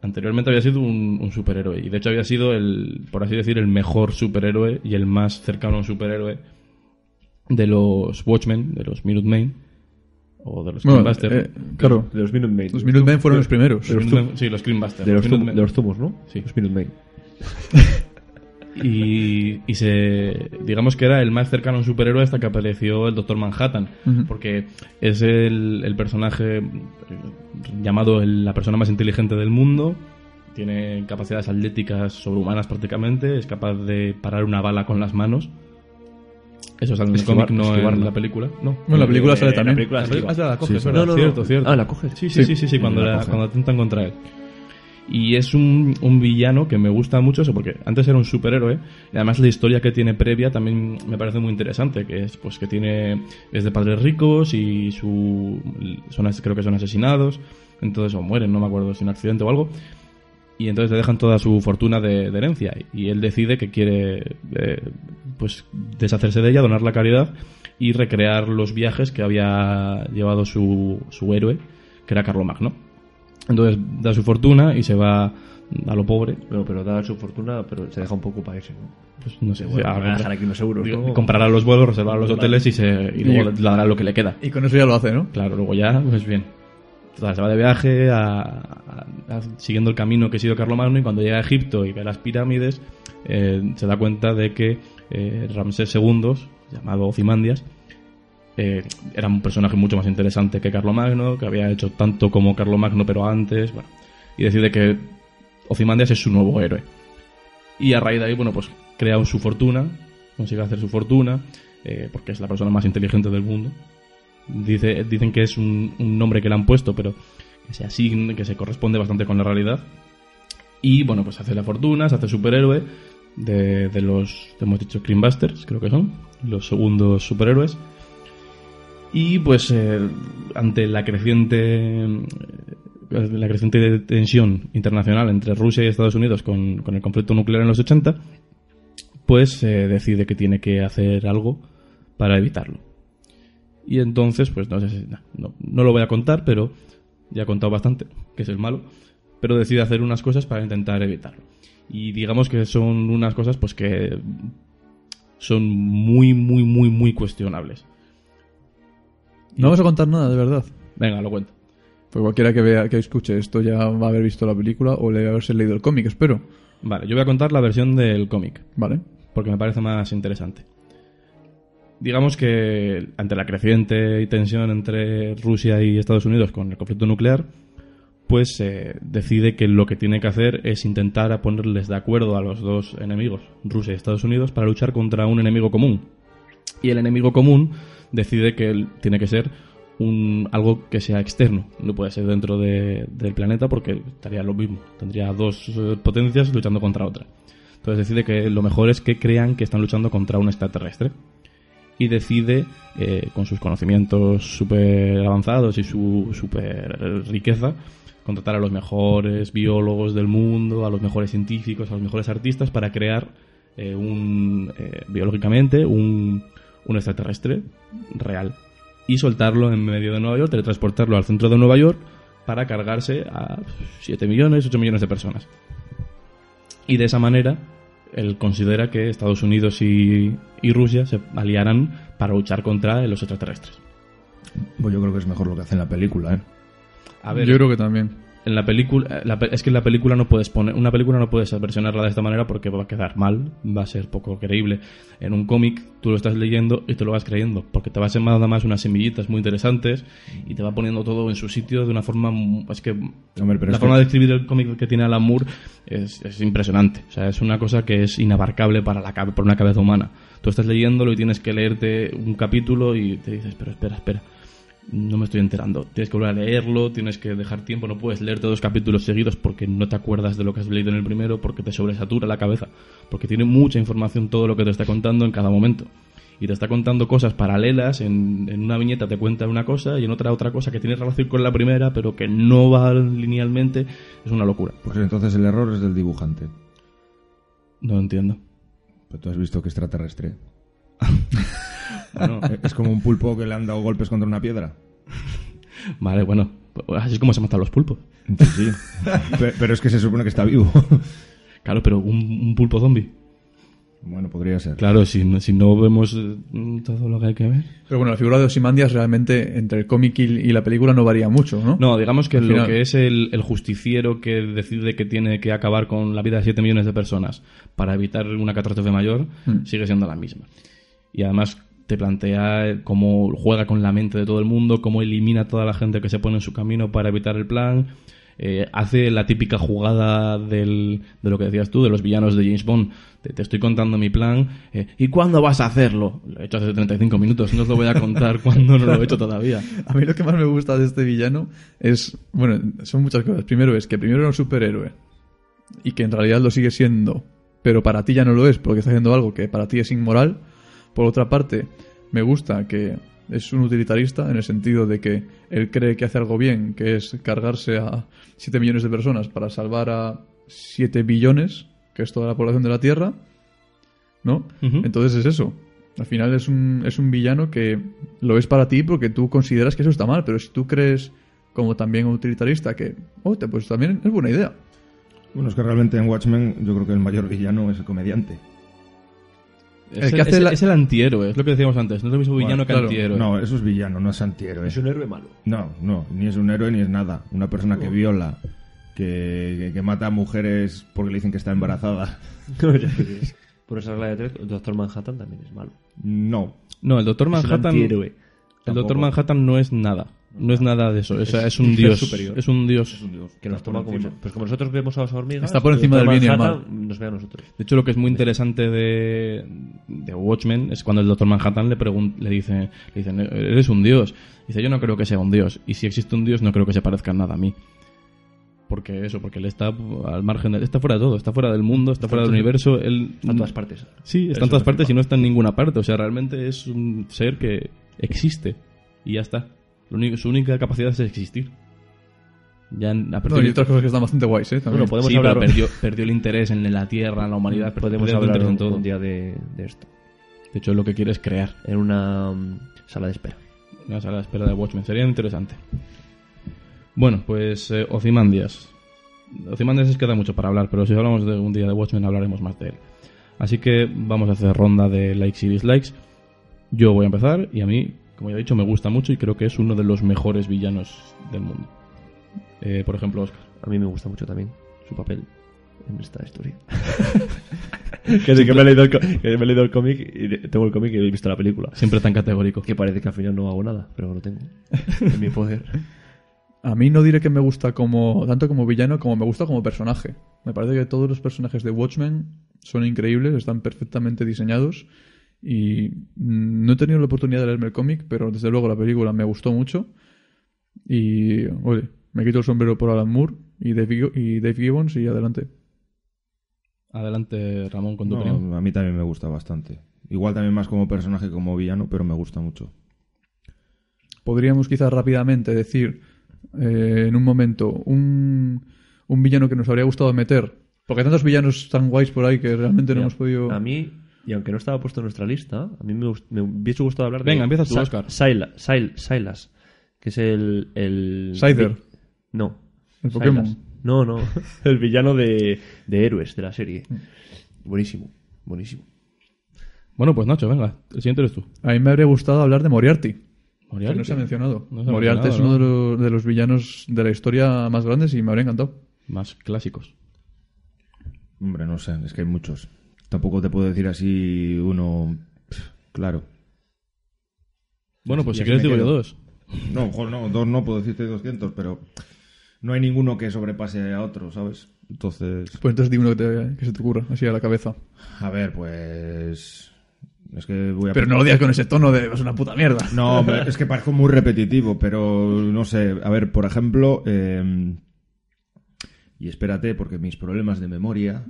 Anteriormente había sido un, un superhéroe, y de hecho había sido el, por así decir, el mejor superhéroe y el más cercano a un superhéroe de los Watchmen, de los Minutemen, o de los
Bueno,
Greenbusters.
eh, claro,
De los Minute Maid.
los Minutemen fueron los primeros.
Los Minutemen- sí, los Greenbusters.
De los,
los
tum-
Minutemen.
de los zumos, ¿no?
Sí.
Los Minute Maid.
y, y se digamos que era el más cercano a un superhéroe hasta que apareció el Doctor Manhattan
Ujú.
porque es el, el personaje eh, llamado el- la persona más inteligente del mundo tiene capacidades atléticas sobrehumanas prácticamente es capaz de parar una bala con las manos eso sale en el
Esquivar-
cómic no en
esquivarla.
la película no
Bueno, la película
Eh,
sale también.
la película- ah, la coge, es
Sí,
verdad,
No, no, no.
cierto cierto
Ah, la coges.
Sí, sí, sí, sí, sí, cuando,
La
la-
coge.
cuando atentan contra él. Y es un, un villano que me gusta mucho eso, porque antes era un superhéroe, y además la historia que tiene previa también me parece muy interesante, que es pues que tiene es de padres ricos y su son as- creo que son asesinados, entonces o mueren, no me acuerdo si un accidente o algo. Y entonces le dejan toda su fortuna de, de herencia. Y él decide que quiere eh, pues deshacerse de ella, donar la caridad y recrear los viajes que había llevado su, su héroe, que era Carlomagno. Entonces da su fortuna y se va a lo pobre.
Bueno, pero da su fortuna, pero se deja un poco para irse, ¿no?
Pues no sé,
Bueno,
a-
voy a dejar aquí unos euros,
digo,
¿no?
comprará los vuelos, reservará los hoteles y, se, y luego le dará lo que le queda.
Y con eso ya lo hace, ¿no?
Claro, luego ya, pues bien. Total, se va de viaje a- a- a- siguiendo el camino que ha sido Carlomagno y cuando llega a Egipto y ve las pirámides, eh, se da cuenta de que eh, Ramsés II, llamado Ocimandias, era un personaje mucho más interesante que Carlomagno, que había hecho tanto como Carlomagno, pero antes, bueno, y decide que Ocimandias es su nuevo héroe. Y a raíz de ahí, bueno, pues crea su fortuna, consigue hacer su fortuna, eh, porque es la persona más inteligente del mundo. Dice, dicen que es un, un nombre que le han puesto, pero que se asigne, que se corresponde bastante con la realidad. Y bueno, pues hace la fortuna, se hace superhéroe de, de los, hemos dicho, Creambusters, creo que son, los segundos superhéroes. Y pues eh, ante la creciente eh, la creciente tensión internacional entre Rusia y Estados Unidos con, con el conflicto nuclear en los 80, pues eh, decide que tiene que hacer algo para evitarlo. Y entonces, pues no sé, si- nah, no, no lo voy a contar, pero ya he contado bastante, que es el malo, pero decide hacer unas cosas para intentar evitarlo. Y digamos que son unas cosas pues que son muy, muy, muy, muy cuestionables.
No vamos a contar nada, de verdad.
Venga, lo cuento.
Pues cualquiera que vea, que escuche esto ya va a haber visto la película o le haberse leído el cómic, espero.
Vale, yo voy a contar la versión del cómic.
Vale.
porque me parece más interesante. Digamos que ante la creciente tensión entre Rusia y Estados Unidos con el conflicto nuclear, pues eh, decide que lo que tiene que hacer es intentar a ponerles de acuerdo a los dos enemigos, Rusia y Estados Unidos, para luchar contra un enemigo común. Y el enemigo común decide que él tiene que ser un, algo que sea externo, no puede ser dentro de- del planeta porque estaría lo mismo, tendría dos eh, potencias luchando contra otra. Entonces decide que lo mejor es que crean que están luchando contra un extraterrestre. Y decide, eh, con sus conocimientos súper avanzados y su super riqueza, contratar a los mejores biólogos del mundo, a los mejores científicos, a los mejores artistas para crear eh, un, eh, biológicamente un, un extraterrestre real. Y soltarlo en medio de Nueva York, teletransportarlo al centro de Nueva York para cargarse a 7 millones, 8 millones de personas. Y de esa manera, él considera que Estados Unidos y, y Rusia se aliarán para luchar contra los extraterrestres.
Pues yo creo que es mejor lo que hace en la película, ¿eh?
A ver,
Yo creo que también.
en la película eh, la pe- es que en la película no puedes poner una película no puedes versionarla de esta manera porque va a quedar mal va a ser poco creíble en un cómic tú lo estás leyendo y te lo vas creyendo porque te vas sembrando nada más unas semillitas muy interesantes y te va poniendo todo en su sitio de una forma mu- es que
Hombre,
la
pero es
forma
que-
de escribir el cómic que tiene Alan Moore es, es impresionante o sea es una cosa que es inabarcable para la cabe- por una cabeza humana tú estás leyéndolo y tienes que leerte un capítulo y te dices pero espera espera no me estoy enterando. Tienes que volver a leerlo, tienes que dejar tiempo, no puedes leerte dos capítulos seguidos porque no te acuerdas de lo que has leído en el primero, porque te sobresatura la cabeza, porque tiene mucha información todo lo que te está contando en cada momento. Y te está contando cosas paralelas, en, en una viñeta te cuenta una cosa y en otra otra cosa que tiene relación con la primera, pero que no va linealmente, es una locura.
Pues entonces el error es del dibujante.
No lo entiendo.
Pero tú has visto que es extraterrestre.
Bueno, eh,
Es como un pulpo que le han dado golpes contra una piedra.
vale, bueno, así es como se matan los pulpos.
Pues Sí. Pe- Pero es que se supone que está vivo.
Claro, pero un, un pulpo zombie.
Bueno, podría ser.
Claro, si, no- si no vemos eh, todo lo que hay que ver.
Pero bueno, la figura de Osimandias realmente entre el cómic y, y la película no varía mucho, ¿no?
No, digamos que
Al
lo
final.
que es el, el justiciero que decide que tiene que acabar con la vida de 7 millones de personas para evitar una catástrofe mayor
Mm.
sigue siendo la misma. Y además te plantea cómo juega con la mente de todo el mundo, cómo elimina a toda la gente que se pone en su camino para evitar el plan. Eh, hace la típica jugada del- de lo que decías tú, de los villanos de James Bond. Te, te estoy contando mi plan. eh, ¿Y cuándo vas a hacerlo? Lo he hecho hace 35 minutos, no os lo voy a contar cuando no lo he hecho todavía.
A mí lo que más me gusta de este villano es, bueno, son muchas cosas. Primero es que primero era un superhéroe y que en realidad lo sigue siendo, pero para ti ya no lo es porque está haciendo algo que para ti es inmoral. Por otra parte, me gusta que es un utilitarista en el sentido de que él cree que hace algo bien, que es cargarse a 7 millones de personas para salvar a 7 billones, que es toda la población de la Tierra, ¿no?
Ujú.
Entonces es eso. Al final es un, es un villano que lo es para ti porque tú consideras que eso está mal, pero si tú crees, como también un utilitarista, que, oh, te- pues también es buena idea.
Bueno, es que realmente en Watchmen yo creo que el mayor villano es el comediante.
Es
El
el,
que hace
es-
la-
es el antihéroe, es lo que decíamos antes. No eh. es lo mismo villano
Bueno,
que
claro.
antihéroe.
No, eso es villano, no es antihéroe.
Es un héroe malo.
No, no, ni es un héroe ni es nada. Una persona
Oh.
que viola, que, que- que mata a mujeres porque le dicen que está embarazada.
Por esa regla de tres, el Doctor Manhattan también es malo.
No.
No, el Doctor
Es un
Manhattan.
antihéroe.
El
Tampoco.
Doctor Manhattan no es nada. No es nada de eso. O sea, es, un
es
dios.
superior.
Es un dios.
Que nos toma como... Pues como nosotros vemos a las hormigas...
Está por
el
encima del
Dr.
bien y el
Manhattan Nos ve a nosotros.
De hecho, lo que es muy interesante de, de Watchmen es cuando el Doctor Manhattan le, pregun- le, dice, le dicen, eres un dios. Dice, yo no creo que sea un dios. Y si existe un dios, no creo que se parezca en nada a mí. Porque eso, porque él está al margen, de, está fuera de todo, está fuera del mundo, está, fuera del universo. Él
Está en todas partes.
Sí, está
Eso
en todas
me
partes
flipa.
y no está en ninguna parte. O sea, realmente es un ser que existe y ya está. Lo único- su única capacidad es existir. Ya en- a
No,
partir
y
de-
otras cosas que están bastante guays, ¿eh? También.
Bueno, podemos
Sí, pero
hablar...
perdió, perdió el interés en la Tierra, en la humanidad. per-
Podemos
perdió el
hablar
interés en
un,
todo.
un día de, de esto.
De hecho, lo que quiere es crear.
En una mm, sala de espera.
Una sala de espera de Watchmen. Sería interesante. Bueno, pues eh, Ozymandias. Ozymandias es que da mucho para hablar, pero si hablamos de un día de Watchmen hablaremos más de él. Así que vamos a hacer ronda de likes y dislikes. Yo voy a empezar y a mí, como ya he dicho, me gusta mucho y creo que es uno de los mejores villanos del mundo. Eh, por ejemplo, Oscar.
A mí me gusta mucho también su papel en esta historia. que sí, que me, he leído el, co- que me he leído el cómic y de- tengo el cómic y he visto la película.
Siempre tan categórico.
Que parece que al final no hago nada, pero lo tengo en mi poder.
pues, A mí no diré que me gusta como tanto como villano como me gusta como personaje. Me parece que todos los personajes de Watchmen son increíbles, están perfectamente diseñados y mm, no he tenido la oportunidad de leerme el cómic, pero desde luego la película me gustó mucho y oye, me quito el sombrero por Alan Moore y Dave, Gib- y Dave Gibbons y adelante.
Adelante, Ramón, con tu
No,
opinión.
a mí también me gusta bastante. Igual también más como personaje que como villano, pero me gusta mucho.
podríamos quizás rápidamente decir eh, en un momento un, un villano que nos habría gustado meter. Porque hay tantos villanos tan guays por ahí que realmente
Mira,
no hemos podido...
A mí, y aunque no estaba puesto en nuestra lista, a mí me, gust- me hubiese gustado hablar de.
Venga, empieza tú,
Sa-
Óscar.
Saila- Sail- Silas, que es el. el
Scyther.
vi- No.
El
Silas.
Pokémon.
No, no. El villano de, de héroes de la serie. Buenísimo, buenísimo.
Bueno, pues Nacho, venga. El siguiente eres tú.
A mí me habría gustado hablar de Moriarty. que no se ha mencionado.
No se ha
Moriarty
mencionado,
es uno de los, de los villanos de la historia más grandes y me habría encantado.
Más clásicos.
Hombre, no sé, es que hay muchos. Tampoco te puedo decir así uno. pf, Claro.
Bueno, pues
Y
si
así
quieres
me
digo yo
quedo.
dos.
No, joder, no, dos no puedo decirte 200, pero no hay ninguno que sobrepase a otro, ¿sabes? Entonces.
Pues entonces di uno que, te- que se te ocurra, así a la cabeza.
A ver, pues. Es que voy a.
Pero no lo digas con ese tono de es una puta mierda.
No, hombre, es que parezco muy repetitivo, pero no sé. A ver, por ejemplo. eh, y espérate, porque mis problemas de memoria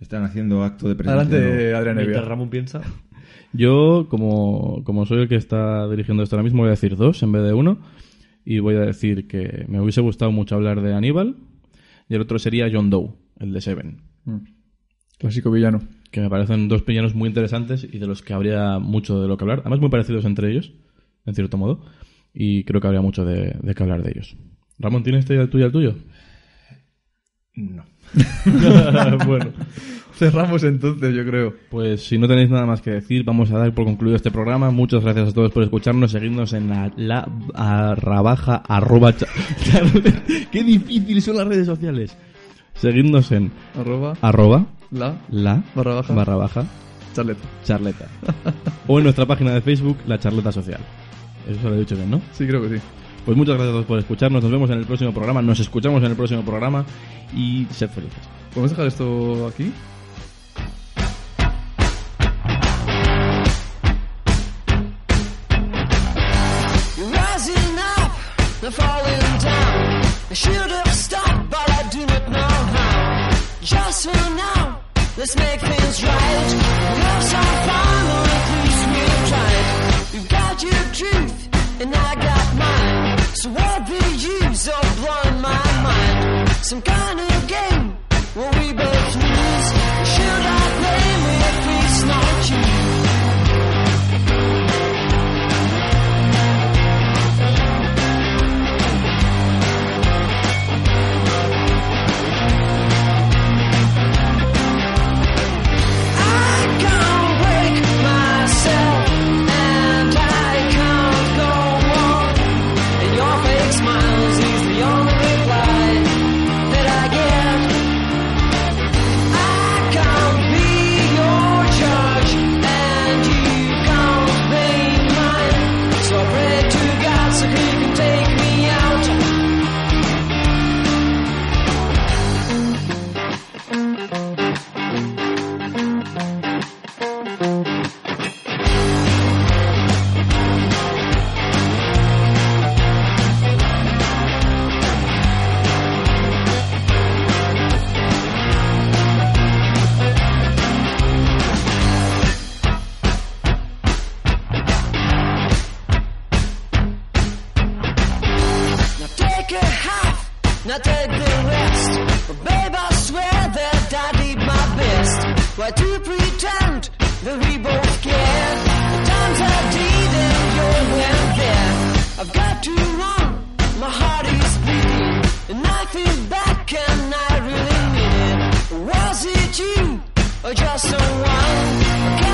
están haciendo acto de presencia.
Adelante, Adrián
Mientras
Evia.
Ramón piensa.
Yo, como, como soy el que está dirigiendo esto ahora mismo, voy a decir dos en vez de uno. Y voy a decir que me hubiese gustado mucho hablar de Aníbal. Y el otro sería John Doe, el de Seven.
Mm. Clásico villano.
Que me parecen dos pillanos muy interesantes y de los que habría mucho de lo que hablar. Además, muy parecidos entre ellos, en cierto modo. Y creo que habría mucho de, de que hablar de ellos. Ramón, ¿tienes este el tuyo al tuyo?
No.
bueno.
Cerramos entonces, yo creo.
Pues si no tenéis nada más que decir, vamos a dar por concluido este programa. Muchas gracias a todos por escucharnos, seguidnos en la, la barra baja arroba cha- Qué difícil son las redes sociales. Seguidnos en
Arroba
arroba
la
la
barra baja
barra baja
Charlet.
charleta. o en nuestra página de Facebook, la charleta social. Eso se lo he dicho bien, ¿no?
Sí, creo que sí.
Pues muchas gracias a todos por escucharnos. Nos vemos en el próximo programa. Nos escuchamos en el próximo programa. Y sed felices.
¿Podemos dejar esto aquí?
Rising up, and falling down. I should have stopped, but I do not know how. Just for now, let's make things right. Love's our final increase we've tried. You got your truth, and I got mine. So what the use of blowing my mind? Some kind of game where we both lose. Should I blame it? Please not you. I can't wake myself, and I can't go on. And your fake smiles is the only reply that I get. I can't be your judge, and you can't be mine. So pray to God so He can take me out. Now take a half, now take the rest. But babe, I swear that I did my best. Why do you pretend that we both care? The times I did and you went there. I've got to run, my heart is bleeding. And I feel back and I really need it. Was it you or just someone? I can't